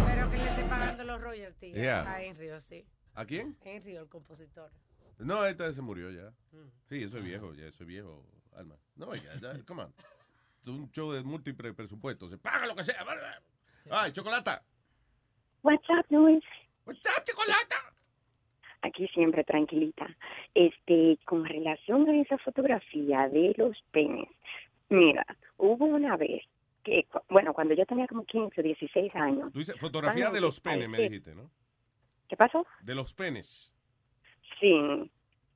Pero que le esté pagando los royalties
Yeah.
a Henry, ¿o sí?
¿A quién?
Henry, el compositor.
No, esta se murió ya. Sí, eso es viejo, ya eso es viejo, Alma. No, oiga, ya, come on. Es Un show de múltiples presupuestos. Se paga lo que sea. Ay, chocolata.
What's up, Luis?
What's up, chocolata?
Aquí siempre tranquilita. Este, con relación a esa fotografía de los penes, mira, hubo una vez que, cu- bueno, cuando yo tenía como 15 o 16 años.
Tú dices fotografía
Ay,
de los
ay,
penes, me
sí.
dijiste, ¿no?
¿Qué pasó?
De los penes.
Sí,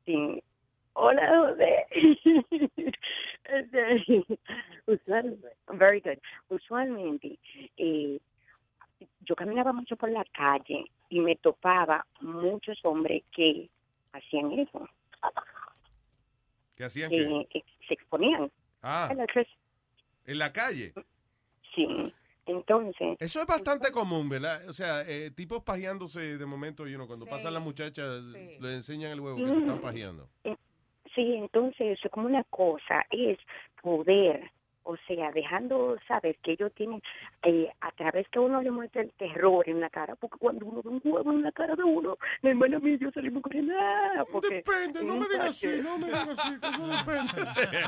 sí. Hola, José. Este, Usualmente, very good. Usualmente, eh, yo caminaba mucho por la calle y me topaba muchos hombres que hacían eso,
¿Qué hacían?
que
qué?
eh, se exponían.
Ah,
Entonces,
en la calle.
sí, entonces,
Eso es bastante común, ¿verdad? O sea, eh, tipos pajeándose de momento, y uno cuando pasan las muchachas, le enseñan el huevo que se están
Mm.
pajeando.
sí, entonces, eso es como una cosa, es poder. O sea, dejando saber que ellos tienen, eh, a través que uno le muestra el terror en la cara, porque cuando uno ve un huevo en la cara de uno, mi hermana mía y yo salimos corriendo. ah, porque,
Depende, no me digas así,
muchacho,
no me digas así, que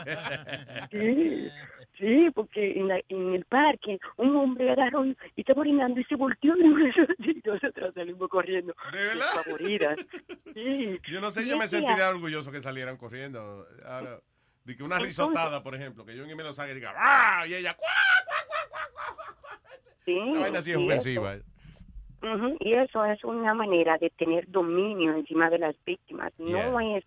eso depende.
Sí, sí, porque en, la- en el parque un hombre agarró y y estaba orinando y se volteó y nosotros salimos corriendo.
¿De verdad?
Despavoridas. Sí. ah.
Yo no sé,
Y
yo me
ese
sentiría
a-
orgulloso que salieran corriendo. Ahora, de que una
Entonces-
risotada, por ejemplo, que yo en me lo saque y diga, ¡ah! Y ella, ¡cuá!
Sí,
Esa vaina así es
y
ofensiva.
eso- ujú, y eso es una manera de tener dominio encima de las víctimas. No es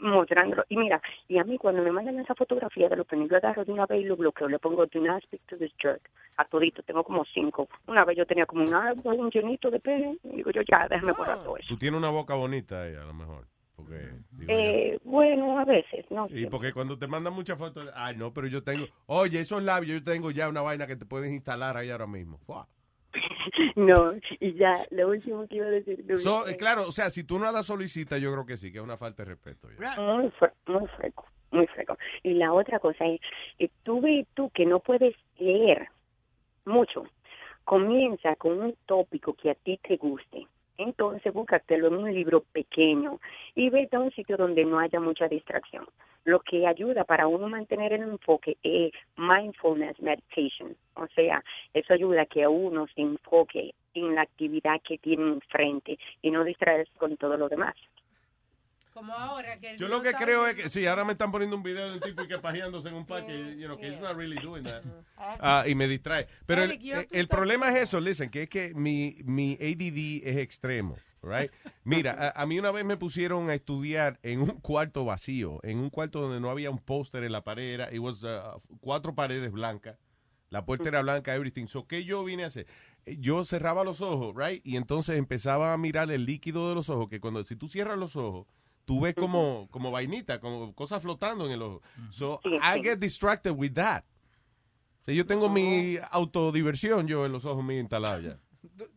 mostrándolo. Y mira, y a mí cuando me mandan esa fotografía de los penes, yo agarro de una vez y lo bloqueo. Le pongo, do not speak to this jerk. A todito, tengo como cinco. Una vez yo tenía como un árbol, un llenito de penes. Y digo yo, ya, déjame borrar todo eso.
Tú tienes una boca bonita, eh, a lo mejor. Porque, Ah, digo,
Eh, bueno, a veces, no
Y porque cuando te mandan muchas fotos, ay, no, pero yo tengo, oye, esos labios, yo tengo ya una vaina que te puedes instalar ahí ahora mismo. Fuá.
No, y ya, lo último que iba a decir. Luis,
So,
es
eh, claro, o sea, si tú no la solicitas, yo creo que sí, que es una falta de respeto. ya.
Ah, Muy, fre- muy freco, muy freco. Y la otra cosa es, eh, tú ve tú que no puedes leer mucho. Comienza con un tópico que a ti te guste. Entonces, búscatelo en un libro pequeño y vete a un sitio donde no haya mucha distracción. Lo que ayuda para uno mantener el enfoque es mindfulness meditation. O sea, eso ayuda a que uno se enfoque en la actividad que tiene enfrente y no distraerse con todo lo demás.
Como ahora que...
Yo lo que creo es que, sí, ahora me están poniendo un video de un tipo y que pajeándose en un parque, you know, que he's not really doing that. Ah, y me distrae. Pero el,
Eric, you have
el-
to
el
stop
problema es eso, listen, que es que mi, mi ADD es extremo, right? Mira, a, a mí una vez me pusieron a estudiar en un cuarto vacío, en un cuarto donde no había un póster en la pared, era, it was, uh, cuatro paredes blancas, la puerta era blanca, everything. So, ¿qué yo vine a hacer? Eh, Yo cerraba los ojos, right? Y entonces empezaba a mirar el líquido de los ojos, que cuando, si tú cierras los ojos, tú ves como, como vainita, como cosas flotando en el ojo. So, I get distracted with that. O sea, yo tengo mi autodiversión, yo en los ojos míos instalados ya.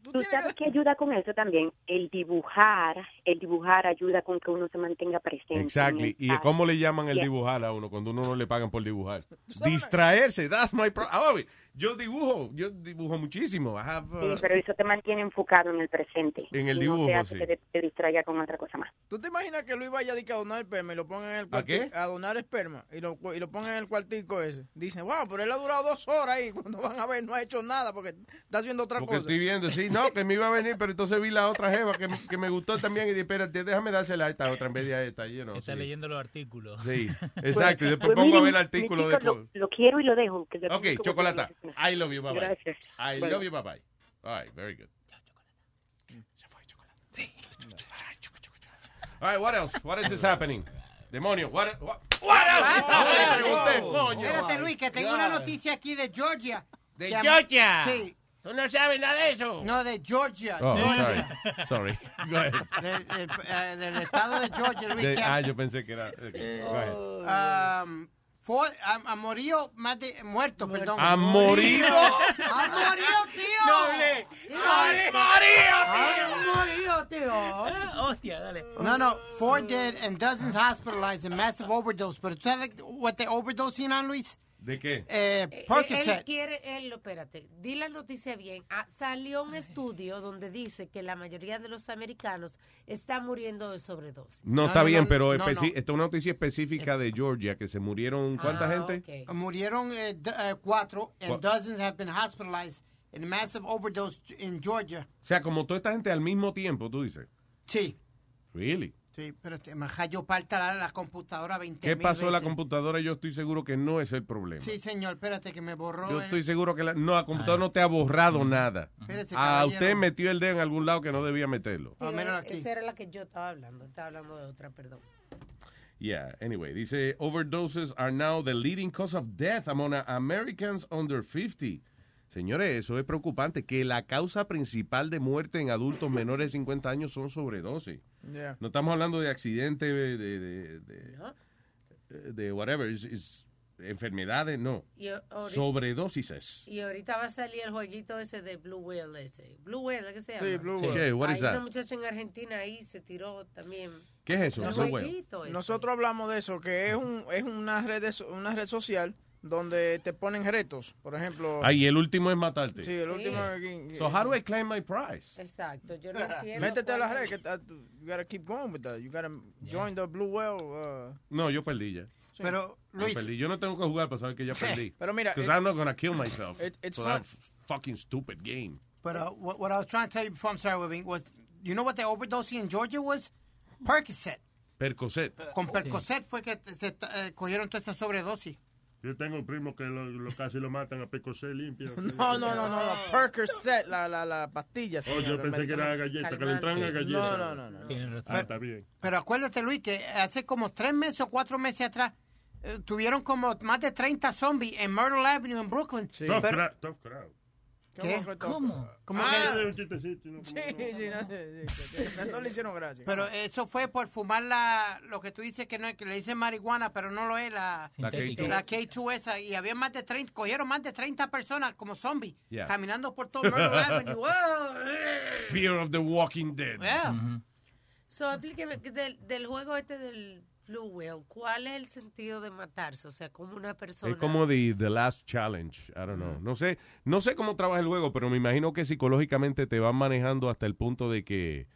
¿Tú sabes qué ayuda con eso también? El dibujar, el dibujar ayuda con que uno se mantenga presente. en
Exactly.
el
¿Y cómo le llaman el
Yeah.
dibujar a uno cuando uno no le pagan por dibujar? Distraerse. That's my pro- Ah, obvio. Yo dibujo, yo dibujo muchísimo. I have,
Sí,
uh,
pero eso te mantiene enfocado en el presente.
En el
Y no
dibujo,
te hace
sí.
que te, te distraiga con otra cosa más.
¿Tú te imaginas que Luis vaya de que a donar esperma y lo pongan en el cuartico?
qué?
A donar esperma y lo, y lo pongan en el cuartico ese. Dicen, wow, pero él ha durado dos horas ahí. Cuando van a ver, no ha hecho nada porque está haciendo otra
porque
cosa.
estoy viendo, sí, no, que me iba a venir, pero entonces vi la otra jeva que, que me gustó también y dije, espérate, déjame dársela a esta otra en vez de a esta. You know,
Está
sí.
leyendo los artículos.
Sí, exacto. Y después
Pues
pongo a
miren,
ver el artículo de...
mis hijos
co-
Lo quiero y lo dejo. Que
Ok, chocolata. I love you, bye bye.
Gracias.
I
Bueno.
love you, bye bye. All right, very good. All right, what else? What else is happening? Demonio, what, what, what else is happening? Pregunté, coño.
Espérate, Luis, que tengo una noticia aquí de Georgia.
¿De
Que am-
Georgia?
Sí.
¿Tú no sabes nada de eso?
No, de Georgia.
Oh,
Georgia.
sorry. Sorry. Go ahead.
Del, del- eh, del estado de Georgia, Luis.
De-
que
ah, yo pensé que era... okay, Go ahead.
Um, fue, am- amorío más de muerto, perdón.
¿Amorío?
Amorío, tío.
No hablé.
Tío,
¡Morío, tío!
¡Hostia, dale!
No, no, four dead and dozens hospitalized in massive overdose. Pero tú sabes what they overdosing on, Luis?
¿De qué?
Eh,
Él
Percocet.
quiere, él, espérate, di la noticia bien. Ah, salió un estudio donde dice que la mayoría de los americanos están muriendo de sobredosis.
No, está bien, pero
no,
especi-
no.
esta es una noticia específica de Georgia, que se murieron, ¿cuánta
Ah,
gente?
Murieron eh, d- eh, cuatro and
Cu-
dozens have been hospitalized in massive overdose in Georgia.
O sea, como toda esta gente al mismo tiempo, tú dices.
Sí.
Really?
Sí, pero este, me yo parta la, la computadora 20
¿Qué pasó en la
veces.
computadora? Yo estoy seguro que no es el problema.
Sí, señor, espérate que me borró.
Yo
el-
estoy seguro que la, no, la computadora no te ha borrado nada.
Mm. Espérese,
A
caballero.
usted metió el dedo en algún lado que no debía meterlo.
Esa era- Esa era la que yo estaba hablando. Estaba hablando de otra, perdón.
Yeah, anyway, dice, overdoses are now the leading cause of death among Americans under 50. Señores, eso es preocupante, que la causa principal de muerte en adultos menores de 50 años son sobredosis.
Yeah.
No estamos hablando de accidente, de, de, de- de- de whatever, it's- it's enfermedades, no.
Y ahorita-
Sobredosises.
Y ahorita va a salir el jueguito ese de Blue Whale ese. Blue Whale, ¿qué se
Sí,
llama?
Blue Sí. Whale. ¿Qué? What
Hay
is
una
that?
muchacha en Argentina ahí se tiró también.
¿Qué es eso?
Un
Blue Whale.
jueguito ese.
Nosotros hablamos de eso, que es, un, es una, red de so- una red social donde te ponen retos. Por ejemplo,
Ahí, el último es matarte.
Sí, el último es-
So how do I claim my prize?
Exacto, yo no entiendo.
métete a la
cuál
red.
es.
Que, ta- you gotta keep going with that. You gotta join the Blue Whale. uh,
No, yo perdí ya.
Pero,
Yo
Luis-
perdí. Yo no tengo que jugar para saber que ya perdí.
Pero mira,
Because
it-
I'm not gonna kill myself.
eh, It- it's
for that f- fucking stupid game.
But uh, what, what I was trying to tell you before, I'm sorry, Webby, was you know what the overdosing in Georgia was? Percocet.
Percocet.
Con Percocet fue que se eh, cogieron toda esa sobredosis.
Yo tengo un primo que lo, lo- casi lo matan a Pecosé limpio.
No, no, no, no, no. Percocet, la, la, la pastilla.
Oh, yo
señor, el
pensé que era
medicamento.
galleta, que le entran a galleta.
No, no, no. no.
Ah, está bien.
Pero acuérdate, Luis, que hace como tres meses o cuatro meses atrás eh, tuvieron como más de 30 zombies en Myrtle Avenue en Brooklyn.
Tough,
Pero-
crowd, tough crowd.
¿Qué? ¿Cómo
Ah.
que-
Un chistecito, ¿no?
Sí, sí, no, sí, sí, sí. No le hicieron gracia.
Pero eso fue por fumar la, lo que tú dices que no es- que le dicen marihuana, pero no lo es la,
La K2.
la K2 esa. Y había más de 30, cogieron más de 30 personas como zombies
Yeah.
caminando por todo Myrtle Avenue. ¡Wow!
Fear of the Walking Dead.
Yeah.
So, explíqueme, del, del juego este del Blue Whale, ¿cuál es el sentido de matarse? O sea, como una persona...
Es como the, the Last Challenge. I don't know. No sé, no sé cómo trabaja el juego, pero me imagino que psicológicamente te van manejando hasta el punto de que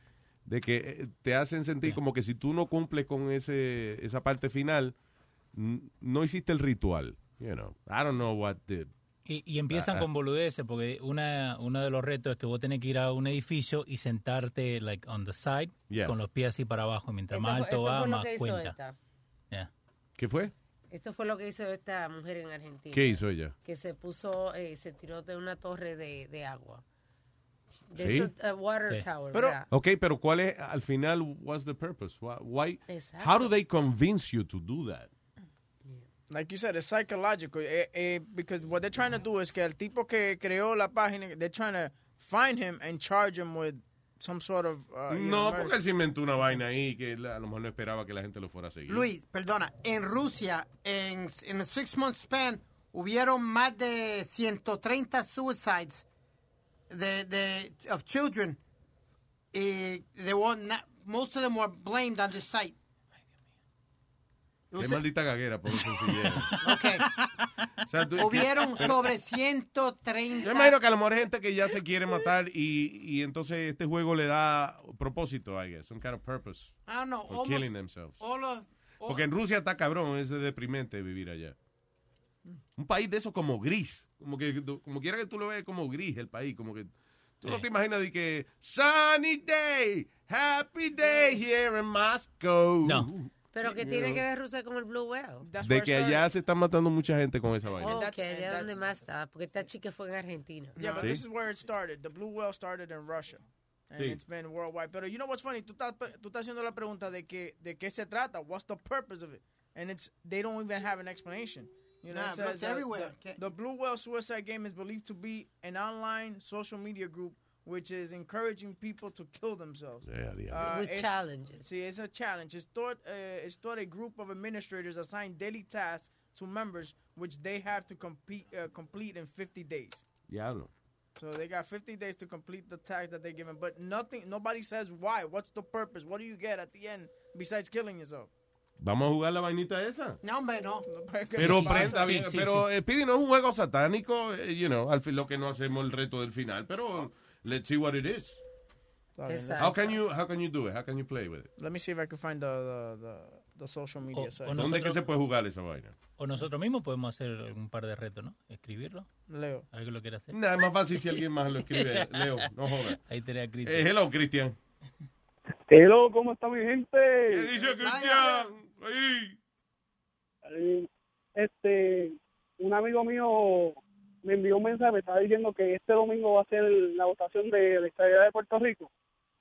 de que eh, te hacen sentir como que si tú no cumples con ese esa parte final, n- no hiciste el ritual. You know, I don't know what the...
Y, y empiezan
Ah, ah.
con boludeces, porque una, uno de los retos es que vos tenés que ir a un edificio y sentarte, like, on the side,
Yeah.
con los pies así para abajo. Mientras
Esto
más
fue-
alto
esto
va,
fue lo
más
que hizo
cuenta.
esta.
Yeah.
¿Qué fue?
Esto fue lo que hizo esta mujer en Argentina.
¿Qué hizo ella?
Que se puso, eh, se tiró de una torre de, de agua. De
Sí.
esos, eh, water
Sí.
tower,
Pero-
¿verdad?
Ok, pero ¿cuál es, al final, what's the purpose? Why, why-
Exacto.
how do they convince you to do that?
Like you said, it's psychological. Eh, eh, because what they're trying to do is que el tipo que creó la página, they're trying to find him and charge him with some sort of...
Ah,
uh, you know,
No, porque él se inventó una vaina ahí que él a lo mejor no esperaba que la gente lo fuera a seguir.
Luis, perdona, en Rusia, en, en el six month span, hubieron más de 130 suicides de, de, of children. Y they were not, most of them were blamed on this site.
Qué maldita gaguera por eso O sea, tú-
Hubieron
que-
sobre 130.
Yo imagino que a lo mejor hay gente que ya se quiere matar y, y entonces este juego le da propósito, I guess, some kind of purpose.
I don't know,
For
Ah, almost-
killing themselves.
all of- all-
Porque en Rusia está cabrón, es deprimente vivir allá. Un país de eso como gris. Como que como quiera que tú lo veas como gris el país, como que tú no
Sí.
te imaginas de que sunny day, happy day here in Moscow. No.
Pero que tiene que ver Rusia con el Blue Whale.
De que allá se está matando mucha gente con esa vaina.
Oh,
that's-
que
and
allá
that's-
donde más estaba, porque esta chica fue en Argentina.
Yeah, but
Sí.
this is where it started. The Blue Whale started in Russia. And
Sí.
it's been worldwide. Pero you know what's funny? Tú estás, tú estás haciendo la pregunta de, que, de qué se trata. What's the purpose of it? And it's they don't even have an explanation. You know,
Nah, but
it says
it's
that
everywhere.
The, the Blue Whale suicide game is believed to be an online social media group which is encouraging people to kill themselves.
Yeah, the
Uh,
With
it's-
challenges.
See, it's a challenge. It's thought, uh, it's thought a group of administrators assign daily eh, tasks to members which they have to compete, uh, complete in 50 days.
Diablo.
So they got 50 days to complete the tax that they're given, but nothing, nobody says why. What's the purpose? What do you get at the end besides killing yourself?
Vamos a jugar la vainita esa.
No, hombre, no.
Pero prenda bien, pero eh, Speedy, no es un juego satánico, eh, you know, al fin lo que no hacemos el reto del final, pero let's see what it is. How can you how can you do it? How can you play with it?
Let me see if I can find the, the, the, the social media site.
¿Dónde que se puede jugar esa vaina?
O nosotros mismos podemos hacer un par de retos, ¿no? Escribirlo.
Leo.
A ver qué lo quiere hacer.
Nada, es más fácil si alguien más lo escribe. Leo, no jodas.
Ahí tenés a Cristian.
Eh, hello, Cristian.
Hello, ¿cómo está mi gente?
¿Qué dice Cristian? Ahí.
Eh, Este, un amigo mío me envió un mensaje, me estaba diciendo que este domingo va a ser la votación de la estabilidad de Puerto Rico.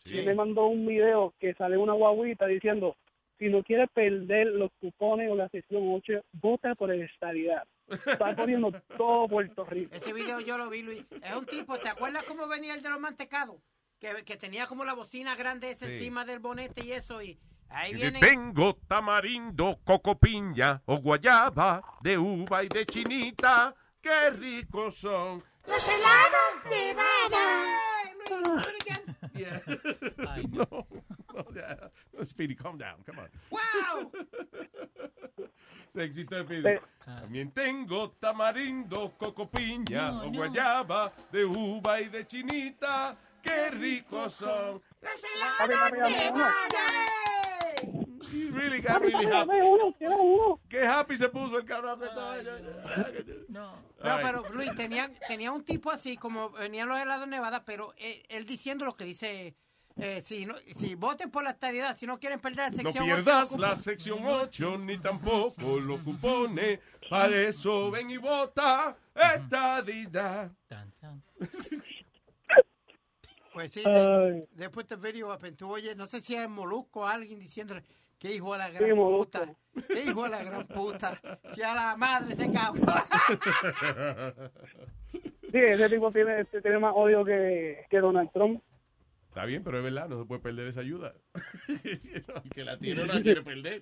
Y me mandó un video que sale una guaguita diciendo, si no quieres perder los cupones o la sesión 8, vota por el estabilidad. Está poniendo todo Puerto Rico.
Ese video yo lo vi, Luis. Es un tipo, ¿te acuerdas cómo venía el de los mantecados? Que, que tenía como la bocina grande esa
Sí.
encima del bonete y eso, y ahí
Y
viene...
Tengo tamarindo, coco piña o guayaba de uva y de chinita. ¡Qué ricos son!
Los helados de vara.
Yeah. no, no, yeah. Speedy, calm down, come on.
Wow.
Se excitó Speedy.
Ah.
También tengo tamarindo, coco piña
No,
o
no.
guayaba de uva y de chinita. ¡Qué ricos son!
Los
Papi,
helados
papi, dame
de
uno.
vara.
You really got really happy. Qué happy se puso el cabrón.
No, pero Luis, tenía, tenía un tipo así, como venían los helados Nevada, pero él, él diciendo lo que dice, eh, si, no, si voten por la estabilidad, si no quieren perder la
No
sección
pierdas
ocho,
la sección 8 ni tampoco los cupones. Para eso ven y vota esta dida.
Pues sí,
Ay.
después te video up, and tú oyes, no sé si es Molusco o alguien diciéndole, qué hijo de la
Sí,
gran
Molusco.
puta, qué hijo de la gran puta, si a la madre se cabrón.
Sí, ese tipo tiene, este, tiene más odio que, que Donald Trump.
Está bien, pero es verdad, no se puede perder esa ayuda. El que la tiene no la quiere perder.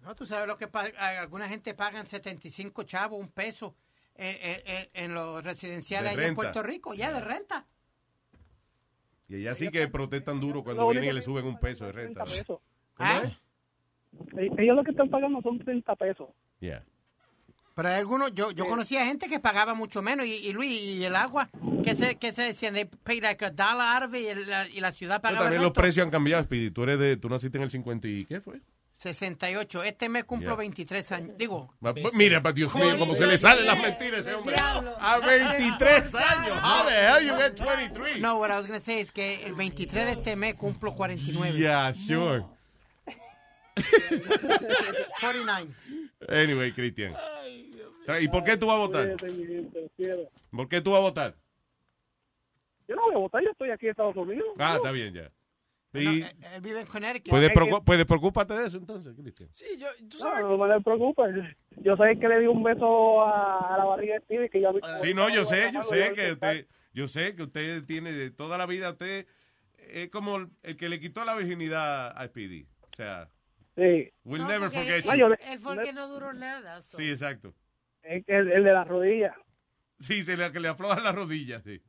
No, tú sabes lo que pa- a- alguna gente pagan 75 chavos, un peso, eh, eh, eh, en los residenciales
De
allá en
renta.
Puerto Rico, ya de renta.
Y ella sí que protestan duro cuando
Lo único
vienen y
que
le suben un peso de renta.
30 pesos.
¿Eh?
E- Ellos lo que están pagando son 30 pesos.
Yeah.
Pero hay algunos, yo, yo conocía gente que pagaba mucho menos. Y, y Luis, y el agua, que se, que se decían, they pay like a dollar out of it, y, la, y la ciudad
Pero
pagaba
también los
resto.
precios han cambiado, Speedy. Tú, eres de, tú naciste en el 50 y ¿qué fue?
68. Este mes cumplo
Yeah.
23 años. Digo,
Ma- Mira, pa' Dios mío, cómo se le salen las mentiras a ese hombre. A 23 años. How the hell you get 23?
No, what I was going to say es que el 23 de este mes cumplo 49.
Yeah, sure.
49.
Anyway, Cristian. Tra- ¿Y por qué tú vas a votar?
Cuídate, mi gente, los quiero.
¿Por qué tú vas a votar?
Yo no voy a votar, yo estoy aquí en Estados Unidos.
Ah, está bien ya. Sí.
Él vive en Connecticut.
Puedes, preocu- puedes preocuparte de eso entonces, Cristian.
Sí, yo, tú
sabes. No, no me preocupes. Yo sé que le di un beso a, a la barriga de Steve que yo
Sí, no, yo sé, yo sé que usted, yo sé que usted tiene de toda la vida, usted es como el- el que le quitó la virginidad a Speedy. O sea,
Sí.
we'll never
porque
forget
él-
you.
él-
El porque no duró nada. so.
Sí, exacto.
El, el- el de las rodillas.
Sí, se le, que le aflojan las rodillas, sí.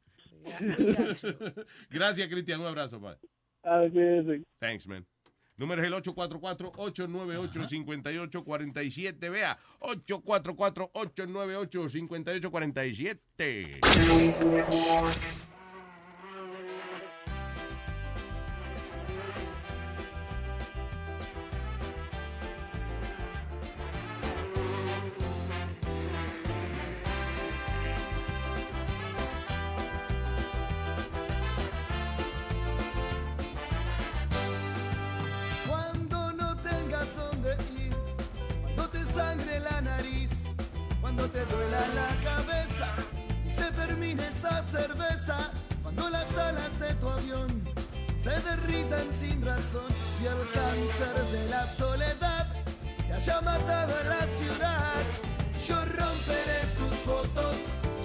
Gracias, Cristian. Un abrazo, padre.
Así es, sí.
Thanks, man. Número es el 844-898-5847. Vea, 844-898-5847.
Cuando no tengas dónde ir, cuando te sangre la nariz, cuando te duela la cabeza y se termine esa cerveza, cuando las alas de tu avión se derritan sin razón y el cáncer de la soledad te haya matado en la ciudad. Yo romperé tus fotos,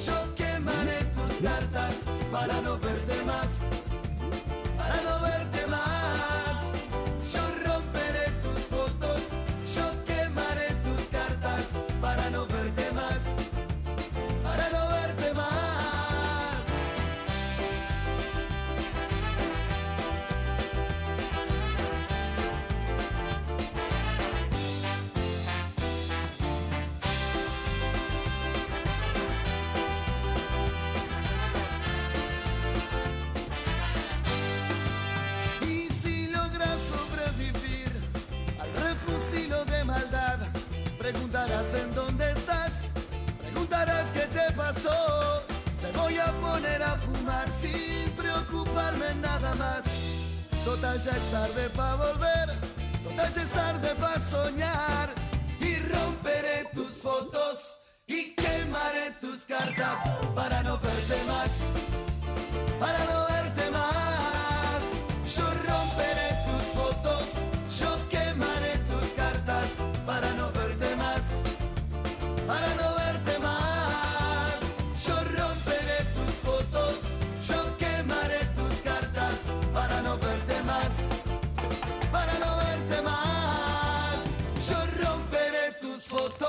yo quemaré tus cartas para no verte más, para no verte más. Yo romperé tus fotos, yo quemaré tus cartas para no verte más, para no verte más. pasó. Te voy a poner a fumar sin preocuparme nada más. Total ya es tarde para volver, total ya es tarde para soñar. Y romperé tus fotos y quemaré tus cartas para no verte más, para no verte más. Yo romperé tus fotos, yo quemaré tus cartas para no verte más, para no verte más. Yo romperé tus fotos, yo quemaré tus cartas para no verte más, para no verte más. Yo romperé tus fotos.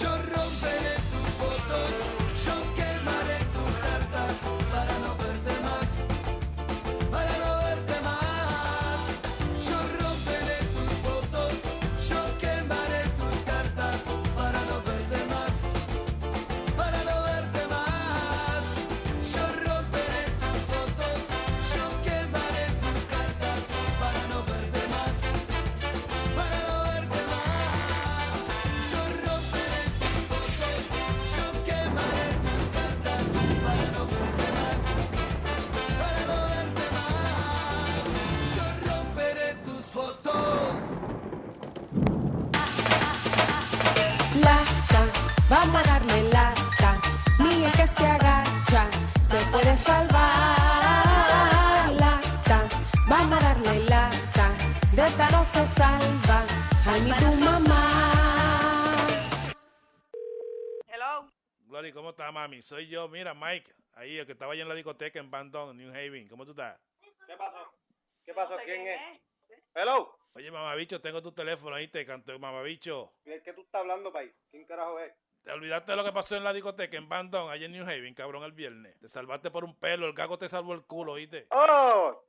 Yo romperé tus fotos, yo quemaré tus cartas para no verte más, para no verte más. Yo romperé tus fotos, yo quemaré tus cartas para no verte más, para no verte más. Yo romperé tus fotos, yo quemaré tus cartas para no verte más, para no verte más. Yo romperé tus fotos, yo quemaré tus cartas para no verte más, para no verte más. Yo romperé tus fotos.
Lata, vamos a darle lata. Ni el que se agacha se puede salvar. Lata, vamos a darle lata. De esta no se salva. Ay, ni tu mamá.
Hello.
Glory, ¿cómo estás, mami? Soy yo, mira, Mike. Ahí, el que estaba allá en la discoteca en Bandon, New Haven. ¿Cómo tú estás?
¿Qué pasó? ¿Qué pasó? ¿Quién es? Hello.
Oye, mamabicho, tengo tu teléfono ahí, te canto, mamabicho.
¿De qué tú estás hablando, país? ¿Quién carajo es?
Te olvidaste de lo que pasó en la discoteca en Bandon, allá en New Haven, cabrón, el viernes. Te salvaste por un pelo, el gago te salvó el culo, ¿oíste?
¡Oh!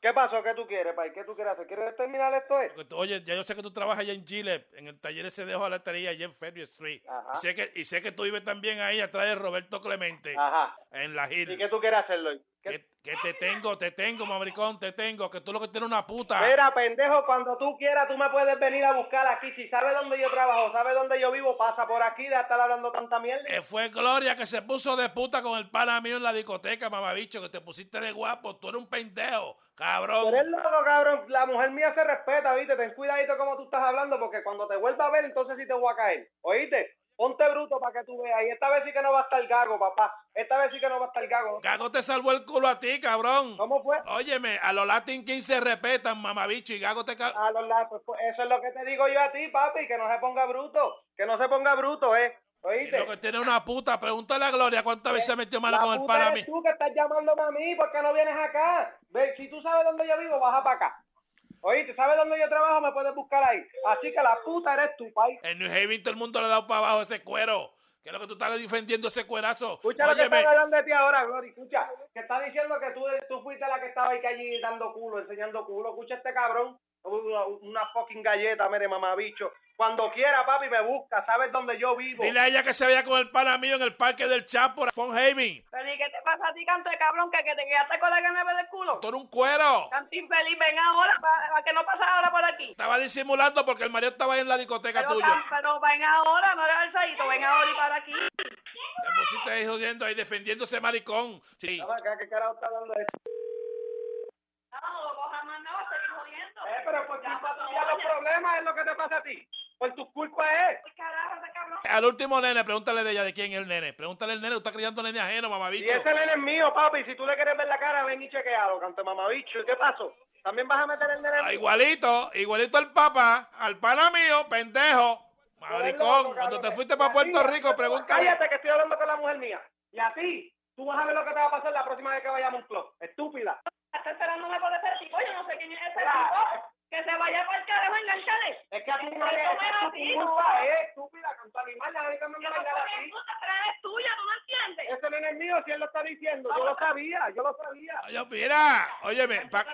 ¿Qué pasó? ¿Qué tú quieres, país? ¿Qué tú quieres hacer? ¿Quieres terminar esto? eh? Es?
Porque tú- Oye, ya yo sé que tú trabajas allá en Chile, en el taller ese de hojalatería, allá en Ferry Street.
Ajá.
Y sé, que, y sé que tú vives también ahí atrás de Roberto Clemente.
Ajá.
En la Hill.
¿Y qué tú quieres hacerlo?
Que, que te tengo, te tengo, mabricón, te tengo. Que tú lo que tienes una puta.
Mira, pendejo, cuando tú quieras, tú me puedes venir a buscar aquí. Si sabes dónde yo trabajo, sabes dónde yo vivo, pasa por aquí de estar hablando tanta mierda.
Eh, fue Gloria que se puso de puta con el pana mío en la discoteca, mamabicho, que te pusiste de guapo. Tú eres un pendejo,
Tú
cabrón.
eres loco, cabrón. La mujer mía se respeta, ¿viste? Ten cuidadito como tú estás hablando, porque cuando te vuelva a ver, entonces sí te voy a caer. ¿Oíste? Ponte bruto para que tú veas. Y esta vez sí que no va a estar gago, papá. Esta vez sí que no va a estar gago.
Gago te salvó el culo a ti, cabrón.
¿Cómo fue?
Óyeme, a los Latin Kings se respetan, mamabicho, y Gago te... ca-
A los lados, pues, pues, eso es lo que te digo yo a ti, papi, que no se ponga Ah, bruto. Que no se ponga bruto, ¿eh?
Si lo
¿Oíste? Eh,
que tiene una puta, pregúntale a Gloria cuántas veces se metió mala
La
con el
puta
pana
eres
mío.
tú que estás llamándome a mí, ¿por qué no vienes acá? Ve, si tú sabes dónde yo vivo, baja para acá. Oíste, ¿sabes dónde yo trabajo? Me puedes buscar ahí. Así que la puta eres tú, país.
En New Haven todo el mundo le ha dado para abajo ese cuero. ¿Qué es lo que tú estás defendiendo ese cuerazo?
Escucha lo que
Óyeme.
están hablando de ti ahora, Glory. Escucha, que está diciendo que tú, tú fuiste la que estaba ahí que allí dando culo, enseñando culo. Escucha este cabrón. Una, una fucking galleta, mire, mamabicho. Cuando quiera, papi, me busca. Sabes dónde yo vivo.
Dile a ella que se vaya con el pana mío en el parque del Chapo, Fon Haven.
Pero ¿y qué te pasa a ti, canto de cabrón? Que, que te quedaste con la gana del culo.
Tú eres un cuero.
Canto infeliz, ven ahora, para que no pases ahora por aquí.
Estaba disimulando porque el marido estaba ahí en la discoteca
Pero,
tuya.
tan- pero ven ahora, no eres alzadito, ven ahora y para aquí.
Te pusiste ahí jodiendo ahí, defendiendo ese maricón. Sí.
¿Qué carajo está hablando de esto?
No, coja más no, estoy jodiendo.
Eh, pero por culpa tuya los problemas es lo que te pasa a ti. Pues, Por tus culpas es.
Al último nene, pregúntale de ella de quién es el nene. Pregúntale al nene, tú estás criando nene ajeno, mamabicho.
Y ese nene es mío, papi. Si tú le quieres ver la cara, ven y chequealo, canto de mamabicho. ¿Y qué pasó? ¿También vas a meter el nene?
Ah, Igualito, igualito al papá, al pana mío, pendejo. Maricón, cuando te fuiste para Puerto Rico, pregúntale.
Cállate que estoy hablando con la mujer mía. Y a ti, tú vas a ver lo que te va a pasar la próxima vez que vayamos a un club. Estúpida.
Está esperándome por ese tipo, yo no sé quién es ese tipo. Que se vaya para el carajo, enganchale.
eh, Es que a ti no
Ay,
le
no me lo
es tu
digo.
culpa, es estúpida, canto animal. Ahorita no me
Yo no
vengas
soy
así.
excusa, pero eres tuya, ¿tú no entiendes?
Ah,
Ese nene es mío, si él lo está diciendo. Yo lo sabía, yo lo sabía.
Yo, mira, óyeme, pa-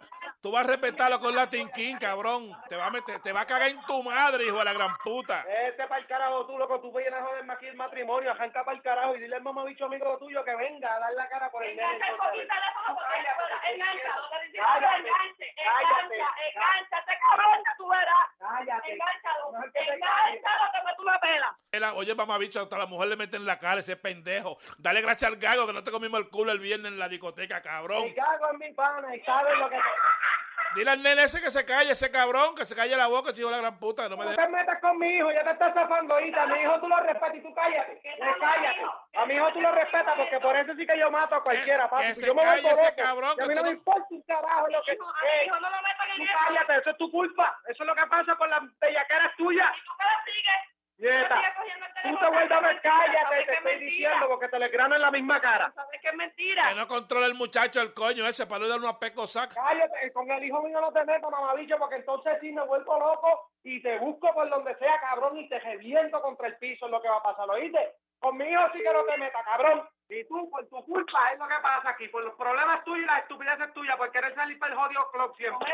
Tú vas a respetarlo con Latin King, cabrón. Te va a meter, te va a cagar en tu madre, hijo de la gran puta.
Este para el carajo tú, loco, tú vienes a joderme aquí el matrimonio, arranca para el carajo y dile al mamá bicho amigo tuyo que venga a dar la cara por el nene.
Engancha el
entonces.
poquito teléfono porque
Cállate,
afuera,
te
engancha,
quiero.
lo que te estoy diciendo,
Cállate,
enganche,
cállate,
engancha,
cállate.
engancha, te cabrón que tú verás.
Cállate.
Engánchalo,
No es que te
engánchalo que me tú me pelas.
Era, Oye, mamá bicho, hasta la mujer le mete en la cara ese pendejo. Dale gracias al gago que no te comimos el culo el viernes en la discoteca, cabrón.
Me cago en mi pana y sabes lo que te...
Dile al nene ese que se calle, ese cabrón, que se calle la boca, chico de la gran puta, que no me
No
deje.
te metas con mi hijo, ya te estás zafando ahorita. Mi hijo tú lo respetas y tú cállate. Le cállate. A mi hijo tú lo respetas porque por eso sí que yo mato a cualquiera, papi.
que se
yo me voy
calle ese
loco.
cabrón,
Y A
que tú
mí no me
no-
importa un carajo lo que...
Hijo, a mi
Ey,
hijo no lo metan en
tú
eso.
cállate, eso es tu culpa. Eso es lo que pasa por las bellaqueras tuyas.
¿Tú qué lo sigues?
Nieta,
Sigue cogiendo el
tú
teléfono,
te vuelves a ver, cállate,
¿sabes
te
qué
estoy
mentira?
diciendo porque te le grano en la misma cara.
¿Sabes qué es mentira?
Que no controla el muchacho el coño ese para no darle una peco saca.
Cállate, con el hijo mío no te metas, mamabicho, porque entonces sí me vuelvo loco y te busco por donde sea, cabrón, y te reviento contra el piso, es lo que va a pasar, ¿oíste? Con mi hijo sí que no te metas, cabrón. Y tú, por tu culpa, es lo que pasa aquí, por los problemas tuyos y las estupideces tuyas, por querer salir para el jodido club siempre.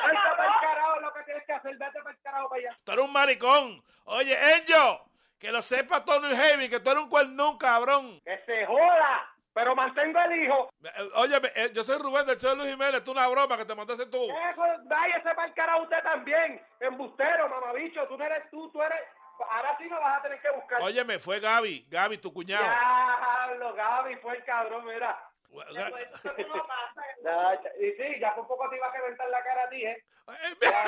Suelta para el carajo es lo que tienes que hacer, vete para el carajo para allá.
Tú eres un maricón. Oye, Enjo, que lo sepa Tony Heavy, que tú eres un cuernón, cabrón.
Que se joda, pero mantengo el hijo.
Oye, me- eh, yo soy Rubén del show de Luis Jiménez, tú una broma que te mandaste tú.
Eso, váyase para el carajo usted también, embustero, mamabicho, tú no eres tú, tú eres... Ahora sí me vas a tener que buscar.
Oye, me fue Gaby, Gaby, tu cuñado.
Diablo, Gaby fue el cabrón, mira.
Ya,
pues, ya, y sí, ya por poco te iba a reventar la cara a ti, ¿eh?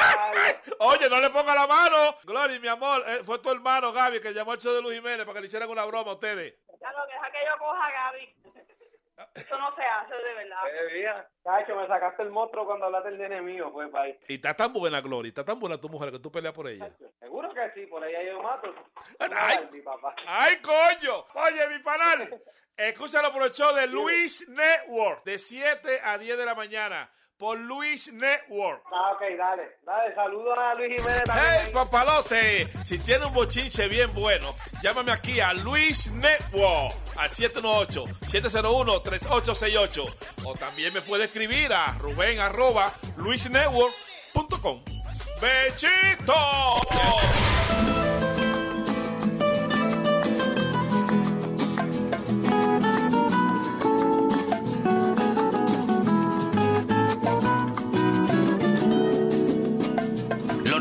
Oye, no le ponga la mano. Glory, mi amor, eh, fue tu hermano Gaby que llamó al show de Luis Jiménez para que le hicieran una broma a ustedes.
Ya lo deja que yo coja a Gaby. Eso no se hace, de verdad.
Eh, Cacho, me sacaste el monstruo cuando hablaste del nene mío, pues, bye.
Y está tan buena, Glory, está tan buena tu mujer que tú peleas por ella.
Seguro que sí, por ahí yo mato.
Ay,
Mi papá.
¡Ay, coño! Oye, mi panal, escúchalo por el show de Luis Network, de 7 a 10 de la mañana, por Luis Network.
Ah, ok, dale, dale, saludos a Luis Jiménez también.
¡Hey, papalote! Si tiene un bochinche bien bueno, llámame aquí a Luis Network al 718-701-3868. O también me puede escribir a ruben arroba luisnetwork.com. ¡Bechito!
lo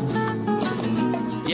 y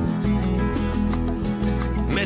Me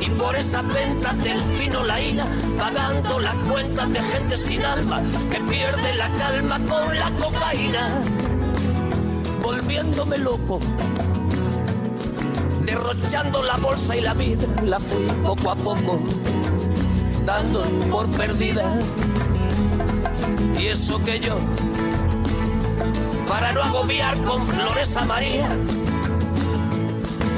y por esas ventas del fino laína, pagando las cuentas de gente sin alma que pierde la calma con la cocaína, volviéndome loco, derrochando la bolsa y la vida, la fui poco a poco dando por perdida. Y eso que yo, para no agobiar con flores a María,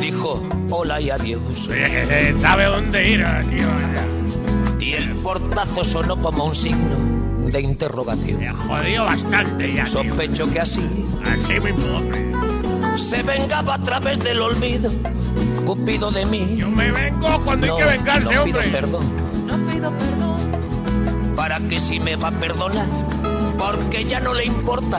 Dijo, hola y adiós.
Eh, sabe dónde ir,
tío. Y el portazo sonó como un signo de interrogación. Me
jodió bastante ya, tío.
Sospecho que así.
Así mismo.
Se vengaba a través del olvido. Cupido de mí. Yo
me vengo cuando hay que vengarse,
no
hombre.
Pido perdón. No pido perdón. Para que si me va a perdonar. Porque ya no le importa.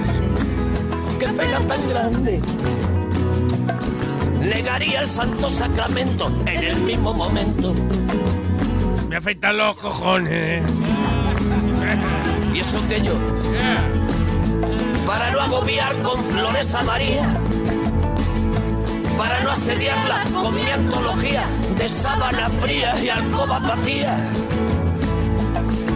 ¡Qué pena tan grande! Negaría el santo sacramento en el mismo momento.
Me afeitan los cojones.
Y eso que yo, para no agobiar con flores a María, para no asediarla con mi antología de sábana fría y alcoba vacía,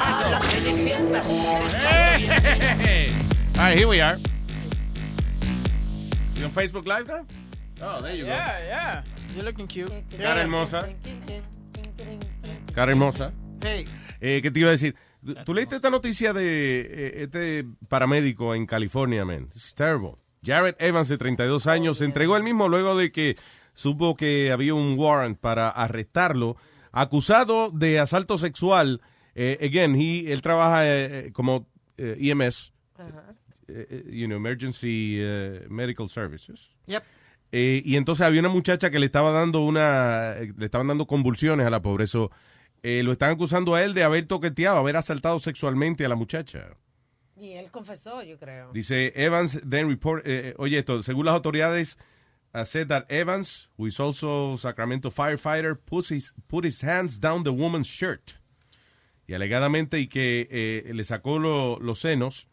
a las cenicientas.
All right, here we are. You on Facebook Live now? Oh, there you go.
Yeah, yeah. You're looking cute.
Cara hermosa. Cara hermosa. Eh, ¿Qué te iba a decir? ¿Tú leíste esta noticia de eh, este paramédico en California, man? It's terrible. Jared Evans, de 32 años, se entregó él mismo luego de que supo que había un warrant para arrestarlo, acusado de asalto sexual. Eh, again, he- él trabaja eh, eh, como eh, EMS, eh, eh, you know, Emergency eh, Medical Services. Eh, y entonces había una muchacha que le estaba dando una, eh, le estaban dando convulsiones a la pobre. Eso, eh, lo están acusando a él de haber toqueteado, haber asaltado sexualmente a la muchacha.
Y él confesó, yo creo.
Dice Evans then report, eh, eh, oye esto, según las autoridades, uh, said that Evans, who is also Sacramento firefighter, put his, put his hands down the woman's shirt. Y alegadamente y que eh, le sacó lo- los senos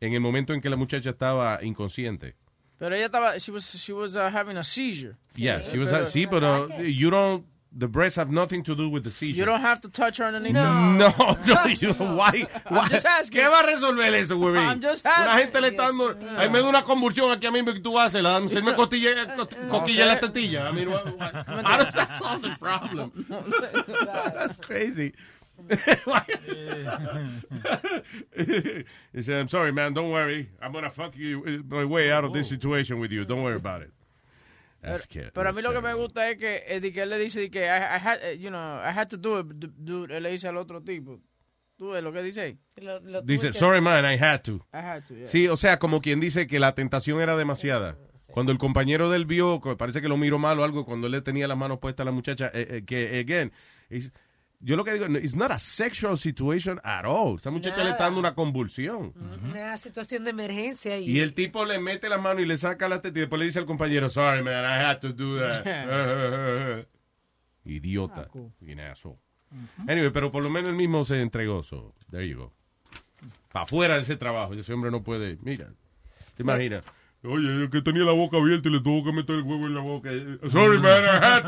en el momento en que la muchacha estaba inconsciente.
Pero ella estaba, she was, she was uh, having a seizure.
Yeah, she was, uh, sí, pero uh, you don't, the breasts have nothing to do with the seizure.
You don't have to touch her underneath.
No, no, you, why, why-
just asking.
¿Qué va a resolver eso, güey?
I'm just
Una
asking.
gente le está dando. Ahí me da una convulsión aquí a mí, que tú haces, la, se me costilla, cost- coquilla en la tetilla. I mean, what- what- how does that solve the problem? That's crazy. He said, I'm sorry, man, don't worry. I'm gonna fuck you uh, my way out of this situation with you. Don't worry about it. That's kid.
Pero a mí lo que me gusta es que, eh, de que él le dice de que I, I had, eh, you know, I had to do it, d- dude. Él le dice al otro tipo. Tú ves lo que dice ahí.
Dice, sorry, man, I had to.
I had to, yeah. Eh,
Sí, o sea, como quien dice que la tentación era demasiada. Cuando el compañero del vio, co- parece que lo miró mal o algo, cuando él le tenía las manos puestas a la muchacha, eh, eh, que, again, is- yo lo que digo, no, it's not a sexual situation at all. Esa muchacha
Nada.
le está dando una convulsión.
Mm.
Una situación de emergencia y,
Y el tipo le mete la mano y le saca la teta y después le dice al compañero, sorry, man, I had to do that. Idiota. Fucking
Ah.
asshole. Anyway, pero por lo menos él mismo se entregó. So, there you go. Para afuera de ese trabajo. Ese hombre no puede. Mira, te imaginas. Oye, el que tenía la boca abierta y le tuvo que meter el huevo en la boca. Sorry, man, I had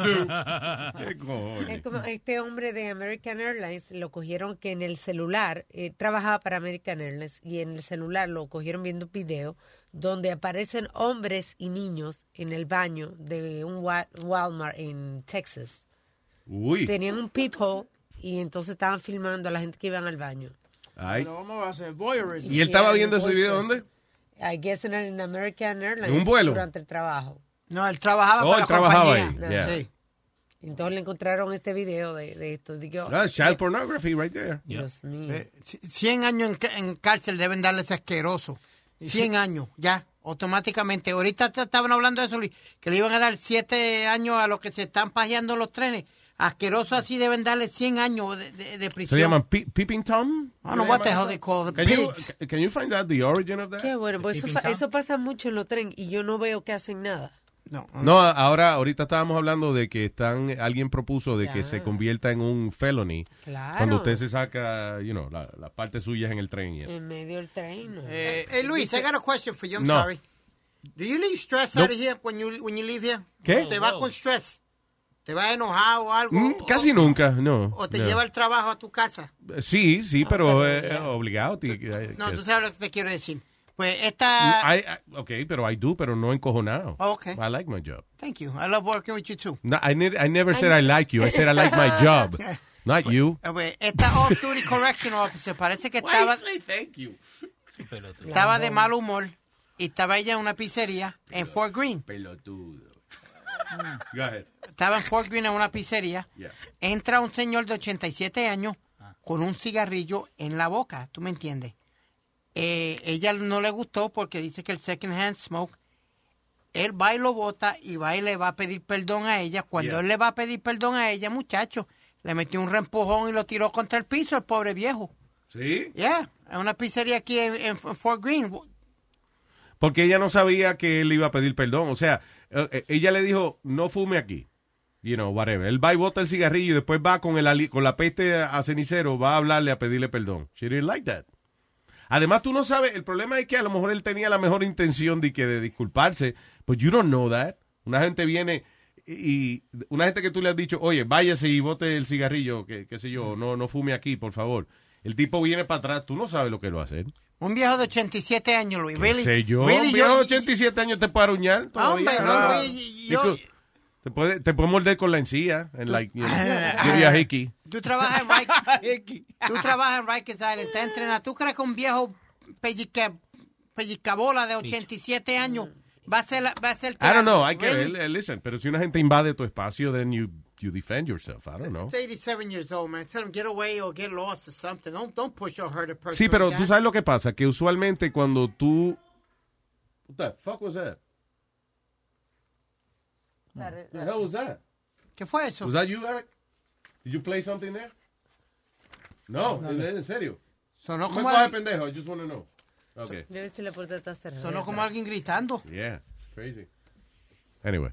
to. ¿Qué cojones?
Es como este hombre de American Airlines lo cogieron que en el celular, eh, trabajaba para American Airlines y en el celular lo cogieron viendo un video donde aparecen hombres y niños en el baño de un Wa- Walmart en Texas.
Uy.
Tenían un peephole y entonces estaban filmando a la gente que iban al baño.
Ay.
Pero ¿cómo va a ser? Voyeurism.
¿Y él estaba viendo ese video dónde?
I guess en, en American Airlines.
¿En un vuelo?
Durante el trabajo.
No, él trabajaba
Oh, él trabajaba ahí.
No,
yeah.
sí. Entonces le encontraron este video de, de esto. Digo, eh,
That's Ah, child pornography right there.
Dios mío.
Eh, c- 100 años en, ca- en cárcel deben darle ese asqueroso. 100 años, ya, automáticamente. Ahorita te estaban hablando de eso, Luis, que le iban a dar 7 años a los que se están pajeando los trenes. Asqueroso así deben darle 100 años de, de- de
Se
prisión.
llaman pe- Peeping Tom.
I don't know Ah, what the hell they call the
Can you,
pigs.
can you find out the origin of that?
Qué bueno, pues eso, fa- eso pasa mucho en los trenes y yo no veo que hacen nada.
No.
No, ahora, ahorita estábamos hablando de que están, alguien propuso de que se convierta en un felony.
Claro.
Cuando usted se saca, you know, la- las partes suyas en el tren y
Eh,
eso.
En medio del tren. no.
Eh,
Hey, Luis, I got a question for you. I'm
No.
sorry. Do you leave stress out of here when you, when you leave here?
¿Qué?
¿Te vas con stress? ¿Te vas enojado o algo?
Mm, casi nunca, no.
¿O te
no.
lleva el trabajo a tu casa?
Sí, sí, pero eh, obligado. ti- eh,
No,
que-
tú sabes lo que te quiero decir. Pues esta...
Mm, I- I- ok, pero I do, pero no encojonado.
Uh, Oh, okay.
I like my job.
Thank you. I love working with you too.
No, I, ne- I never said I like you. I said I like my job. Not you.
A ver, Pues, esta off-duty correctional officer parece que estaba,
thank you?
estaba de mal humor y estaba ella en una pizzería en Fort Greene.
Pelotudo.
Mm.
Go ahead.
Estaba en Fort Greene en una pizzería.
Yeah.
Entra un señor de 87 años
Ah.
con un cigarrillo en la boca. ¿Tú me entiendes? Eh, ella no le gustó porque dice que el second hand smoke. Él va y lo bota y va y le va a pedir perdón a ella. Cuando
Yeah.
él le va a pedir perdón a ella, muchacho, le metió un reempujón y lo tiró contra el piso, el pobre viejo.
¿Sí?
Yeah, en una pizzería aquí en, en Fort Greene.
Porque ella no sabía que él iba a pedir perdón. O sea, eh, eh, ella le dijo, no fume aquí. You know, whatever. Él va y bota el cigarrillo y después va con, el, ali- con la peste a cenicero, va a hablarle, a pedirle perdón. She didn't like that. Además, tú no sabes, el problema es que a lo mejor él tenía la mejor intención de, que, de disculparse, but you don't know that. Una gente viene y y una gente que tú le has dicho, oye, váyase y bote el cigarrillo, que, qué sé yo, no, no fume aquí, por favor. El tipo viene para atrás, tú no sabes lo que lo va a hacer.
Un viejo de 87 años, Luis. Really,
sé yo,
really,
un viejo de 87 años te puede aruñar todavía.
Hombre, no,
Claro.
Luis, yo-
Digo, te, puede, te puede morder con la encía, en like, you know,
Ah.
give you a hickey.
Tú trabajas en Rikers, tú trabajas en Rikers Island, te entrenas. ¿Tú crees que un viejo pellica, pellicabola de 87 años va a ser, la- va a ser
I don't know, hay que
Really?
ver, eh, listen, pero si una gente invade tu espacio, then you, you defend yourself, I don't know.
It's 87 years old, man. Tell him get away or get lost or something. Don't, don't push or hurt a person.
Sí, pero
like
tú
that.
sabes lo que pasa, que usualmente cuando tú... What the fuck was that? The hell was that?
¿Qué fue eso?
Was that you, Eric? Did you play something there? No, en, en serio.
Sonó
Me
como
coge
al-
pendejo, I just want to know. Okay.
Debe ser la puerta está cerrada.
Sonó como alguien gritando.
Yeah, crazy. Anyway,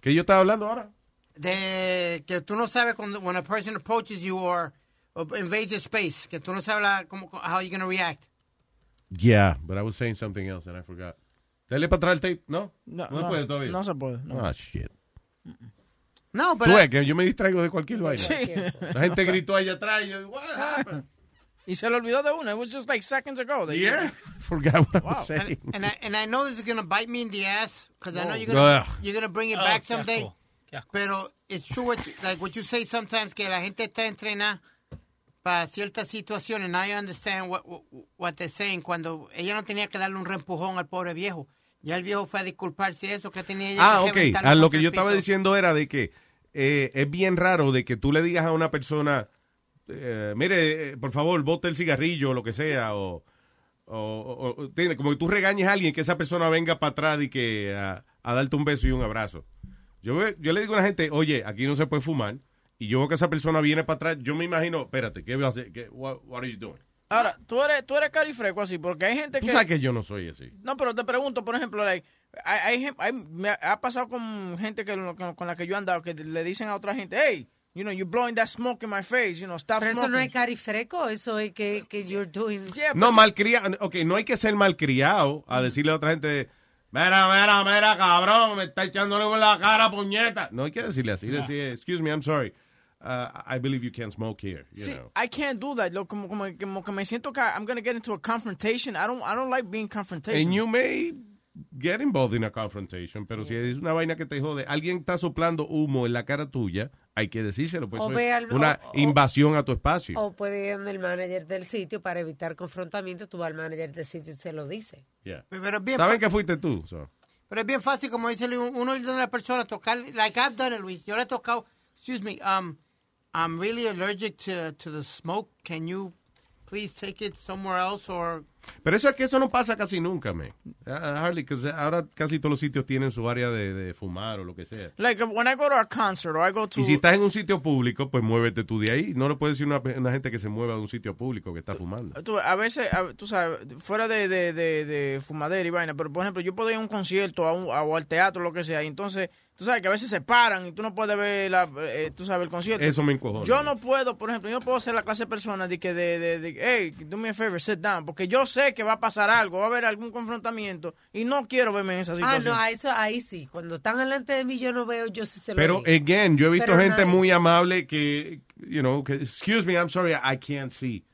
¿qué yo estaba hablando ahora?
De que tú no sabes cuando when a person approaches you or, or invades your space, que tú no sabes la- cómo, how you're going to react.
Yeah, but I was saying something else and I forgot. Dale para atrás el tape, ¿no?
No,
se
no,
puede todavía.
no se puede, no.
Ah, shit.
No,
Tú ves que yo me distraigo de cualquier vaina.
Sí.
La gente gritó allá atrás y yo, what happened?
Y se le olvidó de una. It was just like seconds ago. They-
Yeah. Forgot what I was
And,
saying.
and I and I know this is gonna bite me in the ass because I know you're
Whoa.
gonna
Ugh.
you're gonna bring it
Oh,
back
qué
someday.
asco. Qué asco.
Pero it's true what you, like what you say sometimes que la gente está entrenada para ciertas situaciones. Now you understand what, what what they're saying cuando ella no tenía que darle un reempujón al pobre viejo. Ya el viejo fue a disculparse eso que tenía ella.
Ah,
que
ok.
reventarlo
Ah, lo
contra
que
el
yo estaba
piso.
diciendo era de que eh, es bien raro de que tú le digas a una persona, eh, mire, eh, por favor, bote el cigarrillo o lo que sea, o, o- o- o- ¿entiendes? como que tú regañes a alguien que esa persona venga para atrás y que a, a darte un beso y un abrazo. Yo, ve- yo le digo a la gente, oye, aquí no se puede fumar, y yo veo que esa persona viene para atrás, yo me imagino, espérate, ¿qué vas a hacer? ¿Qué- what, what are you doing?
Ahora, tú eres, tú eres carifreco así, porque hay gente
Tú
que...
sabes que yo no soy así.
No, pero te pregunto, por ejemplo, like, hay, hay gen- hay- me ha- ha pasado con gente que, lo- con, con la que yo he andado que le dicen a otra gente, hey, you know, you're blowing that smoke in my face, you know, stop
Pero eso
smoking.
no es carifreco, eso es que, que you're doing.
No, malcriado. Ok, no hay que ser malcriado a decirle a otra gente, mira, mira, mira, cabrón, me está echándole en la cara, puñeta. No hay que decirle así.
No.
Decir, excuse me, I'm sorry. Uh, I believe you can smoke here. You
Sí,
know.
I can't do that. Lo, como, como, como que me siento que I'm going to get into a confrontation. I don't, I don't like being confrontation.
And you may get involved in a confrontation, pero si es una vaina que te jode, alguien está soplando humo en la cara tuya, hay que decírselo. Pues
O
eso
ve
es
al-
una
o- o-
invasión a tu espacio.
O puede ir donde el manager del sitio para evitar confrontamiento. Tú vas al manager del sitio y se lo dice.
Yeah.
Pero es bien
¿Saben
fa-
que fuiste tú? So,
Pero es bien fácil, como dice Luis, uno ir donde la persona, tocar, like I've done it, Luis. Yo le he tocado, Excuse me. Um, I'm really allergic to, to the smoke. Can you please take it somewhere else or
Pero eso es que eso no pasa casi nunca, man. Uh, Harley, 'cause ahora casi todos los sitios tienen su área de, de fumar o lo que sea.
Like uh, when I go to a concert or I go to.
Y si estás en un sitio público, pues muévete tú de ahí. No le puedes decir a una, una gente que se mueva de un sitio público que está fumando.
Tú, a veces, a- tú sabes, fuera de, de, de, de fumadera y vaina, pero por ejemplo, yo puedo ir a un concierto a un- a- o al teatro, lo que sea, y entonces, tú sabes que a veces se paran y tú no puedes ver, la, eh, tú sabes, el concierto.
Eso me encojona.
Yo no puedo, por ejemplo, yo no puedo ser la clase de persona de que, de, de, de, hey, do me a favor, sit down, porque yo sé que va a pasar algo, va a haber algún confrontamiento, y no quiero verme en esa
Ah,
situación.
no, a eso, ahí sí. Cuando están delante de mí, yo no veo, yo sí se lo
Pero,
digo.
again, yo he visto
Pero
gente
nice.
muy amable que, you know, que, excuse me, I'm sorry, I can't see.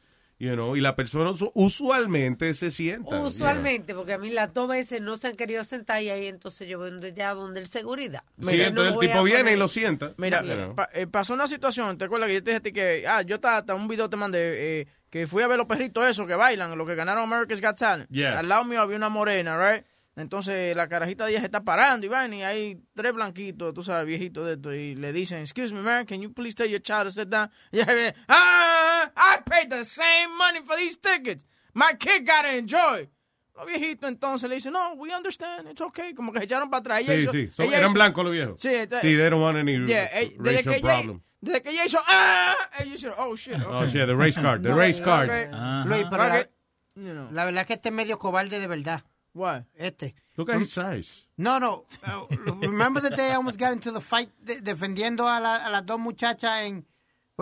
You know, y la persona usu- usualmente se sienta. you know.
Usualmente, porque a mí las dos veces no se han querido sentar y ahí entonces yo voy donde- ya donde el seguridad.
Sí, entonces el tipo viene y lo sienta.
Mira,
You know.
pa- eh, pasó una situación, ¿te acuerdas que yo te dije a ti que, ah, yo ta- ta un video te mandé, eh, que fui a ver los perritos esos que bailan, los que ganaron America's Got Talent.
Yeah.
Al lado mío había una morena, right? Entonces la carajita de ella se está parando y van y hay tres blanquitos, tú sabes, viejitos de esto, y le dicen, excuse me, man, can you please tell your child to sit down? Y ella viene, ah, I paid the same money for these tickets. My kid gotta enjoy. Los viejitos entonces le dicen, no, we understand, it's okay. Como que se echaron para atrás. Ella
Sí,
hizo-
sí. So,
ella
eran
hizo-
blancos los viejos.
Sí, esta-
Sí, they don't want any
eh,
racial
que ella-
problem.
desde que ella hizo ¡Ah! Ellos hicieron, oh shit. ok.
Oh, yeah, the race card, the
No,
race
no,
card.
ok.
Ajá.
Luis, pero la,
You know.
la verdad es que este es medio cobarde de verdad.
Why?
Este.
Look at his size.
No, no. Uh, remember the day I almost got into the fight de- defendiendo a, la- a las dos muchachas en...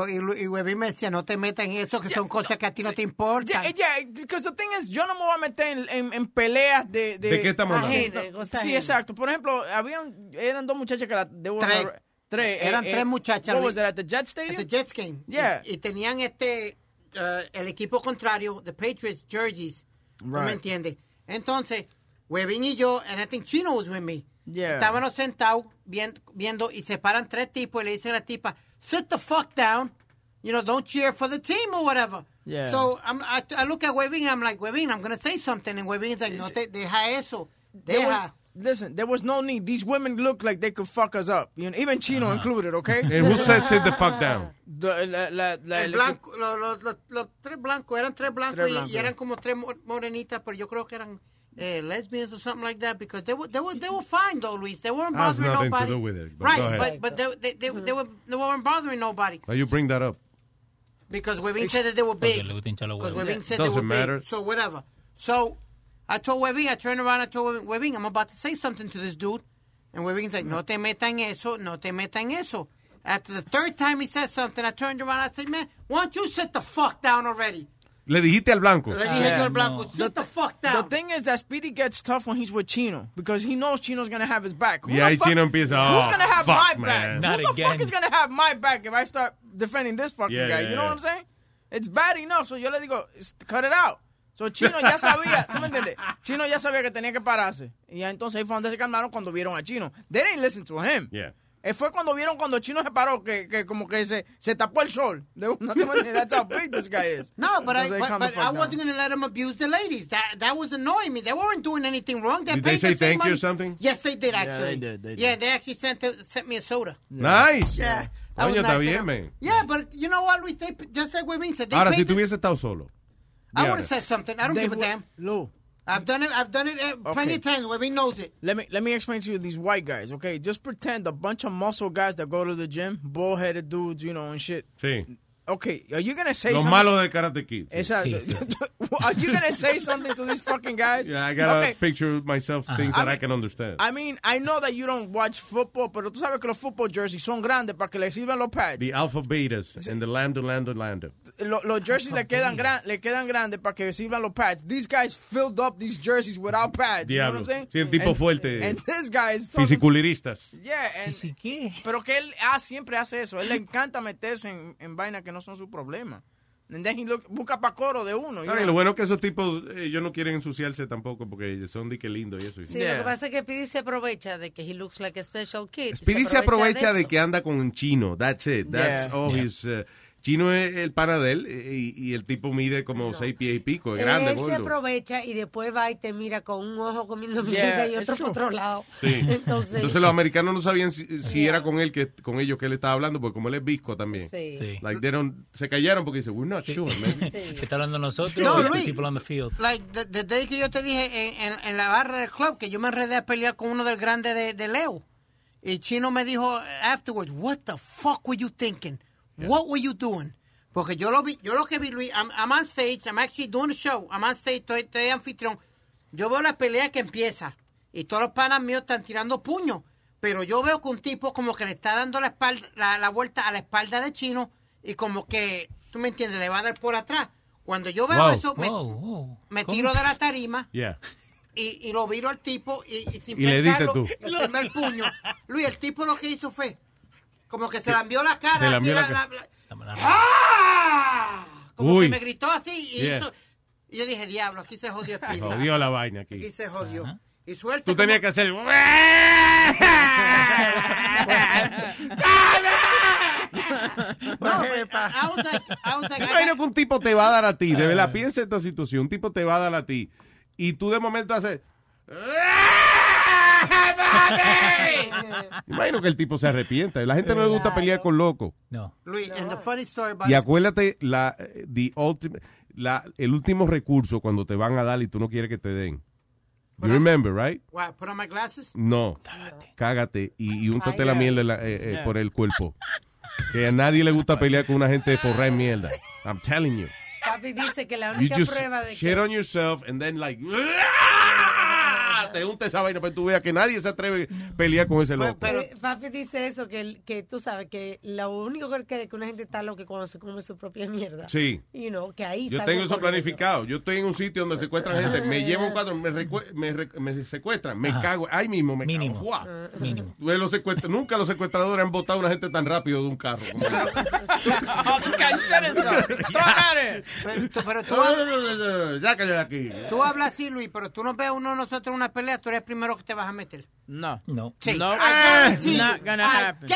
Y, Lu- y Webby me decía, no te metas en eso, que son cosas que a ti no te importan.
Yeah, yeah, because the thing is, yo no me voy a meter en, en- en peleas de...
¿De qué estamos hablando?
Ajena,
cosas
Sí,
ajenas.
exacto. Por ejemplo, habían, eran dos muchachas que la... debo-
Tres. E-,
Tres.
Eran
eh, eh,
tres muchachas.
what
Luis.
was that, at the Jets Stadium?
At the Jets game.
Yeah.
Y, y tenían este, eh, el equipo contrario, the Patriots jerseys. ¿No me
Right.
entiendes? Entonces, Webin y yo, and I think Chino was with me.
Yeah.
Estábamos sentados viendo, viendo y se paran tres tipos y le dicen a la tipa, sit the fuck down. You know, don't cheer for the team or whatever.
Yeah.
So I'm, I, I look at Webin and I'm like, Webin, I'm going to say something. And Webin is like, no, te, deja eso.
There was-
Deja.
Listen, there was no need. These women looked like they could fuck us up. You know, even Chino included, okay?
And who said sit the fuck down?
The- la- la- la-
El
la-
blanco, lo- lo- lo- los tres blancos, eran tres blancos
Tres
y-
blancos,
y, eran
yeah.
como tres mo- morenitas, pero yo creo que eran eh, lesbians or something like that because they were, they were, they were fine though, Luis. They weren't
Has
bothering
Ah, nothing to
nobody.
do with it, but go
right, but,
ahead.
but they, they, they, they, were, they weren't bothering nobody
Why you bring that up?
because Webin said that they were big. Because Webin said they
Doesn't
were
matter.
big. So whatever. So I told Webin, I turned around, I told Webin, Webin, I'm about to say something to this dude. And Webin's like, no te metan eso, no te metan eso. After the third time he said something, I turned around, I said, man, why don't you sit the fuck down already?
Le dijiste al blanco.
Le dije yo al blanco, sit the fuck down.
The thing is that Speedy gets tough when he's with Chino because he knows Chino's gonna have his back. Who
Y ahí
the fuck-
Chino empieza,
Who's
"Oh,
gonna have
fuck,
my
man."
back?
Not
Who the
again.
fuck is gonna have my back if I start defending this fucking
Yeah,
guy?
yeah,
you know
yeah.
what I'm saying? It's bad enough. So yo le digo, "S- cut it out. So Chino ya sabía, ¿tú me entiendes? Chino ya sabía que tenía que pararse. Y entonces ahí fue donde se calmaron cuando vieron a Chino. They didn't listen to him.
Yeah.
Eh, Fue cuando vieron cuando Chino se paró que, que como que se, se tapó el sol. De una ¿tú me entiendes? That's how big this guy is.
No, but I,
Entonces,
but,
calm
but
the fuck
I
down.
wasn't going to let him abuse the ladies. That that was annoying me. They weren't doing anything wrong. They
Did they
paid
say
the same
thank you or
money.
something?
Yes, they did
Yeah,
actually.
they did, they did.
Yeah, they actually sent sent me a soda.
Nice.
Yeah. That was
Coño, está
nice
bien,
of them.
man.
Yeah, but you know what, Luis? They, just like Webin said, they
Ahora,
paid
si
the-
tú hubiese estado solo.
I
Yeah.
would have said something. I don't
They
give a
would-
damn.
No.
I've done it. I've done it uh, plenty of times. Webin knows it.
Let me let me explain to you these white guys, okay? Just pretend a bunch of muscle guys that go to the gym, bald headed dudes, you know, and shit.
Sí.
Okay, are you gonna say
Los
something?
malos de Karate Kid.
Exacto. are you gonna say something to these fucking guys?
Yeah, I gotta
Okay,
picture myself things
I
that I
mean-
can understand.
I mean, I know that you don't watch football, pero tú sabes que los football jerseys son grandes para que le sirvan los pads.
The alpha betas and the lambda, lambda, lambda.
Lo- los jerseys le quedan, gran, le quedan grandes para que sirvan los pads. These guys filled up these jerseys without pads. You know what
Diablo.
I'm saying?
Sí, el tipo
And-
fuerte.
And this guy is talking
Fisiculiristas.
Yeah, and- Pero que él ah, siempre hace eso. Él le encanta meterse en, en vainas que no son su problema. And then he look- busca pa' coro de uno. you
Está bien,
know.
lo bueno es que esos tipos, eh, ellos no quieren ensuciarse tampoco porque son de que lindo y eso.
Sí, lo que pasa es que Pidi se aprovecha de que he looks like a special kid.
Speedy se aprovecha de
eso.
que anda con un chino. That's it. That's
Yeah.
all
Yeah.
his. uh, Chino es el pana de él eh, y, y el tipo mide como seis pies y pico. Es grande,
Él se
gordo.
aprovecha y después va y te mira con un ojo comiendo
Yeah,
mierda y
it's
otro por
true.
otro lado.
Sí.
Entonces,
Entonces los americanos no sabían si, si era con él que con ellos que él estaba hablando, porque como él es visco también.
Sí.
Sí.
Like they don't- se callaron porque dice, we're not sure, man.
¿Se está hablando nosotros
No,
o the
Luis.
people on the field?
Like, the, the day que yo te dije en, en- en la barra del club que yo me enredé a pelear con uno del grande de, de Leo. Y Chino me dijo eh, afterwards, what the fuck were you thinking? What were you doing? Porque yo lo vi, yo lo que vi, Luis, I'm, I'm on stage, I'm actually doing a show, I'm on stage, estoy, estoy anfitrión. Yo veo la pelea que empieza y todos los panas míos están tirando puños. Pero yo veo que un tipo como que le está dando la, espalda, la, la vuelta a la espalda de Chino y como que, tú me entiendes, le va a dar por atrás. Cuando yo veo
Wow.
eso, me,
Wow, wow.
me
¿Cómo?
tiro de la tarima
Yeah.
y, y lo viro al tipo y, y sin
Y le diste
pensarlo,
tú.
el primer puño. Luis, el tipo lo que hizo fue como que se la envió la cara.
Se
así,
la envió la
la-
cara.
la- ¡Ah! Como
Uy.
que me gritó así y
Yeah.
hizo- y yo dije, diablo, aquí se jodió.
Se
Speedy".
jodió la vaina aquí.
Aquí se jodió. Y suerte.
Tú
como-
tenías que hacer.
No, pues, but I was like, I was like,
Yo
I
imagino que un tipo te va a dar a ti, de verdad, piensa esta situación, un tipo te va a dar a ti y tú de momento haces, imagino que el tipo se arrepienta, la gente no le gusta pelear con loco.
No.
Luis, and the funny story about
Y acuérdate la eh, the ultimate- la- el último recurso cuando te van a dar y tú no quieres que te den. You remember, right?
What, put on my glasses?
No. Cágate, y, y úntate la
Ay,
mierda en la- eh, eh,
Yeah.
por el cuerpo. Que a nadie le gusta pelear con una gente forrada en mierda. I'm telling you.
papi dice que la
You
única
just
prueba de
shit
que...
on yourself and then like ¡ah! te unta esa vaina para que tú veas que nadie se atreve a pelear con ese loco.
Eh, papi dice eso, que, el- que tú sabes que lo único que él cree que una gente está loca es cuando se come su propia mierda.
Sí.
You know, que ahí
Yo
salgo
tengo eso
corriendo.
planificado. Yo estoy en un sitio donde secuestran gente, me llevan cuatro, me, recue- me, re- me secuestran, me
Ajá.
cago, ahí mismo me
Mínimo.
cago. ¡Fua!
Mínimo.
Pues los secuestra- Nunca los secuestradores han botado a una gente tan rápido de un carro. como yo.
Pero tú- pero tú
Sácale de aquí.
Tú hablas así, Luis, pero tú no ves a uno de nosotros en una pelea, tú eres el primero que te vas a meter.
No.
No.
Sí.
No,
Eh.
Ah,
it's
sí.
not gonna
I
happen. Eh.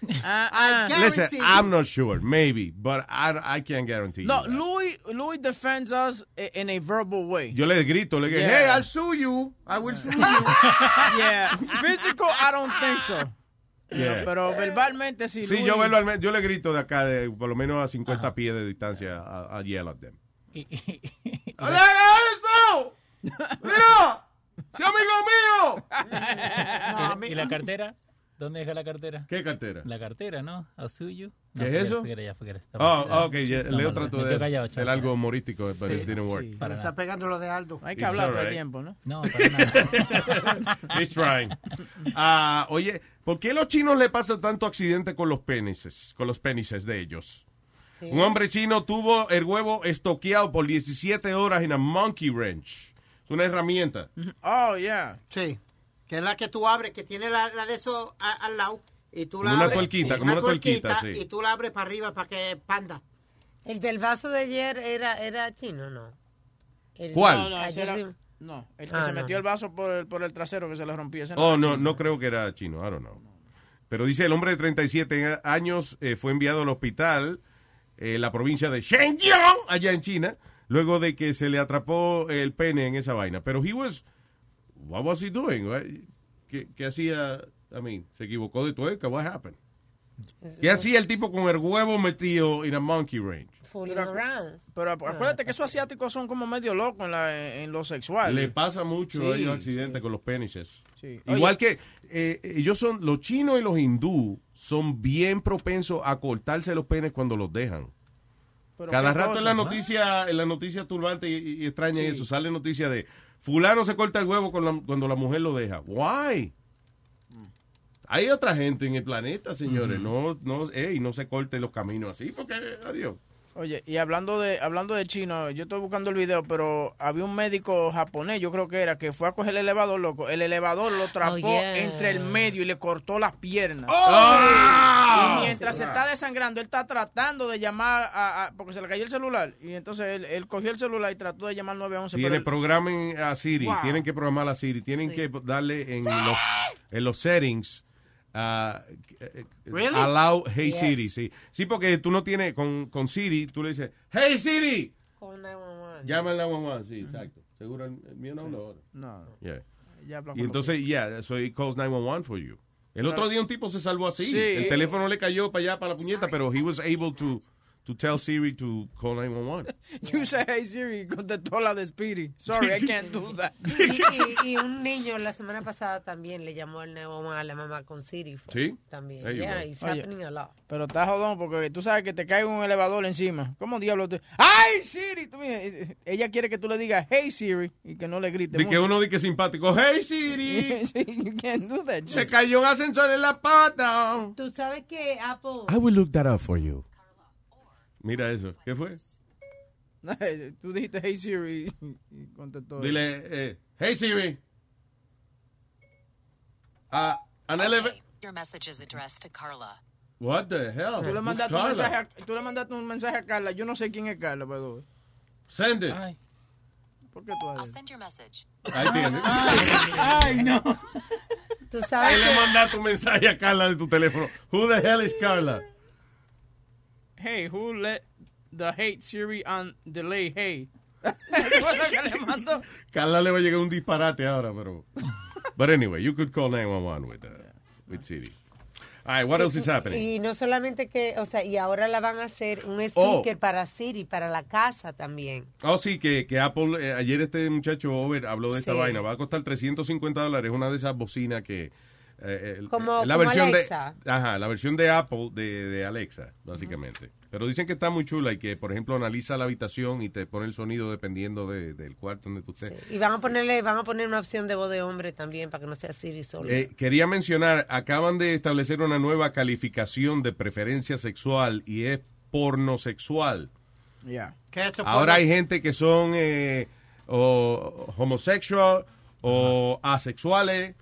guarantee
Ah, ah.
Listen, I'm not sure, maybe, but I, I can't guarantee.
No,
you.
Louis, Louis defends us i- in a verbal way.
Yo le grito, le digo, hey, I'll sue you. I will sue you.
yeah. Physical, I don't think so.
Yeah.
Pero verbalmente sí.
Sí,
Louis-
yo, verlo al men- yo le grito de acá, de por lo menos a 50 pies de distancia, a, a yell at them.
eso! ¡Mira! ¡Sea amigo mío!
¿Y- ¿Y la cartera? ¿Dónde deja la cartera?
¿Qué cartera?
La cartera, ¿no? ¿A suyo?
¿Qué es eso?
Fuera, ya, fuera.
Oh, oh, ok, ya, Leo trató de
callado,
hacer algo humorístico, pero it didn't work.
Pero está pegando lo de Aldo.
Hay que
It's
hablar todo el
alright.
tiempo, ¿no?
No, para
nada. He's trying. Ah, oye, ¿por qué a los chinos le pasa tanto accidente con los penises, con los penises de ellos? Un hombre chino tuvo el huevo estoqueado por 17 horas en a monkey wrench. Es una herramienta.
Oh, yeah.
Sí. Que es la que tú abres, que tiene la, la de eso a- al lado. Y tú la
Como una
abres,
tuerquita, como una tuerquita, sí.
Y tú la abres para arriba para que panda.
El del vaso de ayer era, era chino, ¿no? El-
¿Cuál?
No, no, ese
ayer
era-
de-
no, el que
Ah,
se
no.
metió el vaso por el, por el trasero que se le rompía. ese
Oh,
era
no,
chino.
no creo que era chino, I don't know. Pero dice el hombre de 37 años eh, fue enviado al hospital eh, en la provincia de Shenyang, allá en China, luego de que se le atrapó el pene en esa vaina. Pero he was, what was he doing? What- ¿Qué, qué hacía? I mean, se equivocó de tuerca, what happened? ¿Qué hacía el tipo con el huevo metido en a monkey range?
Pero- Pero acu- acuérdate que esos asiáticos son como medio locos en, la- en- en lo sexual.
Le pasa mucho a
Sí,
ellos accidentes con los penises.
Sí.
Igual que eh, ellos son, los chinos y los hindú son bien propensos a cortarse los penes cuando los dejan.
Pero
Cada
qué
rato en la
cosa,
noticia, en la noticia turbante y, y extraña y
Sí.
eso, sale noticia de fulano se corta el huevo con la- cuando la mujer lo deja. Why? Hay otra gente en el planeta, señores. No, no, ey, no se corten los caminos así porque adiós.
Oye, y hablando de hablando de chino, yo estoy buscando el video, pero había un médico japonés, yo creo que era, que fue a coger el elevador, loco. El elevador lo atrapó
yeah.
entre el medio y le cortó las piernas.
¡Oh!
Ah.
Y mientras se está desangrando, él está tratando de llamar a, a- porque se le cayó el celular. Y entonces él, él cogió el celular y trató de llamar 911. pero
Tiene
él-
programen a Siri,
Wow.
tienen que programar a Siri, tienen que darle en los en los settings ah, eh,
Really?
Allow Hey
Yes.
Siri, sí. Sí, porque tú no tienes, con, con Siri, tú le dices, Hey Siri. Llama al 911, sí, exacto. Seguro el el mío no habla ahora.
No.
Yeah.
Ya hablamos
Y entonces, yeah, so it calls 911 for you. El otro día un tipo se salvó así.
Sí.
El teléfono le cayó para allá, para la puñeta, pero he was able to, to tell Siri to call 911.
You say, hey Siri, contestó la de Speedy. Sorry, I can't do that.
Y, y- y un niño la semana pasada también le llamó al nuevo a la mamá con Siri. fue-
Sí.
También.
There you
Yeah,
go.
it's
Oye.
happening a lot.
Pero está jodón porque tú sabes que te cae un elevador encima. ¿Cómo diablo te.? ¡Ay, Siri! Tú mira, eh, ella quiere que tú le digas, hey Siri, y que no le grites.
De que
mucho.
uno di que simpático, Hey Siri.
Sí, you can't do that.
Se cayó un ascensor en la pata.
Tú sabes que Apple.
I will look that up for you. Mira eso. ¿Qué fue?
eh, Tú dijiste, hey Siri, y contestó.
Dile, eh, hey Siri. Ah, an eleva-
Your message is addressed to Carla.
What the hell?
Tú le,
Who's
mandaste un
Eh, Carla?
mensaje a, tú le mandaste un mensaje a Carla. Yo no sé quién es Carla, pero.
Send it.
¿Por qué tú
I'll
haces?
send your message.
Ahí tienes.
Ay, no.
Tú
Ahí
sabes
le
que
mandaste un mensaje a Carla de tu teléfono. Who the hell is Carla?
Hey, who let the hate Siri on delay? Hey. Eso fue lo que le mandó.
Carla le va a llegar un disparate ahora, pero. But anyway, you could call 911 with, uh, with Siri. All right, what else is happening?
Y no solamente que, o sea, y ahora la van a hacer un sticker para Siri, para la casa también.
Oh, sí, que, que Apple, eh, ayer este muchacho Over habló de esta
Sí.
vaina. Va a costar 350 dólares una de esas bocinas que. eh, el-
Como-
la
como
versión
Alexa.
de ajá la versión de Apple de, de Alexa básicamente pero dicen que está muy chula y que por ejemplo analiza la habitación y te pone el sonido dependiendo de- del cuarto donde tú estés
Y van a ponerle, van a poner una opción de voz de hombre también para que no sea Siri solo.
Eh, quería mencionar, acaban de establecer una nueva calificación de preferencia sexual y es pornosexual.
Yeah.
Ahora hay gente que son eh, o homosexual o asexuales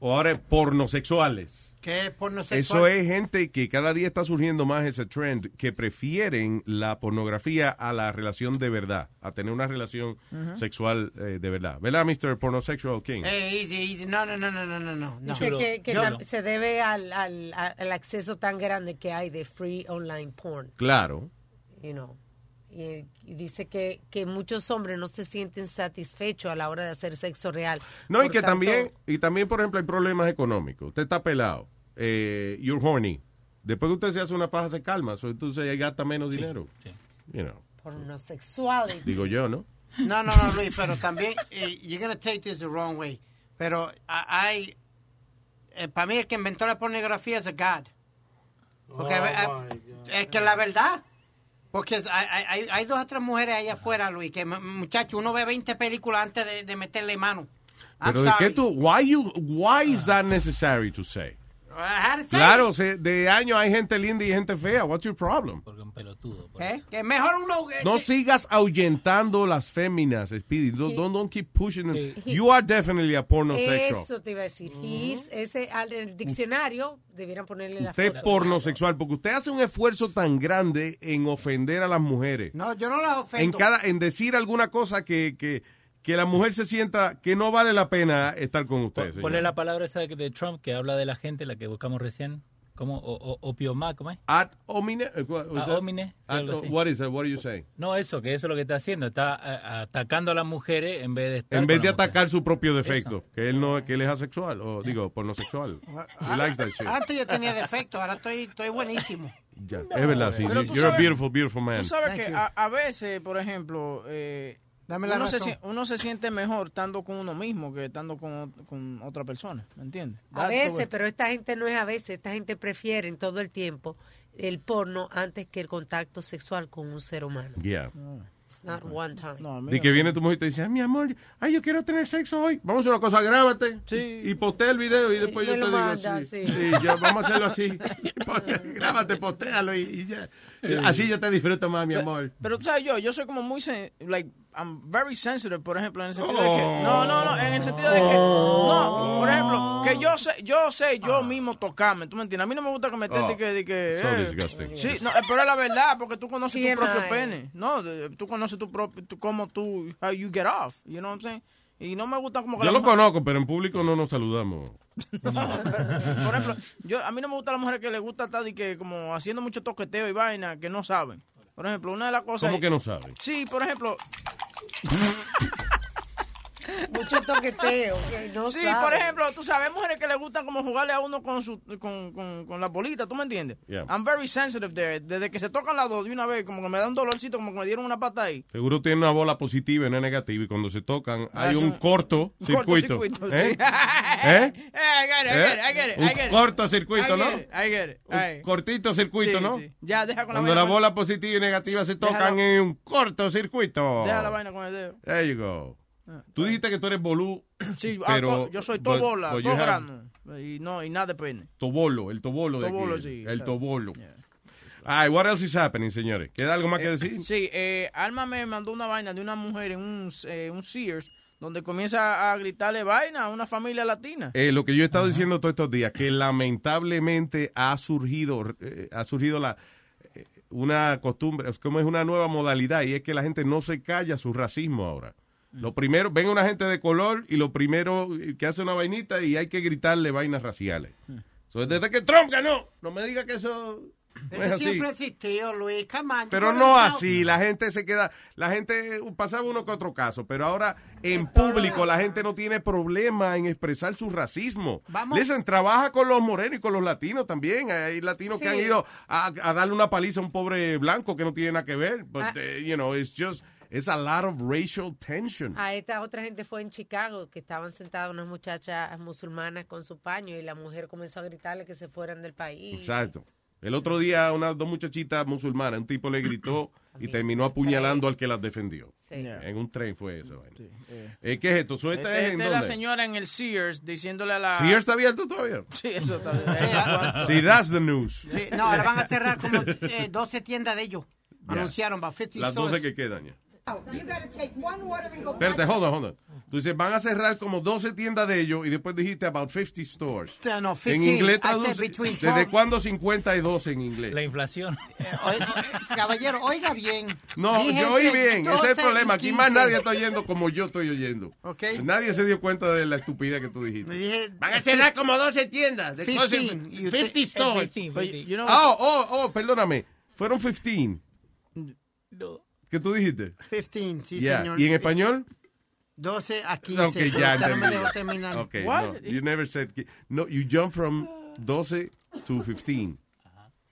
o ahora es pornosexuales.
¿Qué es pornosexual?
Eso es gente que cada día está surgiendo más ese trend que prefieren la pornografía a la relación de verdad, a tener una relación
Ujú.
sexual eh, de verdad. ¿Verdad, Mr. Pornosexual King?
Eh, easy, easy. No, no, no, no, no, no, no. no.
Dice que, que
Yo-
tam- se debe al, al- al acceso tan grande que hay de free online porn,
Claro.
you know. Y, y dice que, que muchos hombres no se sienten satisfechos a la hora de hacer sexo real.
No, y
Por
que
tanto,
también, y también, por ejemplo, hay problemas económicos. Usted está pelado. Eh, you're horny. Después que usted se hace una paja, se calma. So, entonces ahí gasta menos dinero. You know,
Pornosexuales.
digo yo, ¿no?
No, no, no, Luis, pero también, eh, you're gonna take this the wrong way. Pero ah, hay, para mí el que inventó la pornografía es a God. Porque
Oh,
ah, es que la verdad, porque hay, hay- hay- hay dos o tres mujeres allá afuera, Luis, que mu- muchacho, uno ve 20 películas antes de, de meterle mano. I'm
Pero de
sorry.
qué tú, why you, why is that necessary to say?
I had to say
Claro, se- de año hay gente linda y gente fea. What's your problem?
it. ¿Eh? Que mejor uno... eh,
No
que-
sigas ahuyentando las féminas, Speedy. Don't, don't, don't keep pushing them. You are definitely a pornosexual.
Eso te iba a decir. His, ese, al el diccionario debieran ponerle la
Usted
foto.
es pornosexual porque usted hace un esfuerzo tan grande en ofender a las mujeres.
No, yo no las
en
ofendo.
cada en decir alguna cosa que, que, que la mujer se sienta que no vale la pena estar con usted. señor.
Ponle la palabra esa de- de Trump que habla de la gente, la que buscamos recién. ¿Cómo? O, o, opioma, ¿cómo es?
Ad homine. eh, what was
Ad
that?
homine,
Ad-
algo así.
what is that? What do you say?
No, eso, que eso es lo que está haciendo. Está eh, atacando a las mujeres en vez de estar
En vez
con
de
las mujeres.
atacar su propio defecto, que él no que él es asexual o digo pornosexual. He likes that shit.
Antes yo tenía defectos, ahora estoy, estoy buenísimo.
Ya, es verdad, sí.
Pero
You-
tú
You're a
sabes-
beautiful, beautiful man.
Tú sabes
Thank
que
you.
a, a veces, por ejemplo, eh,
Dame la
uno, se,
razón.
sien- uno se siente mejor estando con uno mismo que estando con, ot- con otra persona, ¿me entiendes?
A
That's the way.
veces, pero esta gente no es a veces, esta gente prefiere en todo el tiempo el porno antes que el contacto sexual con un ser humano.
Yeah.
It's not one time.
De que viene tu mujer y te dice, "Ay, mi amor, ay, yo quiero tener sexo hoy. Vamos a hacer una cosa, grábate. Y postea el video y después yo
me
te
lo
digo,
manda,
sí,
sí.
sí, ya, vamos a hacerlo así. Postea, grábate, postéalo y, y ya. Así yo te disfruto más, mi amor.
Pero tú sabes yo, yo soy como muy, sen- like, I'm very sensitive, por ejemplo, en el sentido de que,
Oh.
no, no, no, en el sentido de que, no, por ejemplo, que yo sé, yo sé, yo mismo tocarme, ¿tú me entiendes? A mí no me gusta que me estén
Oh,
de que, de que,
so
eh,
disgusting.
sí, no, eh, pero es la verdad, porque tú conoces tu
TMI.
propio pene, no, de- tú conoces tu propio, tu- cómo tú, how you get off, you know what I'm saying? Y no me gusta como que
Yo
la
lo
mujer-
conozco, pero en público no nos saludamos.
Por ejemplo, yo, a mí no me gusta la mujer que le gusta estar de que como haciendo mucho toqueteo y vaina que no saben. Por ejemplo, una de las cosas...
¿Cómo que no saben?
Sí, por ejemplo,
Mucho toqueteo. que no
sí,
sabe.
por ejemplo, tú sabes, mujeres que le gustan como jugarle a uno con su con, con, con las bolitas, ¿tú me entiendes?
Yeah.
I'm very sensitive there. Desde que se tocan las dos de una vez, como que me da un dolorcito, como que me dieron una pata ahí.
Seguro tiene una bola positiva y una negativa. Y cuando se tocan,
Ah,
hay
eso-
un corto circuito.
Cortocircuito,
¿Eh?
sí.
¿Eh?
I get it, I get it, I get it, I
Un
get it.
cortocircuito,
I
¿no?
get it, I get it. All right.
Cortito circuito,
Sí,
¿no?
sí. Ya, deja con la
Cuando la
vaina.
bola positiva y negativa se
Déjalo.
tocan en un cortocircuito.
Deja la vaina con el dedo.
There you go.
Ah,
Tú dijiste que tú eres bolú.
Sí, ah,
pero,
to- yo soy todo
but-
bola,
but you
todo
have
grano. Y no, y nada de pene.
Tobolo, el tobolo de aquí.
Tobolo, sí,
El
claro.
tobolo. Ay, what else is happening, señores? ¿Queda algo más que
Eh,
decir?
Sí, eh, Alma me mandó una vaina de una mujer en un, eh, un Sears donde comienza a gritarle vaina a una familia latina.
Eh, lo que yo he estado diciendo todos estos días, que lamentablemente ha surgido, eh, ha surgido la eh, una costumbre, es como es una nueva modalidad, y es que la gente no se calla su racismo ahora. Lo primero, ven una gente de color y lo primero que hace una vainita y hay que gritarle vainas raciales. So, desde que Trump ganó, no me diga que eso no es
Eso
así.
siempre existió, Luis. Come on, you
Pero
gotta
no
know.
así, la gente se queda, la gente pasaba uno que otro caso, pero ahora en público la gente no tiene problema en expresar su racismo.
Vamos.
Listen, trabaja con los morenos y con los latinos también. Hay latinos que
Sí.
han ido a, a darle una paliza a un pobre blanco que no tiene nada que ver. But, eh, you know, it's just, it's a lot of racial tension.
A esta otra gente fue en Chicago, que estaban sentadas unas muchachas musulmanas con su paño y la mujer comenzó a gritarle que se fueran del país.
Exacto. El otro día, unas dos muchachitas musulmanas, un tipo le gritó y terminó apuñalando al que las defendió.
Sí. Yeah.
En un tren fue eso. vaina.
eh.
Eh, ¿Qué es esto? ¿Eso esta
Este-
es en
esta es la
dónde?
señora en el Sears diciéndole a la.
Ah.
Sí, está abierto todavía.
Sí, eso está abierto.
Sí, that's the news.
Sí, no, ahora van a cerrar como eh, 12 tiendas de ellos.
Ya.
Anunciaron, va 50
Las 12
stores.
que quedan ya.
You gotta take one order and go.
Espérate, hold on, hold on. Tú dices, van a cerrar como 12 tiendas de ellos y después dijiste about 50 stores.
No, no,
en
15. I
inglés
said
traduce,
between
¿desde
12.
cuándo 52 en inglés? La inflación.
Caballero, oiga bien.
No,
Dije
yo oí
entre
bien,
12
ese es el
y
problema. Aquí
15.
más nadie está oyendo como yo estoy oyendo.
Ok.
Nadie se dio cuenta de la estupidez que tú dijiste.
Van
a cerrar como 12 tiendas. De
15,
15,
y usted-
50 stores.
Ah, oh, oh, oh, perdóname. Fueron 15. ¿Qué tú dijiste?
15, sí,
Yeah.
señor.
¿Y en español?
12 a 15.
Ok,
pero
ya
usted no me
entendí.
dejó terminar.
Okay, no, you never said... ki- No, you jump from 12 to 15.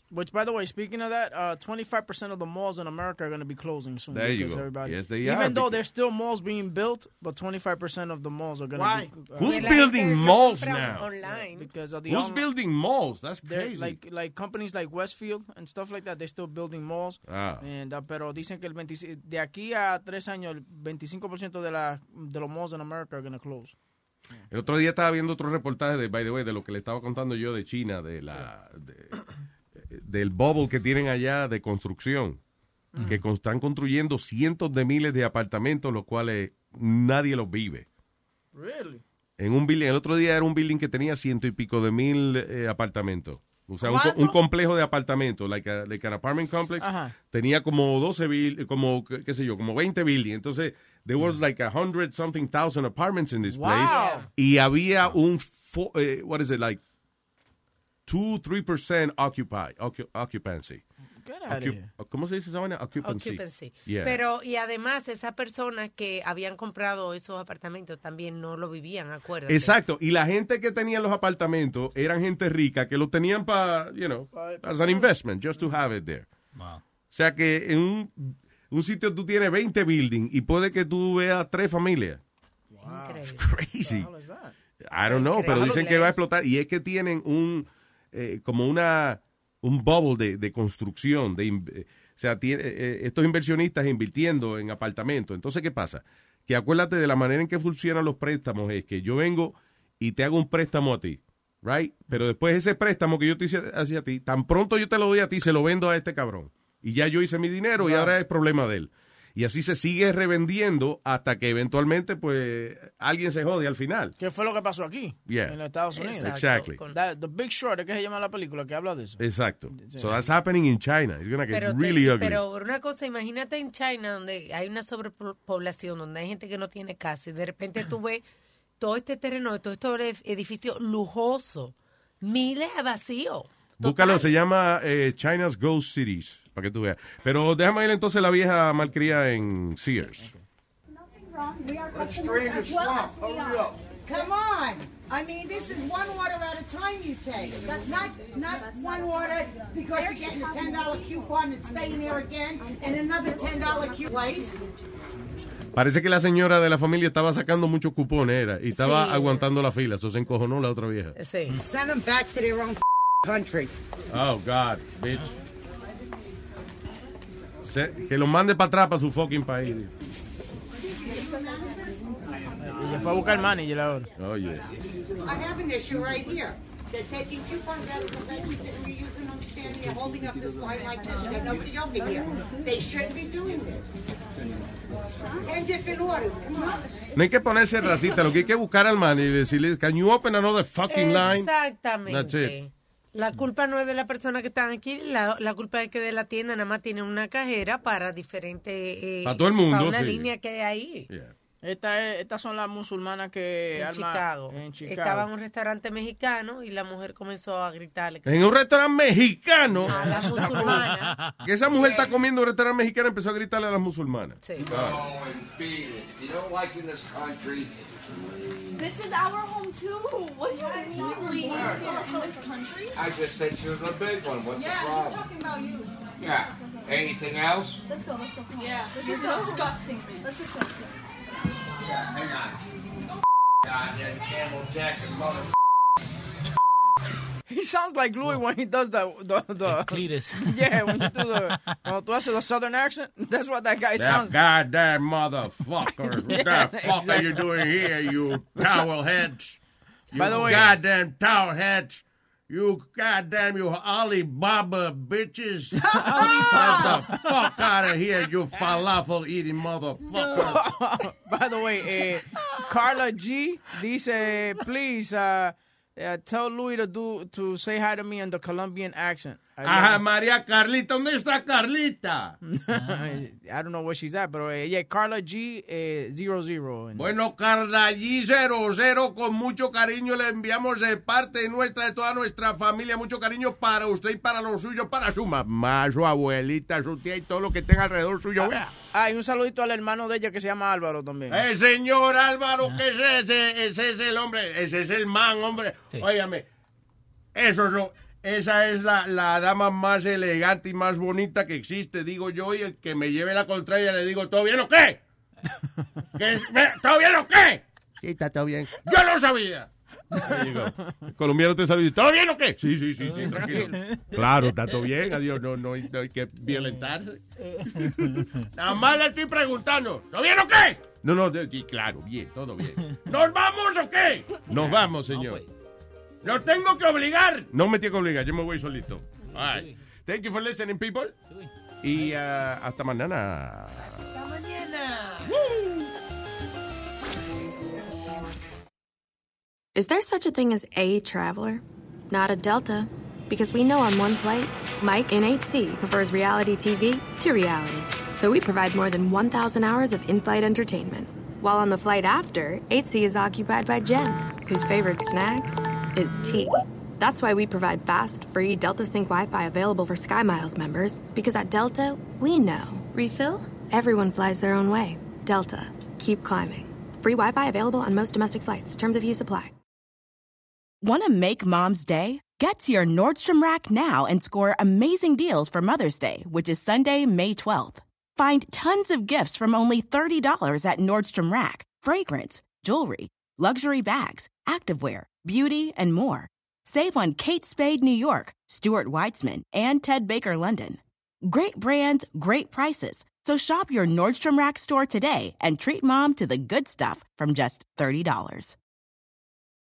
Which, by the way, speaking of that, uh, 25% of the malls in America are going to be closing soon.
There you
because
go.
Everybody,
Yes, they
even
are,
though there's still malls being built, but 25% of the malls are going
Why?
to be. uh,
Who's building malls now?
Because of the
Who's
online-
building malls? That's
They're
crazy.
Like, like companies like Westfield and stuff like that, they're still building malls.
Ah.
And, uh, pero dicen que el 25 de aquí a tres años, el 25% de, la, de los malls in America are going to close.
El otro día estaba viendo otro reportaje de, by the way, de lo que le estaba contando yo de China, de la, de- del bubble que tienen allá de construcción,
Mm.
que con- están construyendo cientos de miles de apartamentos, los cuales nadie los vive.
Really?
En un building, el otro día era un building que tenía ciento y pico de mil eh, apartamentos. O sea, un, co-
¿Cuánto?
un complejo de apartamentos, like, a- like an apartment complex,
Ajá.
tenía como 12 bill, como, qué qué sé yo, como 20 buildings. Entonces, there was like a hundred something thousand apartments in this
Wow.
place. Y había un, fo- eh, what is it, like, 2, 3% occupy, occu- occupancy.
Get outta
Occup- ¿Cómo se dice esa vaina? Occupancy.
Occupancy.
Yeah.
Oh, Pero, y además, esas personas que habían comprado esos apartamentos también no lo vivían, acuérdate.
Exacto, y la gente que tenía los apartamentos eran gente rica que los tenían para, you know, as an investment, just
Mm.
to have it there.
Wow.
O sea que en un, un sitio tú tienes 20 buildings y puede que tú veas tres familias. It's crazy. I don't know, pero dicen que va a explotar. Y es que tienen un, eh, como una, un bubble de, de construcción. De, in- eh, o sea, tiene- eh, estos inversionistas invirtiendo en apartamentos. Entonces, ¿qué pasa? Que acuérdate de la manera en que funcionan los préstamos. Es que yo vengo y te hago un préstamo a ti, right? Pero después ese préstamo que yo te hice hacia ti, tan pronto yo te lo doy a ti, se lo vendo a este cabrón. Y ya yo hice mi dinero y ahora es problema de él. Y así se sigue revendiendo hasta que eventualmente, pues, alguien se jode al final.
¿Qué fue lo que pasó aquí?
Yeah.
En los Estados Unidos.
Exactly. Exactly.
Con that- the Big Short, ¿qué se llama la película que habla de eso?
Exacto. So that's happening in China. It's gonna get
Pero, te-
really ugly.
pero una cosa, imagínate en China donde hay una sobrepoblación, donde hay gente que no tiene casa y de repente tú ves todo este terreno, todo este edificio lujoso, miles de vacíos.
Búscalo, se llama eh, China's Ghost Cities, para que tú veas. Pero déjame ir entonces la vieja malcría en Sears.
We are
Let's
customers
drain the
as well
swamp.
as we
Hurry
are.
up.
Come on. I mean, this is one water at a time you take. Not, not one water because you're getting a ten dollar coupon and staying there again and another ten dollar coupon. Place.
Parece que la señora de la familia estaba sacando muchos cupones, era, y estaba
Sí.
aguantando la fila. Eso se encojonó la otra vieja.
Send them back to their own country.
Oh, God, bitch. Se- que los mande para atrás para su fucking país.
Y le fue a buscar el manager ahora.
Oye.
I have an issue right here. They're taking coupons out of the register and you're using them standing there holding up this line like this. There's nobody over here. They shouldn't be doing this. Ten different orders. Come on.
No hay que ponerse racista, lo que hay que buscar al man y decirle, can you open another fucking line? That's
Exactamente.
it.
La culpa no es de la persona que están aquí, la, la culpa es que de la tienda nada más tiene una cajera para diferentes... eh,
Para todo el mundo,
para una
sí.
línea que hay ahí.
Esta es- estas son las musulmanas que...
En
arma-
Chicago.
En Chicago.
Estaba en un restaurante mexicano y la mujer comenzó a gritarle.
En un restaurante mexicano.
la musulmana.
Que esa mujer está comiendo en un restaurante mexicano empezó a gritarle a las musulmanas.
Sí.
Ah.
Go and beat it. If you don't like it in this country,
This is our home too. What do you mean?
were
leave
born.
us in this country?
I just said she was a big one. What's
yeah,
the
he's
problem?
talking about you.
Yeah. Anything else?
Let's go. Let's go. Come on. Yeah. This
Let's
is
go.
disgusting. Let's just go.
Hang on. Goddamn Camel Jack is mother.
He sounds like Louis when he does the... the, the
Cletus.
Yeah, when you do the... Cuando tú haces the Oh, southern accent, that's what that guy
That
sounds
goddamn motherfucker.
Yeah,
what the fuck are
exactly.
you doing here, you towel heads? You
By the way-
goddamn towel heads. You goddamn you Alibaba bitches. Get the fuck out of here, you falafel eating motherfucker.
By the way, eh, Carla G dice, please uh, uh, tell Louis to do to say hi to me in the Colombian accent. I
Ajá,
love
María Carlita, ¿dónde está Carlita?
it. I don't know where she's at, but uh, yeah, Carla G eh, zero zero. And-
Bueno, Carla G00, con mucho cariño le enviamos de parte nuestra, de toda nuestra familia, mucho cariño para usted y para los suyos, para su mamá, su abuelita, su tía y todo lo que tenga alrededor suyo. Vea.
Ah, y un saludito al hermano de ella que se llama Álvaro también.
El Eh, señor Álvaro, ¿qué es ese? Ese es el hombre, ese es el man, hombre. Óigame, eso es lo- Esa es la, la dama más elegante y más bonita que existe, digo yo, y el que me lleve la contraria le digo, ¿todo bien o qué? ¿Qué es- ve, ¿Todo bien o qué? Sí, está todo bien. ¡Yo lo sabía! Colombiano te saluda. ¿Todo bien o qué? Sí, sí, sí, sí, tranquilo. Claro, está todo bien. Adiós, no, no, hay- no hay que violentarse. Nada más le estoy preguntando. ¿Todo bien o qué? No, no, de- sí, claro, bien, todo bien. ¿Nos vamos o qué? Nos vamos, señor. ¡Lo tengo que obligar! No me tiene que obligar, yo me voy solito. All right. Thank you for listening, people. Y ah, hasta mañana.
Hasta mañana.
Is there such a thing as a traveler? Not a Delta. Because we know on one flight, Mike in 8C prefers reality TV to reality. So we provide more than 1,000 hours of in flight entertainment. While on the flight after, 8C is occupied by Jen, whose favorite snack is tea. That's why we provide fast, free Delta Sync Wi Fi available for SkyMiles members. Because at Delta, we know. Refill? Everyone flies their own way. Delta, keep climbing. Free Wi Fi available on most domestic flights. Terms of use apply.
Want to make mom's day? Get to your Nordstrom Rack now and score amazing deals for Mother's Day, which is Sunday, May 12th. Find tons of gifts from only $30 at Nordstrom Rack fragrance, jewelry, luxury bags, activewear, beauty, and more. Save on Kate Spade New York, Stuart Weitzman, and Ted Baker London. Great brands, great prices. So shop your Nordstrom Rack store today and treat mom to the good stuff from just $30.